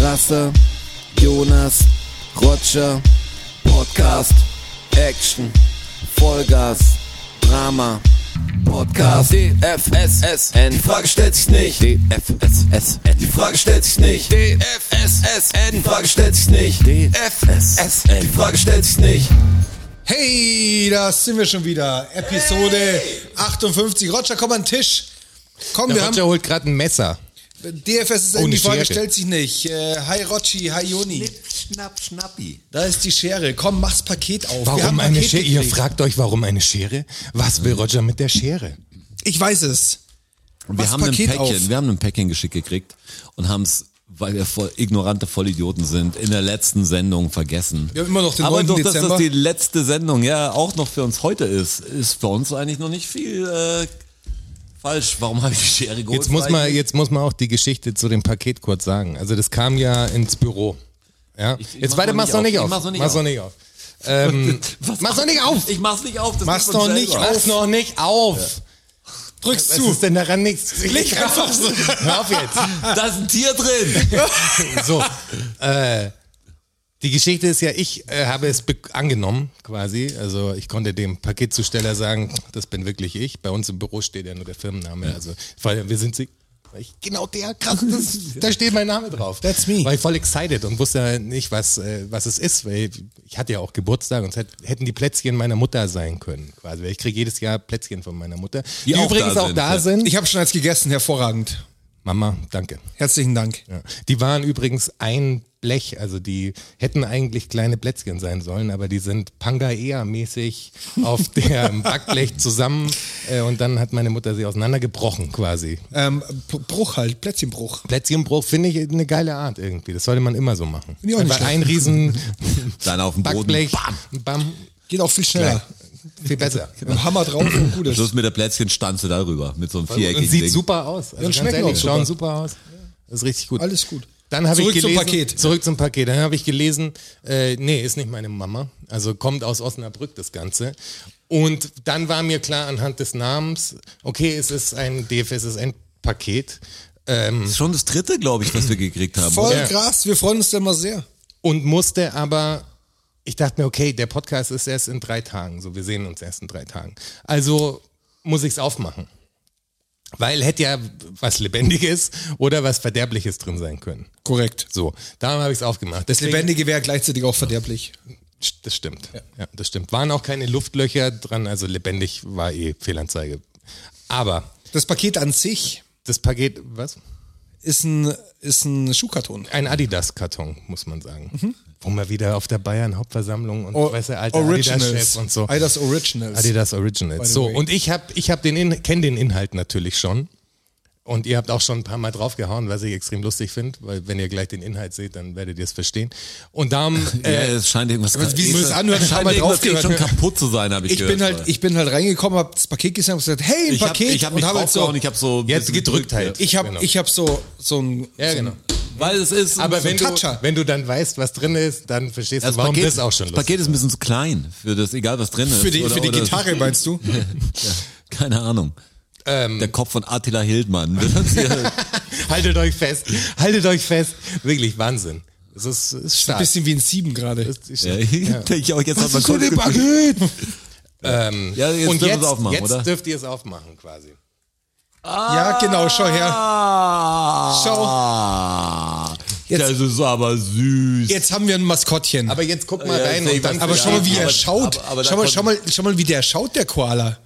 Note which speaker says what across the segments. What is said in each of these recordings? Speaker 1: Rasse, Jonas, Roger, Podcast, Action, Vollgas, Drama, Podcast, DFSSN, die Frage stellt sich nicht, DFSSN, die Frage stellt sich nicht, DFSSN, die Frage stellt sich nicht, DFSSN, die Frage stellt sich nicht.
Speaker 2: Hey, da sind wir schon wieder. Episode 58. Roger, komm an den Tisch. Komm, wir
Speaker 3: Der Roger
Speaker 2: haben.
Speaker 3: holt gerade ein Messer.
Speaker 2: DFS ist
Speaker 3: Ohne
Speaker 2: die Frage,
Speaker 3: Schere.
Speaker 2: stellt sich nicht. Äh, hi Rotschi, hi Joni.
Speaker 4: Schnapp, schnappi.
Speaker 2: Da ist die Schere. Komm, mach's Paket auf. wir
Speaker 3: Warum
Speaker 2: haben
Speaker 3: eine
Speaker 2: Paket
Speaker 3: Schere? Ihr
Speaker 2: gekriegt.
Speaker 3: fragt euch, warum eine Schere? Was will Roger mit der Schere?
Speaker 2: Ich weiß es.
Speaker 4: Und
Speaker 2: Mach's
Speaker 4: wir haben, ein
Speaker 2: Paket
Speaker 4: Päckchen,
Speaker 2: auf.
Speaker 4: wir haben ein Päckchen geschickt gekriegt und haben es, weil wir voll ignorante Vollidioten sind, in der letzten Sendung vergessen.
Speaker 2: Wir haben immer noch den
Speaker 4: Aber
Speaker 2: 9.
Speaker 4: doch, dass
Speaker 2: Dezember.
Speaker 4: das die letzte Sendung ja auch noch für uns heute ist, ist für uns eigentlich noch nicht viel äh, falsch. Warum habe ich die Schere geholt?
Speaker 3: Jetzt muss, man,
Speaker 4: Weil-
Speaker 3: jetzt muss man auch die Geschichte zu dem Paket kurz sagen. Also das kam ja ins Büro. Ja?
Speaker 4: Ich- ich
Speaker 3: jetzt
Speaker 4: mach
Speaker 3: weiter,
Speaker 4: noch
Speaker 3: mach's
Speaker 4: nicht
Speaker 3: noch
Speaker 4: auf.
Speaker 3: nicht
Speaker 4: Ich
Speaker 3: auf.
Speaker 4: mach's noch nicht
Speaker 3: Mach's noch
Speaker 4: auf.
Speaker 3: nicht auf. Ähm,
Speaker 4: Was-
Speaker 3: mach's noch nicht auf.
Speaker 4: Ich mach's nicht auf. Das
Speaker 2: Mach's
Speaker 4: macht man
Speaker 2: doch nicht
Speaker 4: selber.
Speaker 3: Mach's noch nicht auf.
Speaker 2: Drück's
Speaker 3: Was
Speaker 2: zu.
Speaker 3: ist denn daran nichts?
Speaker 2: Leg einfach so.
Speaker 3: Hör auf jetzt.
Speaker 4: Da ist ein Tier drin.
Speaker 3: So, äh, die Geschichte ist ja, ich äh, habe es be- angenommen quasi. Also ich konnte dem Paketzusteller sagen, das bin wirklich ich. Bei uns im Büro steht ja nur der Firmenname. Also weil wir sind sie. Ich, genau der, krass, das, da steht mein Name drauf.
Speaker 2: That's me.
Speaker 3: War ich voll excited und wusste ja nicht, was, äh, was es ist, weil ich hatte ja auch Geburtstag und es hätt- hätten die Plätzchen meiner Mutter sein können. Quasi. weil Ich kriege jedes Jahr Plätzchen von meiner Mutter, die,
Speaker 4: auch
Speaker 3: übrigens
Speaker 4: da
Speaker 3: auch
Speaker 4: sind,
Speaker 3: da
Speaker 4: ja.
Speaker 3: sind.
Speaker 2: Ich habe schon eins gegessen, hervorragend.
Speaker 3: Mama, danke.
Speaker 2: Herzlichen Dank.
Speaker 3: Ja. Die waren übrigens ein Blech, also die hätten eigentlich kleine Plätzchen sein sollen, aber die sind Pangaea-mäßig auf dem Backblech zusammen äh, und dann hat meine Mutter sie auseinandergebrochen quasi.
Speaker 2: Ähm, P- Bruch halt, Plätzchenbruch.
Speaker 3: Plätzchenbruch finde ich eine geile Art irgendwie. Das sollte man immer so machen.
Speaker 2: ich auch nicht
Speaker 3: Einfach
Speaker 2: schlecht.
Speaker 3: ein riesen
Speaker 4: Dann auf dem Boden.
Speaker 3: Backblech,
Speaker 4: Bam.
Speaker 3: bam, bam
Speaker 2: Geht auch viel schneller.
Speaker 3: viel besser.
Speaker 2: Mit dem Hammer drauf und gut ist.
Speaker 3: Also-
Speaker 4: Schluss mit der Plätzchenstanze darüber. Mit so einem
Speaker 3: Und
Speaker 4: viereckigen
Speaker 3: sieht
Speaker 4: Ding.
Speaker 3: super aus. Also
Speaker 2: Und
Speaker 3: ganz
Speaker 2: schmecken
Speaker 3: ehrlich,
Speaker 2: auch super. Also
Speaker 3: schauen super aus. Das ist richtig gut.
Speaker 2: Alles gut.
Speaker 3: Dann habe ich
Speaker 2: Zurück zum
Speaker 3: gelesen,
Speaker 2: Paket.
Speaker 3: Zurück zum Paket. Dann habe ich gelesen, äh, nee, ist nicht meine Mama. Also kommt aus Osnabrück das Ganze. Und dann war mir klar anhand des Namens, okay, es ist ein DFSSN-Paket.
Speaker 4: Das ist schon das dritte, glaube ich, was wir gekriegt haben.
Speaker 2: Voll
Speaker 3: Ja.
Speaker 2: krass, wir freuen uns dann mal sehr.
Speaker 3: Und musste aber, ich dachte mir, okay, der Podcast ist erst in drei Tagen. So, wir sehen uns erst in drei Tagen. Also muss ich es aufmachen. Weil hätte ja was Lebendiges oder was Verderbliches drin sein können.
Speaker 2: Korrekt.
Speaker 3: So, darum habe ich es aufgemacht.
Speaker 2: Das Lebendige wäre gleichzeitig auch verderblich.
Speaker 3: St- Das stimmt. Ja. das stimmt. Waren auch keine Luftlöcher dran, also lebendig war eh Fehlanzeige. Aber
Speaker 2: Das Paket an sich
Speaker 3: das Paket, was?
Speaker 2: ist ein, ist ein Schuhkarton.
Speaker 3: Ein Adidas-Karton, muss man sagen. Wo man wieder auf der Bayern-Hauptversammlung und weißt du, alter Adidas-Chef und so.
Speaker 2: Adidas Originals.
Speaker 3: Adidas
Speaker 2: By
Speaker 3: Originals.
Speaker 2: the
Speaker 3: So,
Speaker 2: way.
Speaker 3: und ich habe ich hab den In kenne den Inhalt natürlich schon. Und ihr habt auch schon ein paar Mal draufgehauen, was ich extrem lustig finde, weil wenn ihr gleich den Inhalt seht, dann werdet ihr es verstehen. Und darum,
Speaker 4: Ja,
Speaker 3: äh,
Speaker 4: es scheint irgendwas
Speaker 2: Aber wie
Speaker 4: es
Speaker 2: sie es anhört,
Speaker 4: scheint
Speaker 2: haben wir
Speaker 4: irgendwas
Speaker 2: draufgehört.
Speaker 4: schon kaputt zu sein, habe ich,
Speaker 2: Ich
Speaker 4: gehört.
Speaker 2: bin halt, ich bin halt reingekommen, hab das Paket gesehen und gesagt, hey, ein
Speaker 4: ich hab,
Speaker 2: Paket.
Speaker 4: ich hab mich
Speaker 2: und hab halt so,
Speaker 4: draufgehauen, ich habe so ein
Speaker 3: jetzt
Speaker 4: bisschen
Speaker 3: gedrückt halt.
Speaker 2: ich hab,
Speaker 3: Genau.
Speaker 2: ich hab so, so ein,
Speaker 3: ja,
Speaker 2: so ein
Speaker 3: genau.
Speaker 4: weil es ist
Speaker 3: Aber wenn du,
Speaker 2: Toucher.
Speaker 3: wenn du dann weißt, was drin ist, dann verstehst
Speaker 4: das
Speaker 3: du, warum
Speaker 4: Paket,
Speaker 3: das auch schon
Speaker 4: das
Speaker 3: lustig.
Speaker 4: Paket ist ein bisschen zu klein für das egal was drin ist
Speaker 2: für die,
Speaker 4: oder,
Speaker 2: für die
Speaker 4: oder,
Speaker 2: Gitarre meinst du?
Speaker 4: keine Ahnung der Kopf von Attila Hildmann wird uns hier-
Speaker 3: Haltet euch fest, haltet euch fest. Wirklich Wahnsinn. Es ist, es ist stark.
Speaker 2: Bisschen wie ein Sieben gerade.
Speaker 3: Es ist-
Speaker 4: ja, denke ich auch jetzt hat man kurz geguckt.
Speaker 3: Paket? ähm,
Speaker 4: ja jetzt
Speaker 3: und
Speaker 4: dürfen wir
Speaker 3: jetzt,
Speaker 4: es aufmachen
Speaker 3: jetzt
Speaker 4: oder
Speaker 3: dürft ihr es aufmachen quasi.
Speaker 2: Ja, genau, schau her.
Speaker 4: ah,
Speaker 2: Jetzt-
Speaker 4: das ist aber süß
Speaker 2: Jetzt haben wir ein Maskottchen.
Speaker 3: Aber jetzt guck mal
Speaker 4: Ja,
Speaker 3: rein.
Speaker 4: ich
Speaker 3: Und dann
Speaker 4: weiß
Speaker 2: Aber
Speaker 4: Ja,
Speaker 2: schau mal, wie er
Speaker 4: aber-
Speaker 2: schaut.
Speaker 4: aber- aber da
Speaker 2: schau, mal,
Speaker 4: konnten-
Speaker 2: schau, mal, schau mal, wie der schaut, der Koala.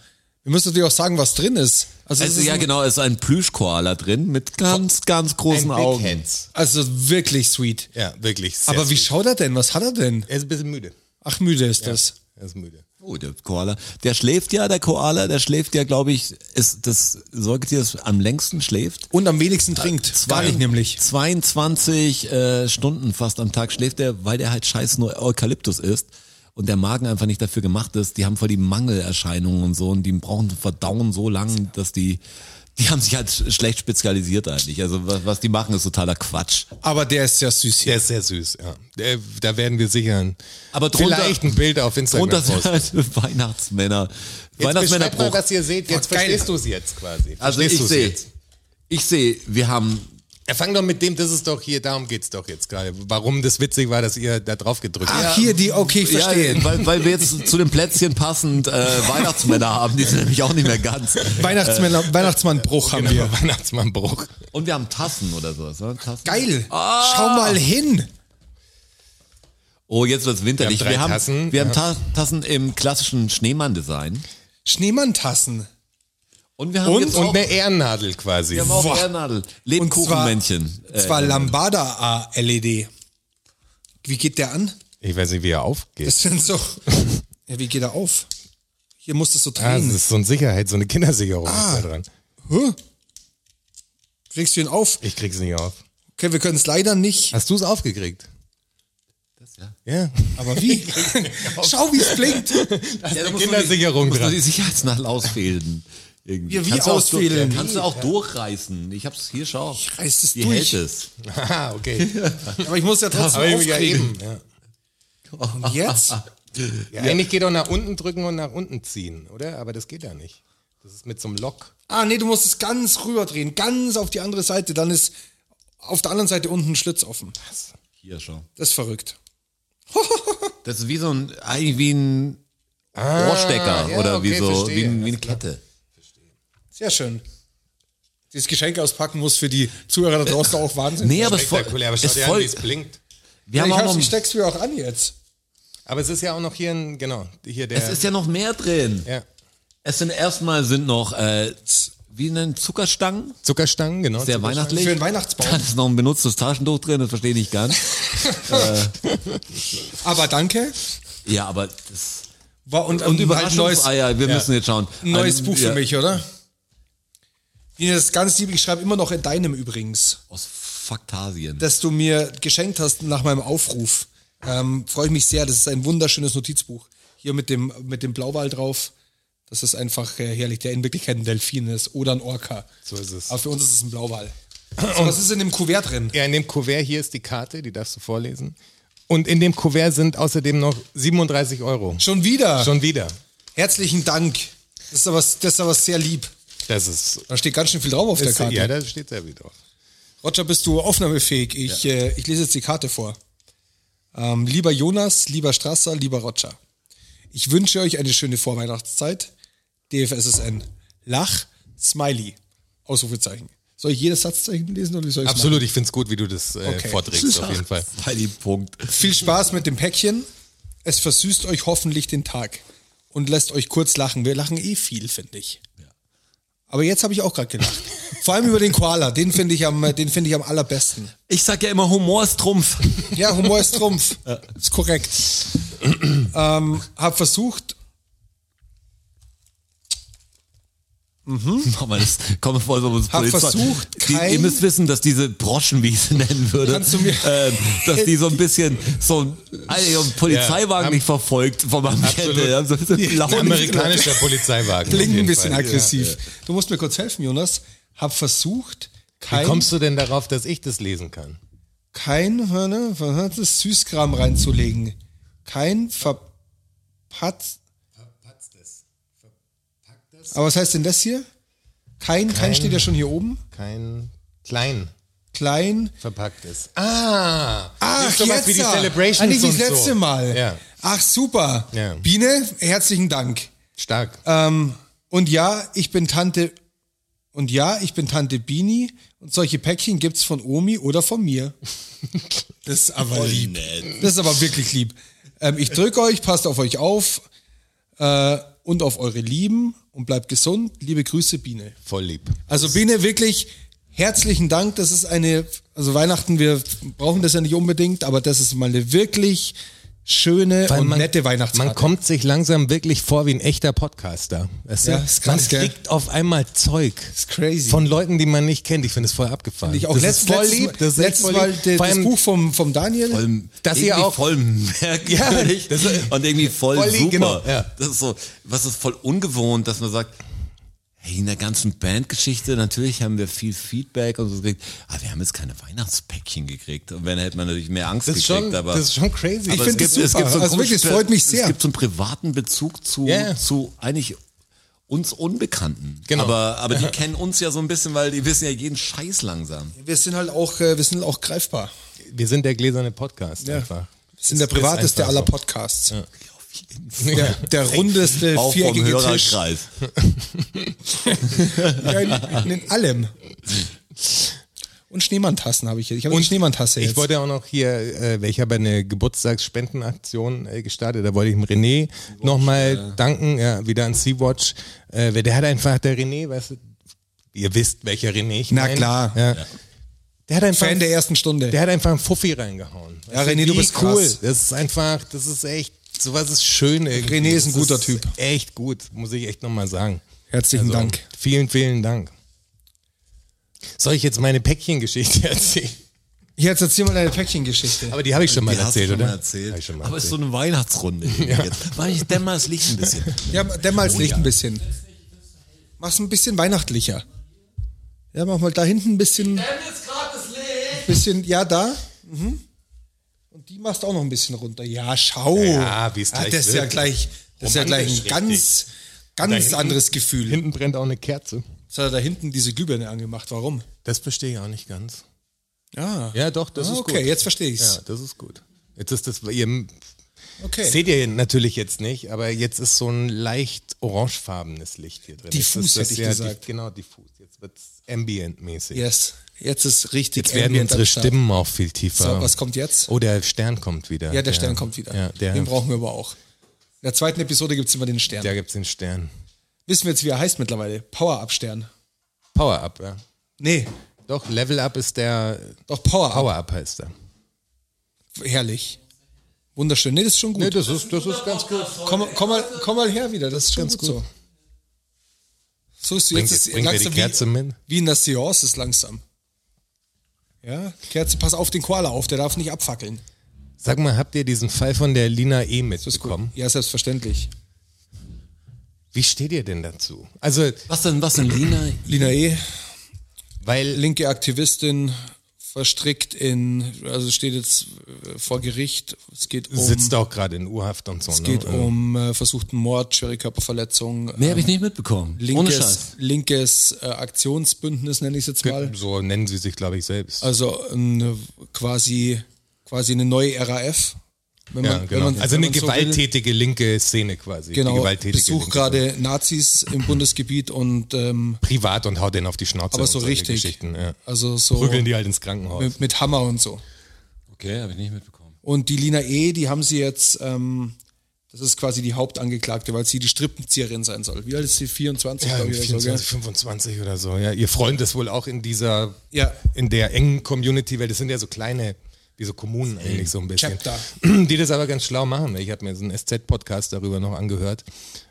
Speaker 2: Wir müssen natürlich auch sagen, was drin ist. Also, es
Speaker 4: also,
Speaker 2: ist
Speaker 4: ja
Speaker 2: ein,
Speaker 4: genau es ist ein Plüschkoala drin mit ganz ganz großen
Speaker 3: Ein Big
Speaker 4: Augen
Speaker 3: Hands.
Speaker 2: also wirklich sweet.
Speaker 3: Ja, wirklich. Sehr
Speaker 2: Aber wie
Speaker 3: süß.
Speaker 2: schaut er denn? Was hat er denn?
Speaker 3: Er ist ein bisschen müde.
Speaker 2: Ach, müde ist das.
Speaker 3: Er ist müde.
Speaker 4: Oh, der Koala. Der schläft ja, der Koala, der schläft ja, glaube ich, ist das Säugetier, das am längsten schläft.
Speaker 2: Und am wenigsten trinkt. Gar nicht nämlich.
Speaker 4: 22 äh, Stunden fast am Tag schläft er, weil der halt scheiß nur Eukalyptus ist und der Magen einfach nicht dafür gemacht ist. Die haben voll die Mangelerscheinungen und so und die brauchen zum Verdauen so lang, dass die, die haben sich halt sch- schlecht spezialisiert eigentlich. Also was, was die machen, ist totaler Quatsch.
Speaker 2: Aber der ist ja süß hier.
Speaker 3: Der ist sehr süß, ja. Der, da werden wir sicher ein,
Speaker 4: Aber drunter-
Speaker 3: vielleicht ein Bild auf Instagram
Speaker 4: Drunter sind
Speaker 3: posten.
Speaker 4: halt Weihnachtsmänner.
Speaker 3: Jetzt beschreibt mal,
Speaker 4: Weihnachtsmännerbruch.
Speaker 3: was ihr seht. Jetzt
Speaker 2: geil.
Speaker 3: verstehst du es jetzt quasi.
Speaker 4: Also
Speaker 3: Verstehst
Speaker 4: ich
Speaker 3: du's
Speaker 4: sehe,
Speaker 3: jetzt.
Speaker 4: ich sehe, wir haben
Speaker 3: Er fang doch mit dem, das ist doch hier, darum geht's doch jetzt gerade. Warum das witzig war, dass ihr da drauf gedrückt
Speaker 2: Ach,
Speaker 3: habt.
Speaker 2: hier die, okay, ich
Speaker 4: Ja,
Speaker 2: verstehe.
Speaker 4: weil, weil wir jetzt zu den Plätzchen passend äh, Weihnachtsmänner haben, die sind nämlich auch nicht mehr ganz.
Speaker 2: Weihnachtsmann, Weihnachtsmannbruch haben wir.
Speaker 3: Genau, Weihnachtsmannbruch.
Speaker 4: Und wir haben Tassen oder sowas. Ne? Tassen.
Speaker 2: Geil. Schau mal hin.
Speaker 4: Oh, jetzt wird's winterlich.
Speaker 3: Wir haben drei Tassen,
Speaker 4: Wir haben, wir haben Ta Tassen im klassischen Schneemann-Design.
Speaker 2: Schneemann-Tassen.
Speaker 4: Und wir haben
Speaker 3: Und,
Speaker 4: jetzt
Speaker 3: und
Speaker 4: auch, wir
Speaker 3: eine Ehrennadel quasi.
Speaker 4: haben auch
Speaker 2: Boah.
Speaker 4: Erdnadel.
Speaker 2: Und zwar,
Speaker 4: Lebkuchenmännchen. Äh,
Speaker 2: zwar Lambada äh, LED. Wie geht der an?
Speaker 3: Ich weiß nicht, wie er aufgeht.
Speaker 2: Das sind so. Ja, wie geht er auf? Hier musst du es so
Speaker 3: Ah, das
Speaker 2: drehen.
Speaker 3: ist so eine Sicherheit, so eine Kindersicherung ist da dran.
Speaker 2: Hä? Kriegst du ihn auf?
Speaker 3: Ich krieg's nicht auf.
Speaker 2: Okay, wir können es leider nicht.
Speaker 3: Hast du es aufgekriegt?
Speaker 4: Das, ja.
Speaker 3: Ja.
Speaker 2: Aber wie? Schau, wie es blinkt.
Speaker 4: Ja, da muss man
Speaker 3: Kindersicherung
Speaker 4: die, muss man
Speaker 3: dran.
Speaker 4: die Sicherheitsnadel ausfädeln. Irgendwie.
Speaker 2: Ja, wie
Speaker 4: kannst du auch
Speaker 2: ausfädeln?
Speaker 4: Durch, kannst du auch durchreißen. Ich hab's hier, schau. Ich
Speaker 2: reiß es
Speaker 4: die
Speaker 2: durch.
Speaker 4: Hält es.
Speaker 3: Ah, okay.
Speaker 2: Aber ich muss ja trotzdem
Speaker 3: Aber ja
Speaker 2: aufkriegen.
Speaker 3: eben. Ja.
Speaker 2: Und jetzt?
Speaker 3: Ja, Eigentlich geht auch nach unten drücken und nach unten ziehen, oder? Aber das geht ja nicht. Das ist mit so einem Lock.
Speaker 2: Ah, nee, du musst es ganz rüberdrehen. Ganz auf die andere Seite. Dann ist auf der anderen Seite unten ein Schlitz offen.
Speaker 4: Hier, schau.
Speaker 2: Das ist verrückt.
Speaker 4: Das ist wie so ein, eigentlich wie ein Ohrstecker
Speaker 3: Ah, ja,
Speaker 4: oder wie
Speaker 3: okay,
Speaker 4: so,
Speaker 3: verstehe.
Speaker 4: wie, ein- wie eine Kette.
Speaker 2: Sehr schön. Dieses Geschenk auspacken muss für die Zuhörer da draußen auch Wahnsinn.
Speaker 4: Nee, aber es voll,
Speaker 3: Spektakulär, aber schau
Speaker 4: es
Speaker 3: dir an, wie
Speaker 4: voll,
Speaker 3: es blinkt.
Speaker 4: wir haben
Speaker 2: ich,
Speaker 4: auch
Speaker 2: hab's,
Speaker 4: noch,
Speaker 2: ich steck's mir auch an jetzt.
Speaker 3: Aber es ist ja auch noch hier ein, genau, hier der.
Speaker 4: es ist ja noch mehr drin.
Speaker 3: ja.
Speaker 4: Es sind erstmal sind noch, äh, z- wie nennen Zuckerstangen?
Speaker 3: Zuckerstangen, genau.
Speaker 4: Sehr
Speaker 3: Zuckerstangen.
Speaker 4: weihnachtlich.
Speaker 2: Für den Weihnachtsbaum.
Speaker 4: Dann ist noch ein benutztes Taschentuch drin, das verstehe ich nicht ganz.
Speaker 2: Aber danke.
Speaker 4: Ja, aber das,
Speaker 2: War, und, und
Speaker 4: und
Speaker 2: halt neues,
Speaker 4: Überraschungseier, wir müssen jetzt schauen.
Speaker 2: ein neues
Speaker 4: Ein-
Speaker 2: Buch
Speaker 4: ja.
Speaker 2: für mich, oder? Nina, das ist ganz lieb. Ich schreibe immer noch in deinem übrigens,
Speaker 4: Aus Faktasien.
Speaker 2: dass du mir geschenkt hast nach meinem Aufruf. Ähm, Freue ich mich sehr. Das ist ein wunderschönes Notizbuch. Hier mit dem, mit dem Blauwal drauf. Das ist einfach äh, herrlich, der in Wirklichkeit ein Delfin ist oder ein Orca.
Speaker 3: So ist es.
Speaker 2: Aber für uns ist es ein Blauwal. So, was ist in dem Kuvert drin?
Speaker 3: Ja, in dem Kuvert hier ist die Karte, die darfst du vorlesen. Und in dem Kuvert sind außerdem noch 37 Euro.
Speaker 2: Schon wieder.
Speaker 3: Schon wieder.
Speaker 2: Herzlichen Dank. Das ist aber, das ist aber sehr lieb.
Speaker 3: Das ist.
Speaker 2: Da steht ganz schön viel drauf auf der
Speaker 3: ist
Speaker 2: Karte.
Speaker 3: ja, da steht sehr viel drauf.
Speaker 2: Roger, bist du aufnahmefähig? Ich, äh, ich lese jetzt die Karte vor. Ähm, lieber Jonas, lieber Strasser, lieber Roger. Ich wünsche euch eine schöne Vorweihnachtszeit. DFSSN. Lach, Smiley. Ausrufezeichen. Soll ich jedes Satzzeichen lesen oder wie soll ich
Speaker 3: Absolut, ich finde es gut, wie du das äh,
Speaker 2: Okay.
Speaker 3: vorträgst, auf jeden Fall.
Speaker 4: Weil die Punkt.
Speaker 2: Viel Spaß mit dem Päckchen. Es versüßt euch hoffentlich den Tag und lässt euch kurz lachen. Wir lachen eh viel, finde ich. Aber jetzt habe ich auch gerade gelacht. Vor allem über den Koala. Den finde ich, am, äh, den finde ich am allerbesten.
Speaker 4: Ich sag ja immer, Humor ist Trumpf.
Speaker 2: Ja, Humor ist Trumpf. Ist korrekt. ähm, hab versucht,
Speaker 4: Mann, das kommt mir vor, so was
Speaker 2: Hab
Speaker 4: Polizei-
Speaker 2: versucht,
Speaker 4: die,
Speaker 2: kein-
Speaker 4: Ihr müsst wissen, dass diese Broschen, wie ich sie nennen würde,
Speaker 2: Kannst du mir-
Speaker 4: ähm, dass die so ein bisschen so ein Alter, ein Polizeiwagen
Speaker 3: Ja, am-
Speaker 4: nicht verfolgt vom
Speaker 3: Absolut.
Speaker 4: Ambiente. So ein bisschen blau-
Speaker 3: Ein amerikanischer Polizeiwagen. auf
Speaker 2: klingt ein
Speaker 3: jeden
Speaker 2: bisschen
Speaker 3: Fall.
Speaker 2: aggressiv. Du musst mir kurz helfen, Jonas. Hab versucht,
Speaker 3: Wie
Speaker 2: kein,
Speaker 3: kommst du denn darauf, dass ich das lesen kann?
Speaker 2: kein ne, verpatztes Süßkram reinzulegen. Kein verpatz... Aber was heißt denn das hier? Kein, kein, steht ja schon hier oben.
Speaker 3: Kein klein
Speaker 2: Klein.
Speaker 3: verpackt ist. Ah!
Speaker 2: Ach,
Speaker 3: nicht sowas
Speaker 2: jetzt
Speaker 3: wie die
Speaker 2: ja.
Speaker 3: Celebrations
Speaker 2: Ah, nicht wie das
Speaker 3: und so.
Speaker 2: letzte Mal.
Speaker 3: Ja,
Speaker 2: Ach, super.
Speaker 3: Ja.
Speaker 2: Biene, herzlichen Dank.
Speaker 3: stark.
Speaker 2: Äh, Und ja, ich bin Tante. Und ja, ich bin Tante Bini. Und solche Päckchen gibt's von Omi oder von mir. Das ist aber lieb. Das ist aber wirklich lieb. Ähm, ich drücke euch, passt auf euch auf äh, und auf eure Lieben und bleibt gesund. Liebe Grüße, Biene.
Speaker 3: Voll lieb.
Speaker 2: Also Biene, wirklich herzlichen Dank. Das ist eine, also Weihnachten, wir brauchen das ja nicht unbedingt, aber das ist mal eine wirklich schöne
Speaker 3: Weil
Speaker 2: und nette Weihnachtskarte.
Speaker 3: Man kommt sich langsam wirklich vor wie ein echter Podcaster. Weißt du?
Speaker 2: Ja, ist
Speaker 3: man
Speaker 2: krass, gell?
Speaker 3: kriegt auf einmal Zeug
Speaker 2: ist crazy.
Speaker 3: von Leuten, die man nicht kennt. Ich finde es voll abgefahren.
Speaker 2: Ich auch
Speaker 3: das
Speaker 2: letztes,
Speaker 3: ist voll
Speaker 2: letztes,
Speaker 3: lieb. Das ist echt
Speaker 2: letztes
Speaker 3: voll
Speaker 2: Mal
Speaker 3: lieb.
Speaker 2: de-
Speaker 3: Vor
Speaker 2: das
Speaker 3: allem
Speaker 2: Buch vom, vom Daniel.
Speaker 3: Dass ihr
Speaker 4: irgendwie
Speaker 3: auch-
Speaker 4: voll merkwürdig
Speaker 3: Ja, das ist-
Speaker 4: und irgendwie voll,
Speaker 3: Voll lieb,
Speaker 4: super.
Speaker 3: genau, ja.
Speaker 4: Das ist so, was ist voll ungewohnt, dass man sagt, hey, in der ganzen Bandgeschichte, natürlich haben wir viel Feedback und so gekriegt, aber wir haben jetzt keine Weihnachtspäckchen gekriegt. Und wenn, hätte man natürlich mehr Angst
Speaker 3: Das ist,
Speaker 4: gekriegt,
Speaker 3: schon,
Speaker 4: aber.
Speaker 3: das ist schon crazy.
Speaker 2: Ich
Speaker 4: aber
Speaker 2: find das super.
Speaker 4: einen
Speaker 2: Also wirklich,
Speaker 4: komischen-
Speaker 2: es freut mich sehr.
Speaker 4: Es gibt so einen privaten Bezug zu,
Speaker 3: Ja.
Speaker 4: zu eigentlich uns Unbekannten.
Speaker 3: Genau.
Speaker 4: Aber, aber die kennen uns ja so ein bisschen, weil die wissen ja jeden Scheiß langsam.
Speaker 2: Wir sind halt auch, äh, wir sind auch greifbar.
Speaker 3: Wir sind der gläserne Podcast einfach.
Speaker 2: Wir sind der privateste aller Podcasts. Der, der rundeste,
Speaker 4: Auch vom
Speaker 2: viereckige Äh, Tisch.
Speaker 4: Hörerkreis.
Speaker 2: Ja, in, in allem. Und Schneemann-Tassen habe ich jetzt. Ich habe eine Schneemann-Tasse jetzt.
Speaker 3: Ich wollte auch noch hier, äh, weil ich habe eine Geburtstagsspendenaktion äh, gestartet, da wollte ich dem René nochmal
Speaker 2: äh.
Speaker 3: danken, ja, wieder an Sea-Watch. Äh, weil der hat einfach, der René, weißt du, ihr wisst, welcher René ich
Speaker 2: Na
Speaker 3: mein.
Speaker 2: klar.
Speaker 3: Ja. Der hat einfach,
Speaker 2: Fan der ersten Stunde.
Speaker 3: der hat einfach einen Fuffi reingehauen.
Speaker 2: Ja,
Speaker 3: Weißt
Speaker 2: René, du
Speaker 3: wie
Speaker 2: bist krass.
Speaker 3: Das ist einfach, das ist echt, sowas ist schön. irgendwie.
Speaker 2: René ist ein
Speaker 3: Das
Speaker 2: guter Typ.
Speaker 3: Echt gut, muss ich echt nochmal sagen.
Speaker 2: Herzlichen
Speaker 3: Also,
Speaker 2: Dank.
Speaker 3: Vielen, vielen Dank. Soll ich jetzt meine Päckchengeschichte erzählen?
Speaker 2: Jetzt erzähl mal deine Päckchengeschichte.
Speaker 3: Aber die habe ich schon mal
Speaker 4: Die hast du
Speaker 3: erzählt,
Speaker 4: schon
Speaker 3: oder?
Speaker 4: mal erzählt.
Speaker 3: Hab ich schon mal
Speaker 4: Aber es ist
Speaker 3: erzählt.
Speaker 4: so eine Weihnachtsrunde. Ja. Jetzt. Weil ich dämmer das Licht ein bisschen.
Speaker 2: Ja, dämmer's
Speaker 3: Oh
Speaker 2: Licht ein bisschen. Mach's ein bisschen weihnachtlicher. Ja, mach mal da hinten ein bisschen. Bisschen, ja, da. Mhm. Und die machst du auch noch ein bisschen runter. Ja, schau.
Speaker 3: Ja, wie's
Speaker 2: Ah,
Speaker 3: gleich
Speaker 2: Das ist ja
Speaker 3: wird.
Speaker 2: gleich, das ist ja gleich ein
Speaker 3: Romantisch,
Speaker 2: ganz,
Speaker 3: Da
Speaker 2: ganz
Speaker 3: hinten-
Speaker 2: anderes Gefühl.
Speaker 3: Hinten brennt auch eine Kerze.
Speaker 2: Jetzt hat er da hinten diese Glühbirne angemacht. Warum?
Speaker 3: Das verstehe ich auch nicht ganz.
Speaker 2: Ja.
Speaker 3: Ja, doch, das
Speaker 2: Ah,
Speaker 3: ist
Speaker 2: okay,
Speaker 3: gut.
Speaker 2: jetzt verstehe ich's. Äh.
Speaker 3: Ja, das ist gut. Jetzt ist das, ihr
Speaker 2: Okay.
Speaker 3: seht ihr natürlich jetzt nicht, aber jetzt ist so ein leicht orangefarbenes Licht hier drin.
Speaker 2: Diffus,
Speaker 3: Jetzt ist das
Speaker 2: hätte ich
Speaker 3: ja
Speaker 2: gesagt.
Speaker 3: Die, genau, diffus. Jetzt wird's ambient-mäßig.
Speaker 2: Yes. Jetzt ist richtig.
Speaker 3: Jetzt werden
Speaker 2: Ambient
Speaker 3: unsere
Speaker 2: am Start.
Speaker 3: Stimmen auch viel tiefer.
Speaker 2: So, was kommt jetzt?
Speaker 3: Oh, der Stern kommt wieder.
Speaker 2: Ja, der Stern kommt wieder.
Speaker 3: Ja, der,
Speaker 2: Den brauchen wir aber auch. In der zweiten Episode gibt's immer den Stern.
Speaker 3: da gibt's den Stern.
Speaker 2: Wissen wir jetzt, wie er heißt mittlerweile? Power-Up-Stern.
Speaker 3: Power-Up, ja.
Speaker 2: Nee,
Speaker 3: Doch, Level-Up ist der,
Speaker 2: doch Power-Up.
Speaker 3: Power-Up heißt er.
Speaker 2: Herrlich. Wunderschön. Nee, das ist schon gut.
Speaker 3: Nee, das ist, das ist ganz gut.
Speaker 2: komm, komm, mal, komm mal her wieder, das ist schon
Speaker 3: Ganz
Speaker 2: gut,
Speaker 3: gut.
Speaker 2: so. So ist
Speaker 3: Bringt-
Speaker 2: jetzt ist
Speaker 3: bringt er die Kerze
Speaker 2: wie,
Speaker 3: mit?
Speaker 2: wie in der Seance ist langsam. Ja, Kerze, pass auf den Koala auf, der darf nicht abfackeln.
Speaker 3: Sag mal, habt ihr diesen Fall von der Lina E
Speaker 2: Das ist gut.
Speaker 3: mitbekommen?
Speaker 2: Ja, selbstverständlich.
Speaker 3: Wie steht ihr denn dazu? Also,
Speaker 4: Was denn, was denn, Lina?
Speaker 2: Lina E.,
Speaker 3: weil
Speaker 2: linke Aktivistin, verstrickt in, also steht jetzt äh, vor Gericht. Es geht um,
Speaker 3: sitzt auch gerade in U-Haft und so.
Speaker 2: es geht
Speaker 3: ne?
Speaker 2: um äh, versuchten Mord, schwere Körperverletzung,
Speaker 4: Mehr habe ich nicht mitbekommen. Ohne Scheiß.
Speaker 2: linkes, linkes äh, Aktionsbündnis, nenne ich es jetzt mal.
Speaker 3: So nennen sie sich, glaube ich, selbst.
Speaker 2: Also ein, quasi, quasi eine neue RAF. Wenn
Speaker 3: ja,
Speaker 2: wenn
Speaker 3: genau. also
Speaker 2: wenn
Speaker 3: eine
Speaker 2: so will.
Speaker 3: gewalttätige linke Szene quasi. Die
Speaker 2: genau,
Speaker 3: gewalttätige
Speaker 2: besucht
Speaker 3: linke
Speaker 2: gerade Nazis im Bundesgebiet und ähm,
Speaker 3: Szene. Privat und haut den auf die Schnauze.
Speaker 2: aber
Speaker 3: und
Speaker 2: so
Speaker 3: solche
Speaker 2: richtig.
Speaker 3: Geschichten, ja.
Speaker 2: Also so
Speaker 3: Prügeln die halt ins Krankenhaus.
Speaker 2: mit, mit Hammer und so.
Speaker 4: Okay, habe ich nicht mitbekommen.
Speaker 2: Und die Lina E., die haben sie jetzt, ähm, das ist quasi die Hauptangeklagte, weil sie die Strippenzieherin sein soll. Wie alt ist sie? 24,
Speaker 3: ja,
Speaker 2: glaube ich. Oder so,
Speaker 3: 24,
Speaker 2: gell?
Speaker 3: 25 oder so. Ja, ihr Freund ist wohl auch in dieser,
Speaker 2: Ja.
Speaker 3: in der engen Community, weil das sind ja so kleine, wie so Kommunen eigentlich so ein bisschen.
Speaker 2: Chapter.
Speaker 3: Die das aber ganz schlau machen. Ich habe mir so einen SZ-Podcast darüber noch angehört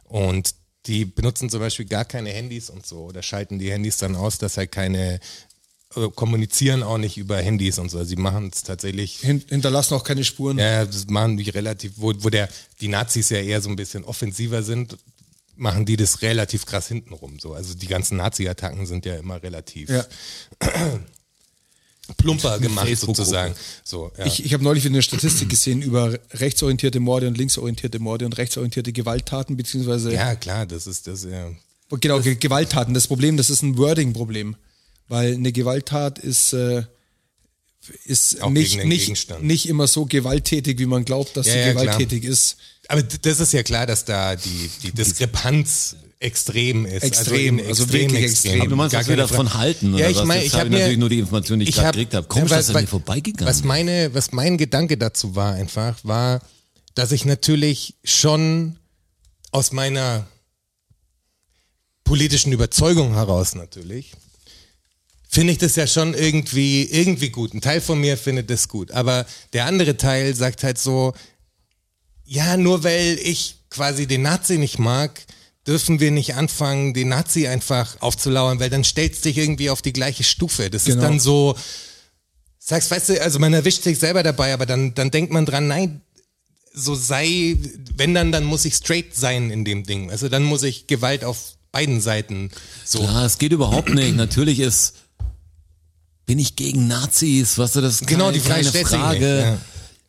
Speaker 3: und die benutzen zum Beispiel gar keine Handys und so oder schalten die Handys dann aus, dass halt keine äh, kommunizieren auch nicht über Handys und so. Also Sie machen es tatsächlich
Speaker 2: Hin, hinterlassen auch keine Spuren.
Speaker 3: ja, das machen die relativ, wo, wo der, die Nazis ja eher so ein bisschen offensiver sind, machen die das relativ krass hintenrum. So. Also die ganzen Nazi-Attacken sind ja immer relativ
Speaker 2: Ja.
Speaker 3: plumper gemacht
Speaker 4: Facebook-Gruppe.
Speaker 3: sozusagen. So, ja.
Speaker 2: Ich, ich habe neulich wieder eine Statistik gesehen über rechtsorientierte Morde und linksorientierte Morde und rechtsorientierte Gewalttaten, beziehungsweise
Speaker 3: ja, klar, das ist das. Ja.
Speaker 2: Genau, Ge- Gewalttaten. Das Problem, das ist ein Wording-Problem. Weil eine Gewalttat ist, äh, ist
Speaker 3: Auch
Speaker 2: nicht,
Speaker 3: gegen den
Speaker 2: nicht,
Speaker 3: Gegenstand.
Speaker 2: nicht immer so gewalttätig, wie man glaubt, dass
Speaker 3: Ja,
Speaker 2: sie
Speaker 3: ja, klar.
Speaker 2: gewalttätig ist.
Speaker 3: Aber d- das ist ja klar, dass da die, die Diskrepanz extrem ist.
Speaker 2: Extrem,
Speaker 3: in-
Speaker 2: also wirklich extrem.
Speaker 4: Aber du meinst,
Speaker 3: Gar
Speaker 4: was wir
Speaker 3: keine
Speaker 4: davon
Speaker 3: Frage.
Speaker 4: halten, oder
Speaker 3: Ja, ich
Speaker 4: was?
Speaker 3: meine,
Speaker 4: Jetzt
Speaker 3: ich
Speaker 4: habe
Speaker 3: habe
Speaker 4: ich natürlich nur die Information, die ich gerade
Speaker 3: hab-
Speaker 4: gekriegt habe. Komisch,
Speaker 3: Ja,
Speaker 4: dass er mir vorbeigegangen
Speaker 3: Was
Speaker 4: ist.
Speaker 3: meine, was mein Gedanke dazu war einfach, war, dass ich natürlich schon aus meiner politischen Überzeugung heraus natürlich, finde ich das ja schon irgendwie, irgendwie gut. Ein Teil von mir findet das gut. Aber der andere Teil sagt halt so, ja, nur weil ich quasi den Nazi nicht mag, dürfen wir nicht anfangen, den Nazi einfach aufzulauern, weil dann stellst du dich irgendwie auf die gleiche Stufe. Das
Speaker 2: Genau.
Speaker 3: ist dann so, sagst, weißt du, also man erwischt sich selber dabei, aber dann, dann denkt man dran, nein, so sei, wenn dann, dann muss ich straight sein in dem Ding. Also dann muss ich Gewalt auf beiden Seiten so
Speaker 4: Ja, es geht überhaupt nicht. Natürlich ist, bin ich gegen Nazis, was weißt du, das ist
Speaker 3: Genau,
Speaker 4: keine,
Speaker 3: die Frage
Speaker 4: keine
Speaker 3: stellt sich nicht,
Speaker 4: Frage.
Speaker 3: ja.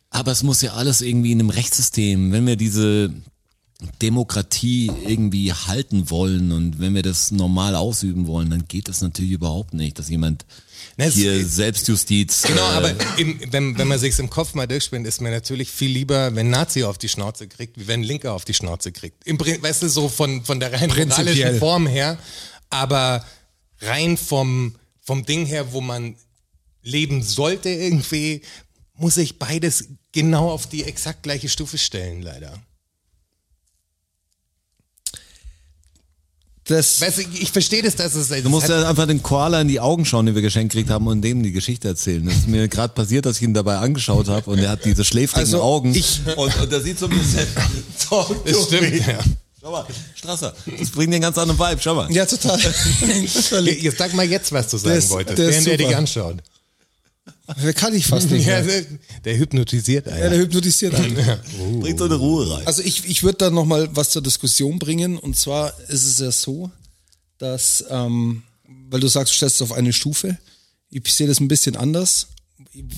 Speaker 4: Aber es muss ja alles irgendwie in einem Rechtssystem, wenn wir diese, Demokratie irgendwie halten wollen und wenn wir das normal ausüben wollen, dann geht das natürlich überhaupt nicht, dass jemand
Speaker 3: Na, es-
Speaker 4: hier Selbstjustiz.
Speaker 3: Genau,
Speaker 4: äh,
Speaker 3: aber im, wenn, wenn man sich's im Kopf mal durchspinnt, ist mir natürlich viel lieber, wenn Nazi auf die Schnauze kriegt, wie wenn Linker auf die Schnauze kriegt. Im, Prin- weißt du, so von, von der rein moralischen
Speaker 2: Prinzipiell.
Speaker 3: Form her, aber rein vom, vom Ding her, wo man leben sollte irgendwie, muss ich beides genau auf die exakt gleiche Stufe stellen, leider.
Speaker 2: Das,
Speaker 3: Weißt du, ich, ich verstehe das, dass es... halt
Speaker 4: Du musst ja einfach den Koala in die Augen schauen, die wir geschenkt gekriegt haben und dem die Geschichte erzählen. Das ist mir gerade passiert, dass ich ihn dabei angeschaut habe und er hat diese schläfrigen
Speaker 2: Also,
Speaker 4: Augen. und, und der sieht so ein bisschen. So,
Speaker 3: das stimmt, ja.
Speaker 4: Schau mal, Strasser, das bringt den ganz anderen Vibe, schau mal.
Speaker 2: ja, total. Völlig.
Speaker 3: Jetzt sag mal jetzt, was du sagen
Speaker 2: Das-
Speaker 3: wolltest,
Speaker 2: das ist
Speaker 3: während er dich
Speaker 2: super.
Speaker 3: anschaut.
Speaker 2: Da kann ich fast nicht
Speaker 3: Ja,
Speaker 2: mehr.
Speaker 3: der, der hypnotisiert einen.
Speaker 2: Ja, der hypnotisiert einen.
Speaker 4: Bringt so eine Ruhe rein.
Speaker 2: Also ich, ich würde da nochmal was zur Diskussion bringen. Und zwar ist es ja so, dass, ähm, weil du sagst, du stellst es auf eine Stufe. Ich sehe das ein bisschen anders.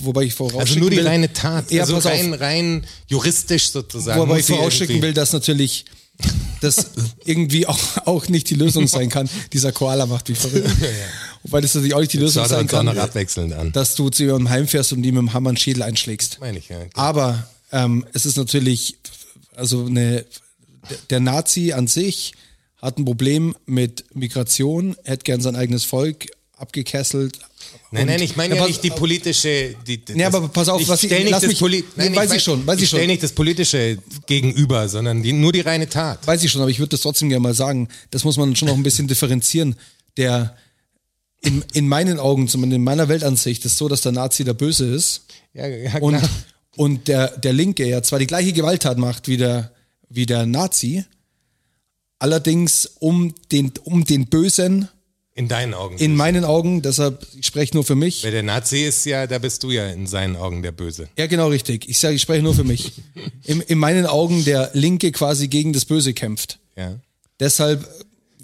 Speaker 2: Wobei ich vorausschicken
Speaker 3: Also nur die
Speaker 2: will,
Speaker 3: reine Tat,
Speaker 2: Ja,
Speaker 3: also
Speaker 2: pass auf.
Speaker 3: rein, rein juristisch sozusagen.
Speaker 2: Wobei
Speaker 3: muss
Speaker 2: ich
Speaker 3: sie
Speaker 2: vorausschicken
Speaker 3: irgendwie-
Speaker 2: will, dass natürlich das irgendwie auch, auch nicht die Lösung sein kann. Dieser Koala macht mich verrückt. Wobei das natürlich auch nicht die Lösung
Speaker 3: Schaut
Speaker 2: sein
Speaker 3: uns auch noch
Speaker 2: kann,
Speaker 3: abwechselnd an.
Speaker 2: dass du zu jemandem heimfährst und ihm mit dem Hammer einen Schädel einschlägst.
Speaker 3: meine ich, ja. genau.
Speaker 2: Aber ähm, es ist natürlich, also eine, der Nazi an sich hat ein Problem mit Migration, hätte gern sein eigenes Volk abgekesselt.
Speaker 3: Nein,
Speaker 2: Und-
Speaker 3: nein, ich meine ja
Speaker 2: pass-
Speaker 3: nicht die politische. Die,
Speaker 2: Nee, aber pass auf,
Speaker 3: ich
Speaker 2: was ich-
Speaker 3: stell nicht
Speaker 2: lass
Speaker 3: das
Speaker 2: mich-
Speaker 3: Poli
Speaker 2: Nee,
Speaker 3: nein,
Speaker 2: weiß
Speaker 3: ich
Speaker 2: ich schon, weiß ich
Speaker 3: stell
Speaker 2: schon.
Speaker 3: nicht das politische gegenüber, sondern die, nur die reine Tat.
Speaker 2: Weiß ich schon, aber ich würde das trotzdem gerne mal sagen. Das muss man schon noch ein bisschen differenzieren. Der in, in meinen Augen, zumindest in meiner Weltansicht, ist so, dass der Nazi der Böse ist.
Speaker 3: Ja, ja, genau.
Speaker 2: Und,
Speaker 3: klar.
Speaker 2: und der, der Linke ja zwar die gleiche Gewalttat macht wie der, wie der Nazi, allerdings um den, um den Bösen,
Speaker 3: in deinen Augen.
Speaker 2: in meinen Augen, deshalb, ich spreche nur für mich.
Speaker 3: Wer der Nazi ist, ja, da bist du ja in seinen Augen der Böse.
Speaker 2: Ja, genau richtig. Ich sage, ich spreche nur für mich. In, in meinen Augen der Linke quasi gegen das Böse kämpft.
Speaker 3: Ja.
Speaker 2: Deshalb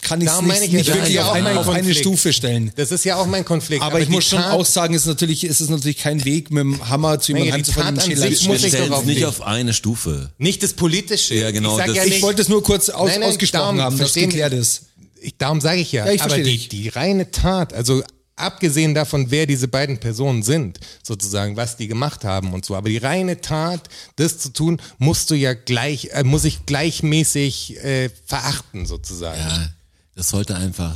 Speaker 2: kann ich es
Speaker 3: Darum meine
Speaker 2: nicht,
Speaker 3: ich ja,
Speaker 2: nicht
Speaker 3: das ist
Speaker 2: wirklich
Speaker 3: ja
Speaker 2: auf,
Speaker 3: auch mein
Speaker 2: eine, auf eine
Speaker 3: Konflikt.
Speaker 2: Stufe stellen.
Speaker 3: Das ist ja auch mein Konflikt.
Speaker 2: Aber, ich
Speaker 3: die
Speaker 2: muss schon
Speaker 3: Tat-
Speaker 2: auch sagen, es ist natürlich, es ist natürlich kein Weg, mit dem Hammer zu jemandem
Speaker 3: Naja, die
Speaker 2: heimzufahren. und
Speaker 3: Tat an
Speaker 2: einen Schädel
Speaker 3: sich muss
Speaker 2: einzustechen.
Speaker 3: ich
Speaker 4: Stellt
Speaker 3: darauf
Speaker 4: nicht
Speaker 3: nicht.
Speaker 4: auf eine Stufe.
Speaker 3: Nicht das politische.
Speaker 4: Ja, genau,
Speaker 3: Ich sag
Speaker 4: das-
Speaker 3: ja
Speaker 4: Ich
Speaker 3: nicht,
Speaker 2: Ich wollte es nur kurz aus,
Speaker 3: Nein, nein,
Speaker 2: ausgesprochen
Speaker 3: darum,
Speaker 2: haben, dass es
Speaker 3: verstehen-
Speaker 2: geklärt ist.
Speaker 3: Ich, darum sage ich ja.
Speaker 2: Ja, ich
Speaker 3: aber
Speaker 2: verstehe
Speaker 3: die,
Speaker 2: dich.
Speaker 3: die reine Tat, also abgesehen davon, wer diese beiden Personen sind, sozusagen, was die gemacht haben und so, aber die reine Tat, das zu tun, musst du ja gleich, äh, muss ich gleichmäßig äh, verachten, sozusagen.
Speaker 4: Ja, das sollte einfach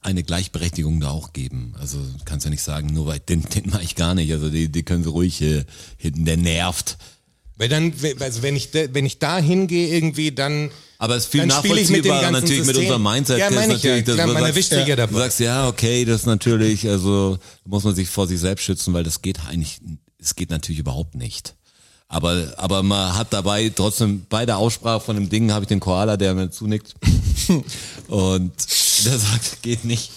Speaker 4: eine Gleichberechtigung da auch geben. Also kannst ja nicht sagen, nur weil den, den mache ich gar nicht. Also die, die können sie ruhig äh, hinten, der nervt.
Speaker 3: Weil dann, also wenn ich, da- wenn ich da hingehe irgendwie, dann.
Speaker 4: Aber es ist viel
Speaker 3: Dann spiele ich mit dem
Speaker 4: nachvollziehbarer
Speaker 3: ganzen
Speaker 4: natürlich mit
Speaker 3: System.
Speaker 4: unserem Mindset.
Speaker 3: Ja,
Speaker 4: das ist
Speaker 3: meine ich ja.
Speaker 4: natürlich, dass
Speaker 3: Klar,
Speaker 4: du
Speaker 3: man
Speaker 4: sagst,
Speaker 3: erwischt sich ja dabei.
Speaker 4: Du sagst, ja, okay, das ist natürlich, also muss man sich vor sich selbst schützen, weil das geht eigentlich, es geht natürlich überhaupt nicht. Aber, aber man hat dabei trotzdem bei der Aussprache von dem Ding habe ich den Koala, der mir zunickt. Und der sagt, geht nicht.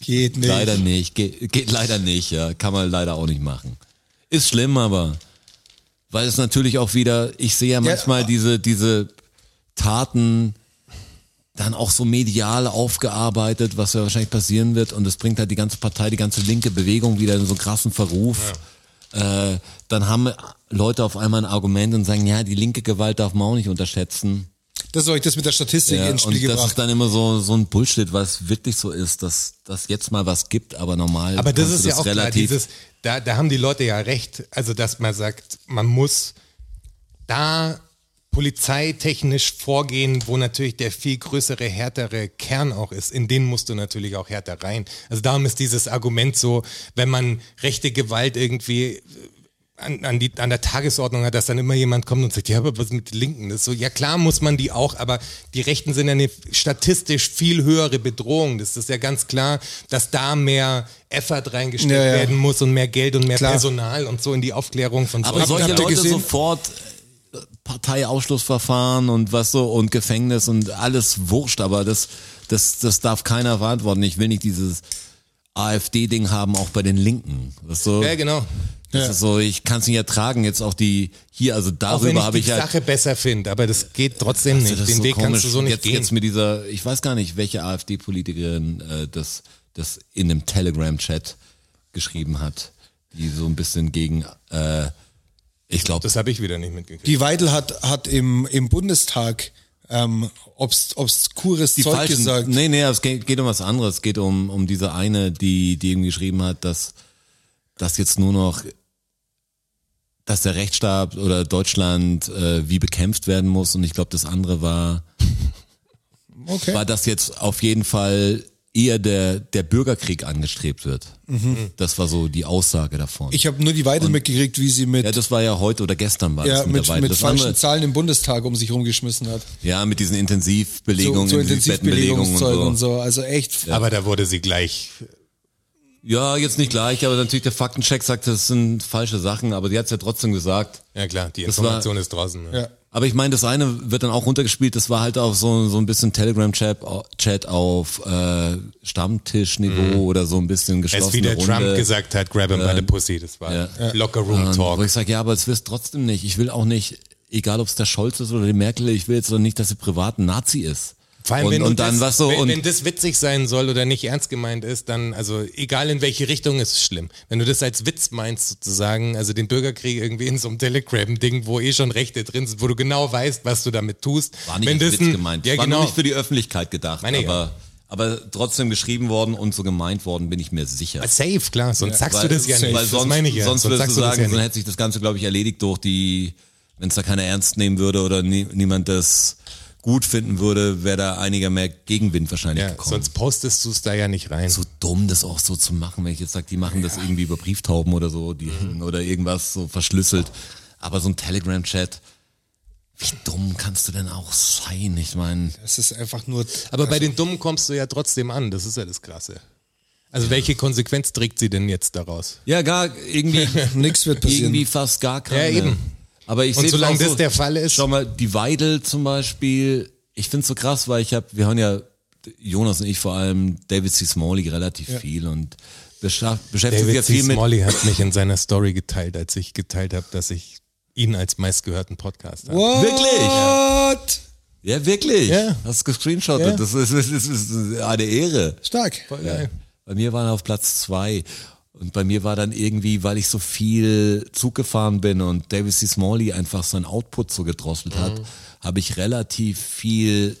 Speaker 2: Geht nicht.
Speaker 4: Leider nicht. Geht, geht leider nicht, ja. Kann man leider auch nicht machen. Ist schlimm, aber weil es natürlich auch wieder, ich sehe ja manchmal diese, diese Taten dann auch so medial aufgearbeitet, was ja wahrscheinlich passieren wird und das bringt halt die ganze Partei, die ganze linke Bewegung wieder in so einen krassen Verruf. Äh, dann haben Leute auf einmal ein Argument und sagen, ja, die linke Gewalt darf man auch nicht unterschätzen.
Speaker 2: Das ist euch das mit der Statistik
Speaker 4: Ja,
Speaker 2: ins Spiel
Speaker 4: und das ist
Speaker 2: gebracht.
Speaker 4: dann immer so, so ein Bullshit, was wirklich so ist, dass das jetzt mal was gibt, aber normal.
Speaker 3: Aber das
Speaker 4: kannst
Speaker 3: ist
Speaker 4: du
Speaker 3: ja auch klar,
Speaker 4: relativ.
Speaker 3: dieses, da, da haben die Leute ja recht. Also, dass man sagt, man muss da polizeitechnisch vorgehen, wo natürlich der viel größere, härtere Kern auch ist. In den musst du natürlich auch härter rein. Also darum ist dieses Argument so, wenn man rechte Gewalt irgendwie an, an, die, an der Tagesordnung hat, dass dann immer jemand kommt und sagt, ja, aber was mit Linken? Das ist so, ja klar muss man die auch, aber die Rechten sind ja eine statistisch viel höhere Bedrohung. Das ist ja ganz klar, dass da mehr Effort reingesteckt
Speaker 2: Ja, ja.
Speaker 3: werden muss und mehr Geld und mehr
Speaker 2: Klar.
Speaker 3: Personal und so in die Aufklärung von
Speaker 4: aber
Speaker 3: solchen
Speaker 4: solche
Speaker 2: habt ihr
Speaker 4: Leute
Speaker 2: gesehen?
Speaker 4: sofort äh, Parteiausschlussverfahren und was so und Gefängnis und alles wurscht, aber das, das, das darf keiner verantworten. Ich will nicht dieses AfD-Ding haben, auch bei den Linken. Weißt du?
Speaker 3: Ja, genau.
Speaker 4: Das ist so, ich kann es nicht ertragen, jetzt auch die hier, also
Speaker 3: Auch wenn
Speaker 4: darüber
Speaker 3: ich
Speaker 4: habe
Speaker 3: die
Speaker 4: ich ja.
Speaker 3: Sache besser finde, aber das geht trotzdem
Speaker 4: Also
Speaker 3: nicht.
Speaker 4: das
Speaker 3: Den
Speaker 4: ist so
Speaker 3: Weg
Speaker 4: komisch.
Speaker 3: kannst du so nicht
Speaker 4: jetzt,
Speaker 3: gehen.
Speaker 4: Jetzt mit dieser, ich weiß gar nicht, welche AfD-Politikerin äh, das, das in einem Telegram-Chat geschrieben hat, die so ein bisschen gegen, äh, ich glaube,
Speaker 3: das habe ich wieder nicht mitgekriegt.
Speaker 2: Die Weidel hat, hat im, im Bundestag ähm, ob's, obskures
Speaker 4: die
Speaker 2: Zeug
Speaker 4: falschen,
Speaker 2: gesagt.
Speaker 4: Nee, nee, es geht, geht um was anderes. Es geht um, um diese eine, die, die eben geschrieben hat, dass, dass jetzt nur noch, dass der Rechtsstaat oder Deutschland äh, wie bekämpft werden muss. Und ich glaube, das andere war,
Speaker 2: Okay.
Speaker 4: war, dass jetzt auf jeden Fall eher der, der Bürgerkrieg angestrebt wird. Das war so die Aussage davon.
Speaker 2: Ich habe nur die Weidel mitgekriegt, wie sie mit,
Speaker 4: ja,
Speaker 2: ja,
Speaker 4: das war ja heute oder gestern war das
Speaker 2: mit,
Speaker 4: mittlerweile.
Speaker 2: mit
Speaker 4: das
Speaker 2: falschen
Speaker 4: andere-
Speaker 2: Zahlen im Bundestag um sich rumgeschmissen hat.
Speaker 4: ja, mit diesen Intensivbelegungen,
Speaker 2: So, so
Speaker 4: diesen Bettenbelegungen
Speaker 2: Intensivbelegungszeug und, so. Also echt.
Speaker 3: Aber da wurde sie gleich.
Speaker 4: Ja, jetzt nicht gleich, aber natürlich der Faktencheck sagt, das sind falsche Sachen, aber die hat's ja trotzdem gesagt.
Speaker 3: Ja klar, die
Speaker 4: war-
Speaker 3: Information ist draußen. Ne?
Speaker 2: Ja.
Speaker 4: Aber ich meine, das eine wird dann auch runtergespielt, das war halt auch so, so ein bisschen Telegram-Chat Chat auf äh, Stammtischniveau
Speaker 2: Mhm.
Speaker 4: oder so ein bisschen
Speaker 3: Es
Speaker 4: geschlossene
Speaker 3: wie der
Speaker 4: Runde. Ähm,
Speaker 3: Trump gesagt hat, grab him by the pussy. Das war
Speaker 4: ja.
Speaker 3: locker room
Speaker 4: Ähm, Wo
Speaker 3: talk.
Speaker 4: ich sage, ja, aber das wirst trotzdem nicht. Ich will auch nicht, egal ob es der Scholz ist oder die Merkel, ich will jetzt doch nicht, dass sie privat ein Nazi ist.
Speaker 3: Vor allem,
Speaker 4: und,
Speaker 3: wenn du
Speaker 4: und dann
Speaker 3: das,
Speaker 4: was so
Speaker 3: wenn,
Speaker 4: und
Speaker 3: wenn das witzig sein soll oder nicht ernst gemeint ist, dann, also egal in welche Richtung ist es schlimm. Wenn du das als Witz meinst sozusagen, also den Bürgerkrieg irgendwie in so einem Telegram-Ding, wo eh schon Rechte drin sind, wo du genau weißt, was du damit tust.
Speaker 4: War nicht
Speaker 3: wenn
Speaker 4: als
Speaker 3: das
Speaker 4: Witz
Speaker 3: ein-
Speaker 4: gemeint.
Speaker 3: Ja,
Speaker 4: war nur
Speaker 3: genau.
Speaker 4: nicht für die Öffentlichkeit gedacht,
Speaker 3: Meine ich
Speaker 4: aber, aber trotzdem geschrieben worden und so gemeint worden, bin ich mir sicher.
Speaker 3: Safe, klar, sonst Also, sagst du das ja
Speaker 4: weil
Speaker 3: nicht.
Speaker 4: Sonst,
Speaker 3: das meine ich ja.
Speaker 4: sonst würdest du
Speaker 3: sagst das
Speaker 4: sagen,
Speaker 3: ja
Speaker 4: dann
Speaker 3: nicht.
Speaker 4: hätte sich das Ganze, glaube ich, erledigt durch die, wenn es da keiner ernst nehmen würde oder nie, niemand das gut finden würde, wäre da einiger mehr Gegenwind wahrscheinlich
Speaker 3: ja,
Speaker 4: gekommen.
Speaker 3: sonst postest du es da ja nicht rein.
Speaker 4: so dumm, das auch so zu machen, wenn ich jetzt sage, die machen das irgendwie über Brieftauben oder so, die
Speaker 3: Mhm.
Speaker 4: oder irgendwas so verschlüsselt. Aber so ein Telegram-Chat, wie dumm kannst du denn auch sein? Ich meine,
Speaker 2: Es ist einfach nur.
Speaker 3: Aber bei
Speaker 4: Also
Speaker 3: den Dummen kommst du ja trotzdem an, das ist ja das Krasse. Also welche Konsequenz trägt sie denn jetzt daraus?
Speaker 4: ja, gar irgendwie
Speaker 2: Nix wird passieren.
Speaker 4: irgendwie fast gar keine.
Speaker 3: Ja, eben.
Speaker 4: Aber ich
Speaker 3: Und
Speaker 4: sehe
Speaker 3: solange
Speaker 4: auch so,
Speaker 3: das der Fall ist-
Speaker 4: schau mal, die Weidel zum Beispiel, ich find's so krass, weil ich habe, wir hören ja Jonas und ich vor allem David C. Smalley relativ viel und bescha- beschäftigt sich ja
Speaker 3: David
Speaker 4: viel
Speaker 3: C.
Speaker 4: mit
Speaker 3: Smalley hat mich in seiner Story geteilt, als ich geteilt habe, dass ich ihn als meistgehörten Podcast habe.
Speaker 2: What?
Speaker 4: Wirklich? Ja, wirklich.
Speaker 3: Ja.
Speaker 4: Hast du gescreenshottet.
Speaker 3: Ja.
Speaker 4: Das, ist, das, ist, das ist eine Ehre.
Speaker 2: Stark.
Speaker 3: Geil.
Speaker 4: äh, Bei mir waren auf Platz zwei. Und bei mir war dann irgendwie, weil ich so viel Zug gefahren bin und David C. Smalley einfach seinen Output so gedrosselt
Speaker 3: Mhm.
Speaker 4: hat, habe ich relativ viel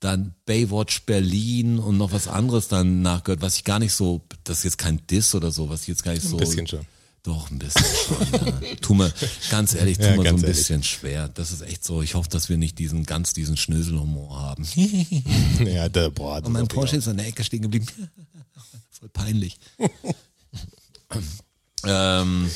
Speaker 4: dann Baywatch Berlin und noch was anderes dann nachgehört, was ich gar nicht so, das ist jetzt kein Diss oder so, was ich jetzt gar nicht so. Ein
Speaker 3: bisschen schon.
Speaker 4: Doch, ein bisschen schon. ja. Tu mir, ganz ehrlich, tu
Speaker 3: Ja,
Speaker 4: mir so ein
Speaker 3: ganz ehrlich.
Speaker 4: bisschen schwer. Das ist echt so. Ich hoffe, dass wir nicht diesen ganz diesen Schnöselhumor haben.
Speaker 3: Ja, da, boah, das
Speaker 4: Und mein
Speaker 3: hab ich
Speaker 4: Porsche ist an der Ecke stehen geblieben. Voll peinlich. ähm,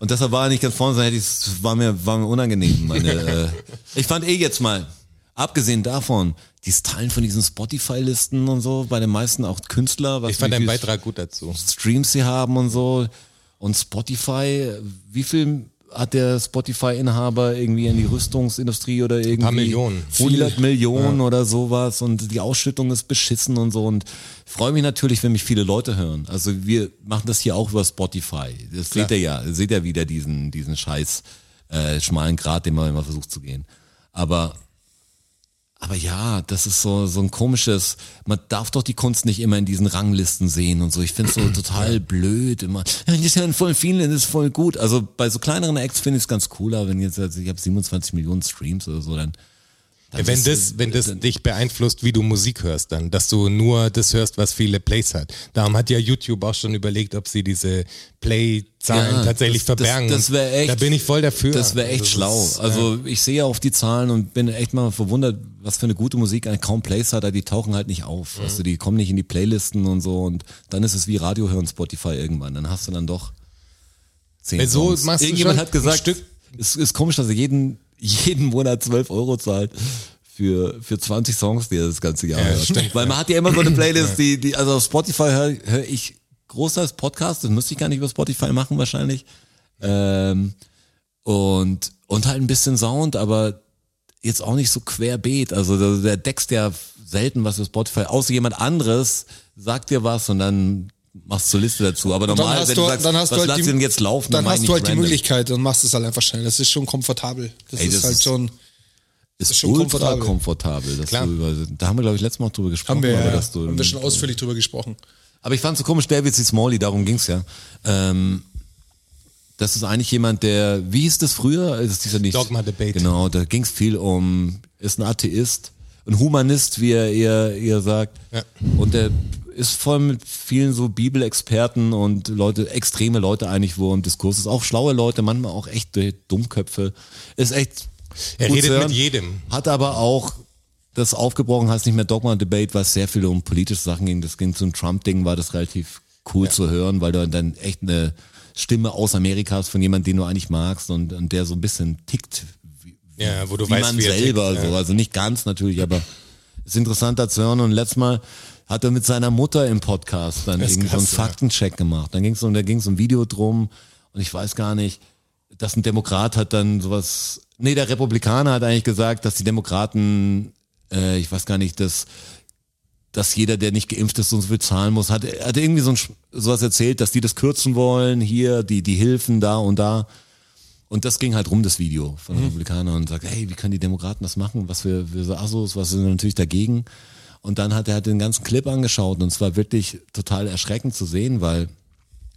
Speaker 4: und deshalb war er nicht ganz vorne, sondern hätte ich, war mir, war mir unangenehm. Meine, äh, ich fand eh jetzt mal, abgesehen davon, dieses Teilen von diesen Spotify-Listen und so, bei den meisten auch Künstler, was
Speaker 3: Ich fand
Speaker 4: wie
Speaker 3: deinen
Speaker 4: viel
Speaker 3: Beitrag gut dazu.
Speaker 4: Streams sie haben und so. Und Spotify, wie viel hat der Spotify-Inhaber irgendwie in die Rüstungsindustrie oder irgendwie?
Speaker 3: Millionen.
Speaker 4: 100 Millionen oder sowas und die Ausschüttung ist beschissen und so. Und ich freue mich natürlich, wenn mich viele Leute hören. Also wir machen das hier auch über Spotify. Das seht ihr ja, seht ihr wieder diesen, diesen scheiß äh, schmalen Grat, den man immer versucht zu gehen. Aber aber ja, das ist so, so ein komisches, man darf doch die Kunst nicht immer in diesen Ranglisten sehen und so. Ich find's so total blöd immer. Ja, Das ist ja voll viel, das ist voll gut. Also bei so kleineren Acts finde ich's ganz cooler, wenn jetzt, also ich habe 27 Millionen Streams oder so, dann. dann
Speaker 3: Wenn
Speaker 4: ist-
Speaker 3: das, wenn das dich beeinflusst, wie du Musik hörst, dann, dass du nur das hörst, was viele Plays hat. Darum hat ja YouTube auch schon überlegt, ob sie diese Play-Zahlen
Speaker 4: Ja,
Speaker 3: tatsächlich
Speaker 4: das- das-
Speaker 3: verbergen.
Speaker 4: das wär echt-
Speaker 3: Da bin ich voll dafür.
Speaker 4: Das wäre echt
Speaker 3: Also,
Speaker 4: schlau.
Speaker 3: ist-
Speaker 4: also ich sehe auf die Zahlen und bin echt mal verwundert, was für eine gute Musik an kaum Plays hat, aber die tauchen halt nicht auf.
Speaker 3: Mhm.
Speaker 4: Also die kommen nicht in die Playlisten und so und dann ist es wie Radio hören Spotify irgendwann. Dann hast du dann doch zehn
Speaker 3: Weil so
Speaker 4: Songs.
Speaker 3: machst du
Speaker 4: Irgendjemand
Speaker 3: schon
Speaker 4: hat gesagt,
Speaker 3: ein Stück-
Speaker 4: es ist komisch, dass er jeden, jeden Monat 12 Euro zahlt. Für, für 20 Songs, die er das ganze Jahr
Speaker 3: Ja,
Speaker 4: hört.
Speaker 3: stimmt.
Speaker 4: Weil man hat ja immer so eine Playlist, die, die also auf Spotify höre hör ich großteils Podcast, das müsste ich gar nicht über Spotify machen wahrscheinlich. Ähm, und, und halt ein bisschen Sound, aber jetzt auch nicht so querbeet. Also da- der deckst ja selten was für Spotify, außer jemand anderes sagt dir was und dann machst du Liste dazu. Aber
Speaker 2: Dann
Speaker 4: normal,
Speaker 2: hast
Speaker 4: wenn
Speaker 2: du,
Speaker 4: du sagst,
Speaker 2: dann hast
Speaker 4: was
Speaker 2: du halt
Speaker 4: lass
Speaker 2: die,
Speaker 4: den jetzt laufen,
Speaker 2: dann
Speaker 4: mach
Speaker 2: hast
Speaker 4: ich
Speaker 2: du halt die
Speaker 4: random.
Speaker 2: Möglichkeit und machst es halt einfach schnell. Das ist schon komfortabel. Das
Speaker 4: Ey,
Speaker 2: ist
Speaker 4: das
Speaker 2: halt
Speaker 4: ist-
Speaker 2: schon.
Speaker 4: Ist,
Speaker 2: schon
Speaker 4: ultra
Speaker 2: komfortabel.
Speaker 4: komfortabel. dass
Speaker 3: Klar.
Speaker 4: du über, da haben wir, glaube ich, letztes Mal auch drüber gesprochen.
Speaker 2: Haben wir,
Speaker 4: aber,
Speaker 2: ja,
Speaker 4: dass du,
Speaker 2: haben wir schon ausführlich drüber gesprochen.
Speaker 4: aber ich fand so komisch, David C. Smalley, darum ging's ja. Ähm, Das ist eigentlich jemand, der, wie hieß das früher? Das ist dieser nicht.
Speaker 3: Dogma Debate.
Speaker 4: Genau, da ging es viel um, ist ein Atheist, ein Humanist, wie er ihr, ihr sagt.
Speaker 3: Ja.
Speaker 4: Und der ist voll mit vielen so Bibelexperten und Leute, extreme Leute eigentlich, wo im Diskurs ist. Auch schlaue Leute, manchmal auch echt Dummköpfe. Ist echt.
Speaker 3: Er
Speaker 4: gut
Speaker 3: redet
Speaker 4: zu
Speaker 3: mit
Speaker 4: hören.
Speaker 3: jedem.
Speaker 4: Hat aber auch das aufgebrochen, heißt nicht mehr Dogma und Debate, weil es sehr viel um politische Sachen ging. Das ging zum Trump-Ding, war das relativ cool zu hören, weil du dann echt eine Stimme aus Amerika hast von jemandem, den du eigentlich magst und, und der so ein bisschen tickt, wie,
Speaker 3: Ja, wo du
Speaker 4: wie
Speaker 3: weißt,
Speaker 4: man
Speaker 3: wie er tickt.
Speaker 4: selber.
Speaker 3: Ja.
Speaker 4: So. Also nicht ganz natürlich, aber ist interessant da zu hören. Und letztes Mal hat er mit seiner Mutter im Podcast dann
Speaker 3: Das ist
Speaker 4: irgendwie so einen
Speaker 3: krass, ja.
Speaker 4: Faktencheck gemacht. Dann ging es um, da ging es um Video drum und ich weiß gar nicht, dass ein Demokrat hat dann sowas. Nee, der Republikaner hat eigentlich gesagt, dass die Demokraten, äh, ich weiß gar nicht, dass dass jeder, der nicht geimpft ist, so und so viel zahlen muss, hat, hat er irgendwie so ein, Sch- sowas erzählt, dass die das kürzen wollen, hier, die, die Hilfen da und da. Und das ging halt rum, das Video von den Republikanern und sagt, hey, wie können die Demokraten das machen? Was wir, wir so Assos, was sind wir natürlich dagegen? Und dann hat er halt den ganzen Clip angeschaut und es war wirklich total erschreckend zu sehen, weil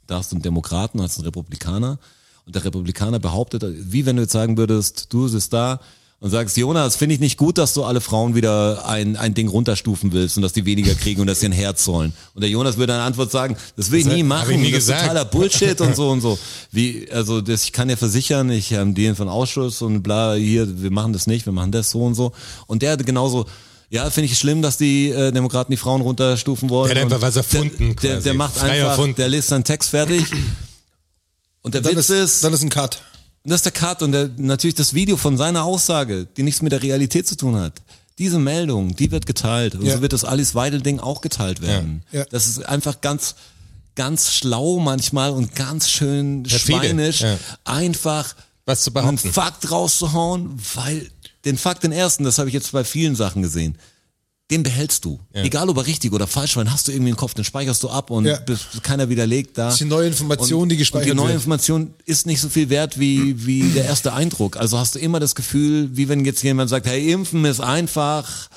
Speaker 4: da hast du einen Demokraten, hast einen Republikaner und der Republikaner behauptet, wie wenn du jetzt sagen würdest, du sitzt da und sagst, Jonas, finde ich nicht gut, dass du alle Frauen wieder ein, ein Ding runterstufen willst und dass die weniger kriegen und dass sie ein Herz sollen. Und der Jonas würde dann Antwort sagen, das will ich
Speaker 3: Das
Speaker 4: nie
Speaker 3: hab
Speaker 4: machen,
Speaker 3: ich nie
Speaker 4: das ist
Speaker 3: gesagt.
Speaker 4: totaler Bullshit und so und so. Wie, also das, ich kann dir versichern, ich habe den von Ausschuss und bla, hier, wir machen das nicht, wir machen das so und so. Und der genauso, ja, finde ich schlimm, dass die äh, Demokraten die Frauen runterstufen wollen.
Speaker 3: Der hat
Speaker 4: Und
Speaker 3: einfach was erfunden
Speaker 4: Der, der,
Speaker 3: quasi.
Speaker 4: der macht
Speaker 3: Frei
Speaker 4: einfach,
Speaker 3: erfunden.
Speaker 4: der liest seinen Text fertig. Und der
Speaker 2: Dann
Speaker 4: Witz
Speaker 2: ist,
Speaker 4: ist,
Speaker 2: dann ist ein Cut.
Speaker 4: das ist der Cut und der, natürlich das Video von seiner Aussage, die nichts mit der Realität zu tun hat. Diese Meldung, die wird geteilt. Und
Speaker 2: Ja.
Speaker 4: so wird das Alice Weidel-Ding auch geteilt werden.
Speaker 2: Ja. Ja.
Speaker 4: Das ist einfach ganz, ganz schlau manchmal und ganz schön
Speaker 3: Perfide.
Speaker 4: schweinisch,
Speaker 3: Ja.
Speaker 4: einfach
Speaker 3: Was zu behaupten.
Speaker 4: einen Fakt rauszuhauen, weil den Fakt, den ersten, das habe ich jetzt bei vielen Sachen gesehen, den behältst du. Egal ob er richtig oder falsch war, den hast du irgendwie im Kopf, den speicherst du ab und
Speaker 2: Ja.
Speaker 4: bis keiner widerlegt da. Das
Speaker 2: ist die neue Information, die gespeichert
Speaker 4: und die neue
Speaker 2: wird.
Speaker 4: Information ist nicht so viel wert wie, wie der erste Eindruck. Also hast du immer das Gefühl, wie wenn jetzt jemand sagt, hey, impfen ist einfach,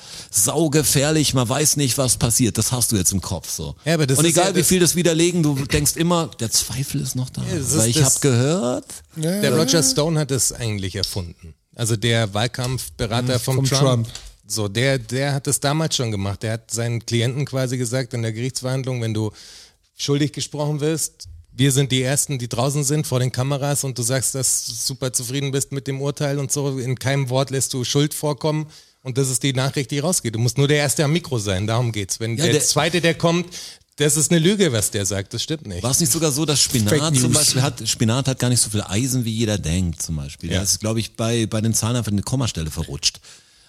Speaker 4: saugefährlich, man weiß nicht, was passiert. Das hast du jetzt im Kopf so.
Speaker 3: Ja, aber das
Speaker 4: und
Speaker 3: ist
Speaker 4: egal
Speaker 3: ja
Speaker 4: wie
Speaker 3: das-
Speaker 4: viel das widerlegen, du denkst immer, der Zweifel ist noch da.
Speaker 3: das ist
Speaker 4: weil ich
Speaker 3: das-
Speaker 4: habe gehört.
Speaker 3: Der Roger Stone hat es eigentlich erfunden. Also der Wahlkampfberater vom,
Speaker 2: vom
Speaker 3: Trump.
Speaker 2: Trump.
Speaker 3: So, der, der hat es damals schon gemacht. Der hat seinen Klienten quasi gesagt in der Gerichtsverhandlung, wenn du schuldig gesprochen wirst, wir sind die Ersten, die draußen sind vor den Kameras und du sagst, dass du super zufrieden bist mit dem Urteil und so. In keinem Wort lässt du Schuld vorkommen. Und das ist die Nachricht, die rausgeht. Du musst nur der Erste am Mikro sein, darum geht's. Wenn der,
Speaker 4: der-
Speaker 3: Zweite, der kommt, das ist eine Lüge, was der sagt, das stimmt nicht.
Speaker 4: War es nicht sogar so, dass
Speaker 2: Fake
Speaker 4: Spinat
Speaker 2: News.
Speaker 4: zum Beispiel hat, Spinat hat gar nicht so viel Eisen, wie jeder denkt, zum Beispiel.
Speaker 3: Ja.
Speaker 4: Da ist, glaube ich, bei, bei den Zahlen einfach eine Kommastelle verrutscht.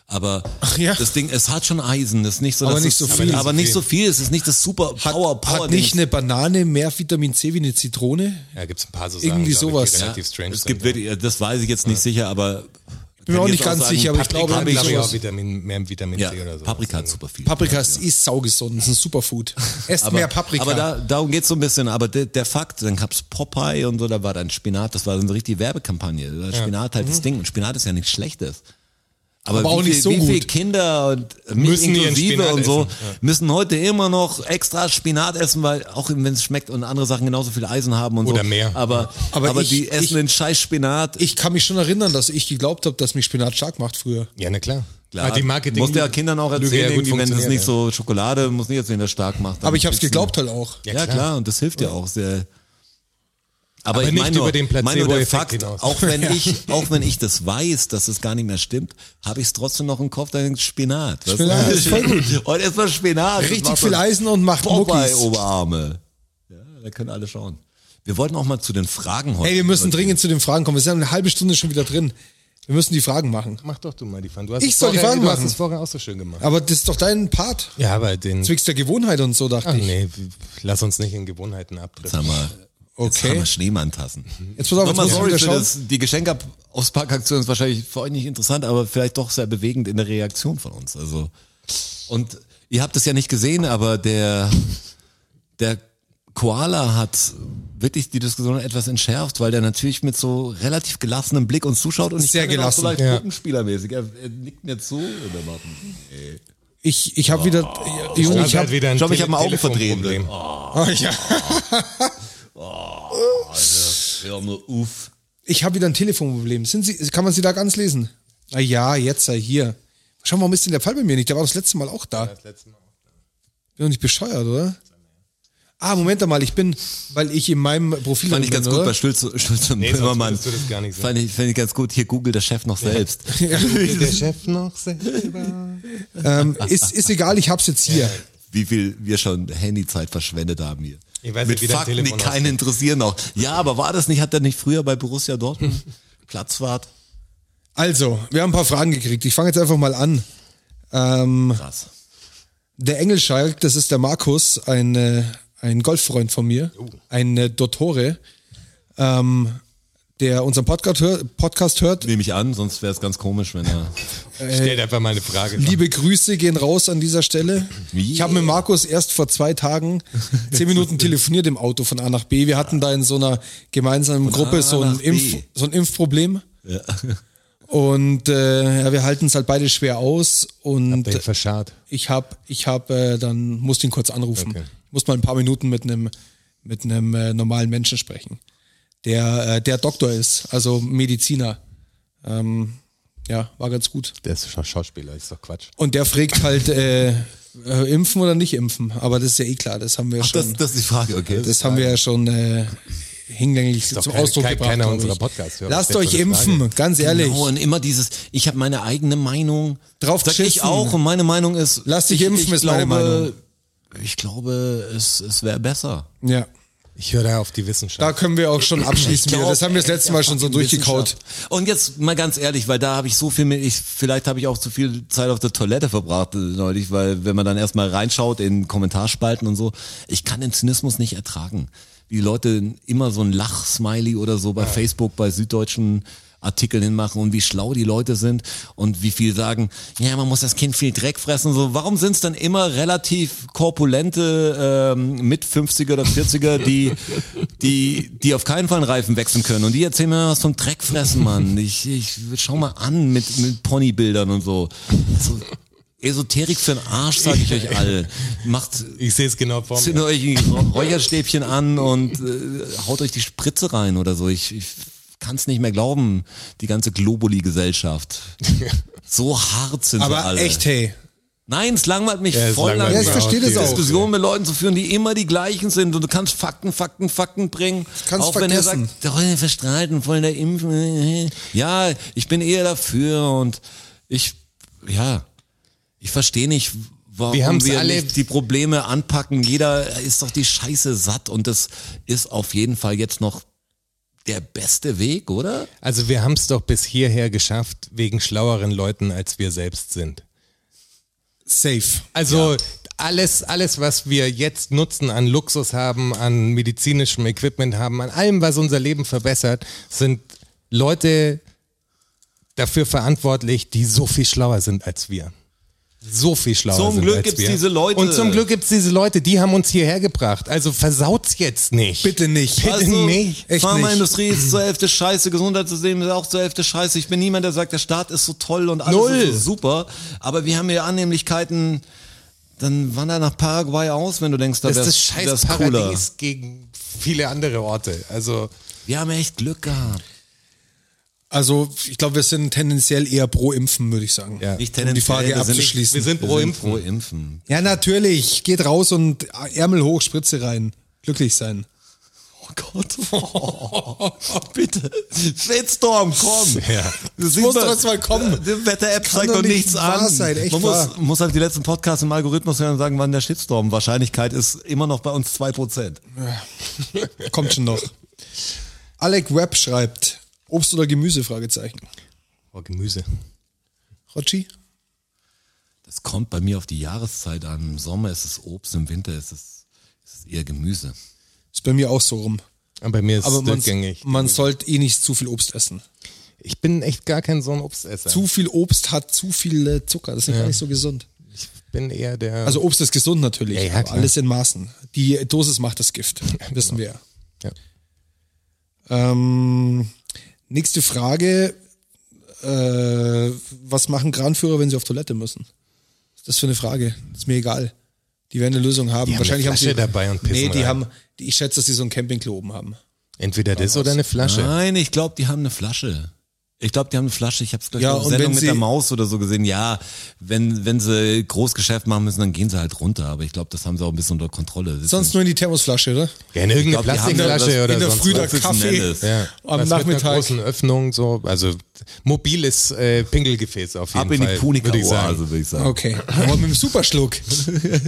Speaker 4: Aber
Speaker 2: ja.
Speaker 4: das Ding, es hat schon Eisen, das ist nicht so,
Speaker 2: Aber
Speaker 4: dass
Speaker 2: nicht
Speaker 4: es,
Speaker 2: so viel.
Speaker 4: Aber nicht so viel, es ist nicht das super
Speaker 2: Hat,
Speaker 4: Power, Power
Speaker 2: hat nicht eine Banane mehr Vitamin C wie eine Zitrone?
Speaker 3: Ja, gibt's ein paar so Sachen,
Speaker 2: Irgendwie
Speaker 3: glaub ich,
Speaker 2: sowas.
Speaker 3: die
Speaker 2: Ja,
Speaker 3: relativ strange
Speaker 4: Es
Speaker 3: sind,
Speaker 4: gibt
Speaker 3: ja.
Speaker 4: wirklich, das weiß ich jetzt nicht sicher, aber.
Speaker 2: Bin mir
Speaker 4: kann
Speaker 2: auch
Speaker 4: jetzt
Speaker 2: nicht ganz sicher, aber ich
Speaker 4: Paprika
Speaker 2: glaube,
Speaker 3: Paprika
Speaker 4: hat,
Speaker 3: hat,
Speaker 2: irgendwie
Speaker 3: glaube ich,
Speaker 2: sowas.
Speaker 3: auch Vitamin, mehr Vitamin
Speaker 4: ja,
Speaker 3: C oder so.
Speaker 4: Paprika hat super viel.
Speaker 2: Paprika ist eh saugesund, ist ein Superfood. Esst mehr Paprika.
Speaker 4: Aber da, darum geht's so ein bisschen. Aber der, der Fakt, dann gab's Popeye und so, da war dann Spinat, das war so eine richtige Werbekampagne. Da war Spinat halt das Ding. Und Spinat ist ja nichts Schlechtes. Aber,
Speaker 2: Aber
Speaker 4: wie
Speaker 2: auch
Speaker 4: viel,
Speaker 2: nicht so
Speaker 4: wie viele
Speaker 2: gut.
Speaker 4: Kinder und mich
Speaker 3: Müssen ihren
Speaker 4: inklusive
Speaker 3: Spinat
Speaker 4: und so
Speaker 3: essen,
Speaker 4: müssen heute immer noch extra Spinat essen, weil auch wenn es schmeckt und andere Sachen genauso viel Eisen haben und
Speaker 3: Oder
Speaker 4: so.
Speaker 3: mehr.
Speaker 4: Aber, aber,
Speaker 2: Aber ich-
Speaker 4: die
Speaker 2: ich-
Speaker 4: essen den scheiß Spinat.
Speaker 2: ich kann mich schon erinnern, dass ich geglaubt habe, dass mich Spinat stark macht früher.
Speaker 3: Ja, na klar.
Speaker 4: Klar,
Speaker 3: Ah, die Marketing
Speaker 4: muss der Kindern auch
Speaker 3: Lüge
Speaker 4: erzählen,
Speaker 3: ja gut
Speaker 4: irgendwie, wenn das
Speaker 3: funktioniert,
Speaker 4: nicht
Speaker 3: ja.
Speaker 4: so Schokolade, muss nicht erzählen, das stark macht.
Speaker 2: Aber ich habe es
Speaker 4: Dann-
Speaker 2: geglaubt halt auch.
Speaker 4: Ja,
Speaker 3: Ja,
Speaker 4: klar.
Speaker 3: klar.
Speaker 4: und das hilft ja auch sehr. Aber,
Speaker 3: Aber
Speaker 4: ich
Speaker 3: nicht
Speaker 4: meine nur,
Speaker 3: über den
Speaker 4: meine nur der
Speaker 3: Placebo-Effekt
Speaker 4: Fakt,
Speaker 3: hinaus.
Speaker 4: auch wenn ich, auch wenn ich das weiß, dass es gar nicht mehr stimmt, habe ich es trotzdem noch im Kopf, dann denke ich, Spinat. weißt du?
Speaker 2: Spinat ist voll gut.
Speaker 4: Und erstmal Spinat. das
Speaker 2: Richtig
Speaker 4: macht
Speaker 2: viel
Speaker 4: uns
Speaker 2: Eisen und macht Muckis.
Speaker 4: Popeye-Oberarme. Ja, da können alle schauen. Wir wollten auch mal zu den Fragen heute.
Speaker 2: Hey, wir müssen
Speaker 4: übergehen.
Speaker 2: dringend zu den Fragen kommen. Wir sind eine halbe Stunde schon wieder drin. Wir müssen die Fragen machen.
Speaker 3: Mach doch du mal die Fun. Du hast
Speaker 2: Ich
Speaker 3: es
Speaker 2: soll die
Speaker 3: vorher-
Speaker 2: Fun
Speaker 3: Du
Speaker 2: machen.
Speaker 3: hast es vorher auch so schön gemacht.
Speaker 2: Aber das ist doch dein Part.
Speaker 3: Ja, aber den...
Speaker 2: Zwecks der Gewohnheit und so, dachte
Speaker 3: Ach,
Speaker 2: ich.
Speaker 3: nee, lass uns nicht in Gewohnheiten abdriften.
Speaker 4: Sag mal, jetzt
Speaker 2: Okay.
Speaker 4: haben wir Schneemann-Tassen.
Speaker 2: Jetzt pass auf, jetzt
Speaker 4: Nochmal
Speaker 2: muss ich
Speaker 4: sorry
Speaker 2: wieder
Speaker 4: für
Speaker 2: schauen.
Speaker 4: das, die Geschenke aufs Parkaktion ist wahrscheinlich für euch nicht interessant, aber vielleicht doch sehr bewegend in der Reaktion von uns. Also und ihr habt es ja nicht gesehen, aber der der Koala hat wirklich die Diskussion etwas entschärft, weil der natürlich mit so relativ gelassenem Blick uns zuschaut und ich
Speaker 2: Sehr
Speaker 4: kann ihn auch so
Speaker 2: gelassen,
Speaker 4: leicht
Speaker 3: ja.
Speaker 4: Puppenspielermäßig. Er, er nickt mir zu und er macht. einen-
Speaker 2: Ich, ich habe wieder. Junge,
Speaker 4: Oh,
Speaker 3: Das
Speaker 2: Oh, ich
Speaker 3: hat
Speaker 2: habe.
Speaker 3: halt wieder ein
Speaker 4: Schau mal, ich hab
Speaker 3: Tele-
Speaker 4: mein Auge verdreht.
Speaker 3: Telefonproblem.
Speaker 2: Oh, ja.
Speaker 5: Hör nur auf.
Speaker 2: Ich habe wieder ein Telefonproblem. Sind Sie, kann man Sie da ganz lesen? Ah ja, jetzt sei hier. Schau mal, warum ist denn der Fall bei mir nicht? Der war das letzte Mal auch da.
Speaker 3: Das letzte Mal.
Speaker 2: Bin doch nicht bescheuert, oder? Ah, Moment mal, ich bin, weil ich in meinem Profil.
Speaker 4: Fand ich
Speaker 2: drin
Speaker 4: ganz
Speaker 2: bin,
Speaker 4: gut
Speaker 2: oder?
Speaker 4: bei Schulz, Schulz und
Speaker 3: Nee, sonst
Speaker 4: Böhmermann.
Speaker 3: würdest du das gar nicht sagen.
Speaker 4: Fand ich, fand ich ganz gut. Hier googelt der Chef noch selbst.
Speaker 3: Der Chef noch selber.
Speaker 2: ähm, ist, ist egal, ich hab's jetzt hier.
Speaker 4: Wie viel wir schon Handyzeit verschwendet haben hier.
Speaker 3: Ich weiß
Speaker 4: Mit
Speaker 3: nicht, wie dein
Speaker 4: Fakten, die
Speaker 3: Telefon
Speaker 4: keinen interessieren noch. Ja, aber war das nicht, hat er nicht früher bei Borussia Dortmund Platzwart?
Speaker 2: Also, wir haben ein paar Fragen gekriegt. Ich fange jetzt einfach mal an. Ähm,
Speaker 4: Krass.
Speaker 2: der Engelschalk, das ist der Markus, ein, äh, ein Golffreund von mir,
Speaker 3: Oh.
Speaker 2: ein äh, Dottore, ähm, der unseren Podcast, hör, Podcast hört.
Speaker 4: Nehme ich an, sonst wäre es ganz komisch, wenn er.
Speaker 3: Stellt einfach mal eine Frage.
Speaker 2: Liebe Grüße gehen raus an dieser Stelle. Ich habe mit Markus erst vor zwei Tagen zehn Minuten telefoniert im Auto von A nach B. Wir hatten da in so einer gemeinsamen Gruppe
Speaker 4: A
Speaker 2: so ein,
Speaker 4: nach B.
Speaker 2: Impf, so ein Impfproblem. Und äh, ja, wir halten es halt beide schwer aus. Und
Speaker 3: Den verscharrt.
Speaker 2: ich habe, ich habe, äh, dann musste ihn kurz anrufen.
Speaker 3: Okay.
Speaker 2: Ich muss mal ein paar Minuten mit einem mit einem äh, normalen Menschen sprechen, der äh, der Doktor ist, also Mediziner. Ähm, ja, war ganz gut.
Speaker 3: Der ist Scha- Schauspieler, ist doch Quatsch.
Speaker 2: Und der fragt halt, äh, äh, impfen oder nicht impfen. Aber das ist ja eh klar, das haben wir
Speaker 4: Ach, das,
Speaker 2: schon, das,
Speaker 4: das ist die Frage, okay.
Speaker 2: haben wir ja schon äh, hinlänglich
Speaker 3: doch
Speaker 2: zum
Speaker 3: keine-
Speaker 2: Ausdruck
Speaker 3: kein-
Speaker 2: gebracht.
Speaker 3: keiner
Speaker 2: glaub
Speaker 3: unserer
Speaker 2: ich.
Speaker 3: Podcast-Hörer
Speaker 2: Lasst
Speaker 3: stellt
Speaker 2: euch
Speaker 3: so eine
Speaker 2: impfen,
Speaker 3: Frage.
Speaker 2: ganz ehrlich.
Speaker 4: Genau, und immer dieses, ich habe meine eigene Meinung.
Speaker 2: Drauf
Speaker 4: sag
Speaker 2: geschissen.
Speaker 4: ich auch und meine Meinung ist.
Speaker 2: Lass dich
Speaker 4: ich,
Speaker 2: impfen,
Speaker 4: ich
Speaker 2: ist meine Meinung.
Speaker 4: Ich glaube, es, es wäre besser.
Speaker 2: Ja,
Speaker 3: Ich höre da auf die
Speaker 2: da
Speaker 3: Wissenschaft.
Speaker 2: können wir auch schon abschließen. wieder.
Speaker 4: glaub,
Speaker 2: das haben wir das letzte
Speaker 4: der
Speaker 2: Mal schon so
Speaker 4: fucking
Speaker 2: durchgekaut.
Speaker 4: Wissenschaft. Und jetzt mal ganz ehrlich, weil da habe ich so viel mit, ich, vielleicht habe ich auch zu viel Zeit auf der Toilette verbracht äh, neulich, weil wenn man dann erstmal reinschaut in Kommentarspalten und so, ich kann den Zynismus nicht ertragen. Wie die Leute immer so ein Lach-Smiley oder so bei Facebook, bei süddeutschen Artikeln hinmachen und wie schlau die Leute sind und wie viel sagen, ja, man muss das Kind viel Dreck fressen. und So, warum sind es dann immer relativ korpulente ähm, mit 50er oder 40er, die, die, die auf keinen Fall einen Reifen wechseln können? Und die erzählen mir was vom Dreck fressen, Mann. Ich, ich schau mal an mit, mit Ponybildern und so. Also, Esoterik für den Arsch, sage ich euch alle. Macht
Speaker 3: Ich sehe es genau vor
Speaker 4: zündet
Speaker 3: mir.
Speaker 4: euch ein Räucherstäbchen an und äh, haut euch die Spritze rein oder so. Ich, ich kann es nicht mehr glauben, die ganze Globuli-Gesellschaft. So hart sind sie
Speaker 2: Aber
Speaker 4: alle.
Speaker 2: echt, hey.
Speaker 4: Nein, es langweilt mich
Speaker 3: Ja, es
Speaker 4: voll
Speaker 3: langweilt
Speaker 4: langweilig.
Speaker 2: mich Ja, ich verstehe auch, das auch.
Speaker 4: Diskussionen mit Leuten zu führen, die immer die gleichen sind und du kannst Fakten, Fakten, Fakten bringen.
Speaker 2: kannst
Speaker 4: auch wenn er
Speaker 2: vergessen.
Speaker 4: sagt, oh, verstreiten, voll der Impfen. äh, Ja, ich bin eher dafür und ich, ja, ich verstehe nicht, warum
Speaker 3: Wir
Speaker 4: wir,
Speaker 3: haben's alle-
Speaker 4: nicht die Probleme anpacken. Jeder ist doch die Scheiße satt und das ist auf jeden Fall jetzt noch der beste Weg, oder?
Speaker 3: Also wir haben es doch bis hierher geschafft, wegen schlaueren Leuten, als wir selbst sind.
Speaker 2: Safe.
Speaker 3: Also alles, alles, was wir jetzt nutzen an Luxus haben, an medizinischem Equipment haben, an allem, was unser Leben verbessert, sind Leute dafür verantwortlich, die so viel schlauer sind als wir. So viel schlauer
Speaker 4: Zum
Speaker 3: sind
Speaker 4: Glück
Speaker 3: als
Speaker 4: gibt's
Speaker 3: wir.
Speaker 4: diese Leute.
Speaker 3: Und zum Glück gibt's diese Leute, die haben uns hierher gebracht. Also versaut's jetzt nicht.
Speaker 2: Bitte nicht. Also,
Speaker 3: Bitte nicht.
Speaker 2: Echt nicht.
Speaker 4: Pharmaindustrie ist zur Hälfte scheiße, Gesundheitssystem ist auch zur Hälfte scheiße. Ich bin niemand, der sagt, der Staat ist so toll und alles
Speaker 3: Null.
Speaker 4: ist so super. Aber wir haben ja Annehmlichkeiten, dann wander nach Paraguay aus, wenn du denkst, da
Speaker 3: Das ist
Speaker 4: wär's-
Speaker 3: das scheiß
Speaker 4: wär's cooler.
Speaker 3: Paradies gegen viele andere Orte. Also
Speaker 4: Wir haben echt Glück gehabt.
Speaker 2: Also, ich glaube, wir sind tendenziell eher pro Impfen, würde ich sagen.
Speaker 3: Ja.
Speaker 4: Nicht
Speaker 2: um die
Speaker 4: tendenziell,
Speaker 2: Frage
Speaker 4: wir sind-
Speaker 2: abzuschließen.
Speaker 3: wir sind
Speaker 4: Wir
Speaker 3: pro
Speaker 4: sind
Speaker 3: Impfen.
Speaker 4: Pro Impfen.
Speaker 2: Ja, natürlich. Geht raus und Ärmel hoch, Spritze rein. Glücklich sein.
Speaker 4: Oh Gott. bitte. Shitstorm, komm.
Speaker 3: Ja.
Speaker 4: Das
Speaker 2: muss doch jetzt mal kommen.
Speaker 4: Die Wetter-App zeigt
Speaker 2: doch
Speaker 4: doch
Speaker 2: nicht
Speaker 4: nichts
Speaker 2: wahr
Speaker 4: an.
Speaker 2: sein, echt
Speaker 4: Man
Speaker 2: wahr.
Speaker 4: muss, muss halt die letzten Podcasts im Algorithmus hören und sagen, wann der Shitstorm. Wahrscheinlichkeit ist immer noch bei uns 2%.
Speaker 2: Kommt schon noch. Alec Webb schreibt, Obst oder Gemüse? Fragezeichen.
Speaker 3: oh, Gemüse.
Speaker 2: Rotschi?
Speaker 4: Das kommt bei mir auf die Jahreszeit an. Im Sommer ist es Obst, im Winter ist es, ist es eher Gemüse.
Speaker 2: Ist bei mir auch so rum.
Speaker 3: Aber bei mir ist
Speaker 2: Aber
Speaker 3: es
Speaker 2: man,
Speaker 3: durchgängig.
Speaker 2: man sollte eh nicht zu viel Obst essen.
Speaker 3: Ich bin echt gar kein so ein Obstesser.
Speaker 2: Zu viel Obst hat zu viel äh, Zucker. Das ist gar nicht so gesund.
Speaker 3: ich bin eher der.
Speaker 2: Also Obst ist gesund natürlich,
Speaker 3: Ja, ja,
Speaker 2: aber
Speaker 3: klar. genau.
Speaker 2: alles in Maßen. Die Dosis macht das Gift, wissen wir.
Speaker 3: ja.
Speaker 2: Ähm, nächste Frage. Äh, was machen Kranführer, wenn sie auf Toilette müssen? Was ist das für eine Frage? Ist mir egal. Die werden eine Lösung haben.
Speaker 3: haben
Speaker 2: Wahrscheinlich
Speaker 3: eine
Speaker 2: haben sie
Speaker 3: Flasche dabei und pissen
Speaker 2: Nee, die
Speaker 3: rein.
Speaker 2: haben, die- ich schätze, dass die so ein Campingklo oben haben.
Speaker 3: Entweder das oder eine Flasche.
Speaker 4: Nein, ich glaube, die haben eine Flasche. Ich glaube, die haben eine Flasche. Ich habe es gleich
Speaker 2: Ja,
Speaker 4: in der
Speaker 2: und
Speaker 4: Sendung
Speaker 2: wenn
Speaker 4: mit
Speaker 2: sie-
Speaker 4: der Maus oder so gesehen. Ja, wenn, wenn sie Großgeschäft machen müssen, dann gehen sie halt runter. Aber ich glaube, das haben sie auch ein bisschen unter Kontrolle. Das
Speaker 2: Sonst nur in die Thermosflasche, oder?
Speaker 3: Gerne irgendeine
Speaker 4: glaub, die haben
Speaker 3: Plastikflasche
Speaker 4: das
Speaker 3: oder
Speaker 2: in der
Speaker 3: sonst
Speaker 2: Früh der
Speaker 3: was.
Speaker 4: Frühstück-
Speaker 2: Kaffee
Speaker 4: Professionelles.
Speaker 3: Ja.
Speaker 2: am
Speaker 3: Was Mit einer
Speaker 2: Nachmittag.
Speaker 3: großen Öffnung, so, also mobiles äh, Pinkelgefäß auf jeden
Speaker 4: ab in die
Speaker 3: Fall. würde ich
Speaker 4: Punika-Oase,
Speaker 3: sagen.
Speaker 4: würde ich sagen.
Speaker 2: Okay, aber mit dem Superschluck.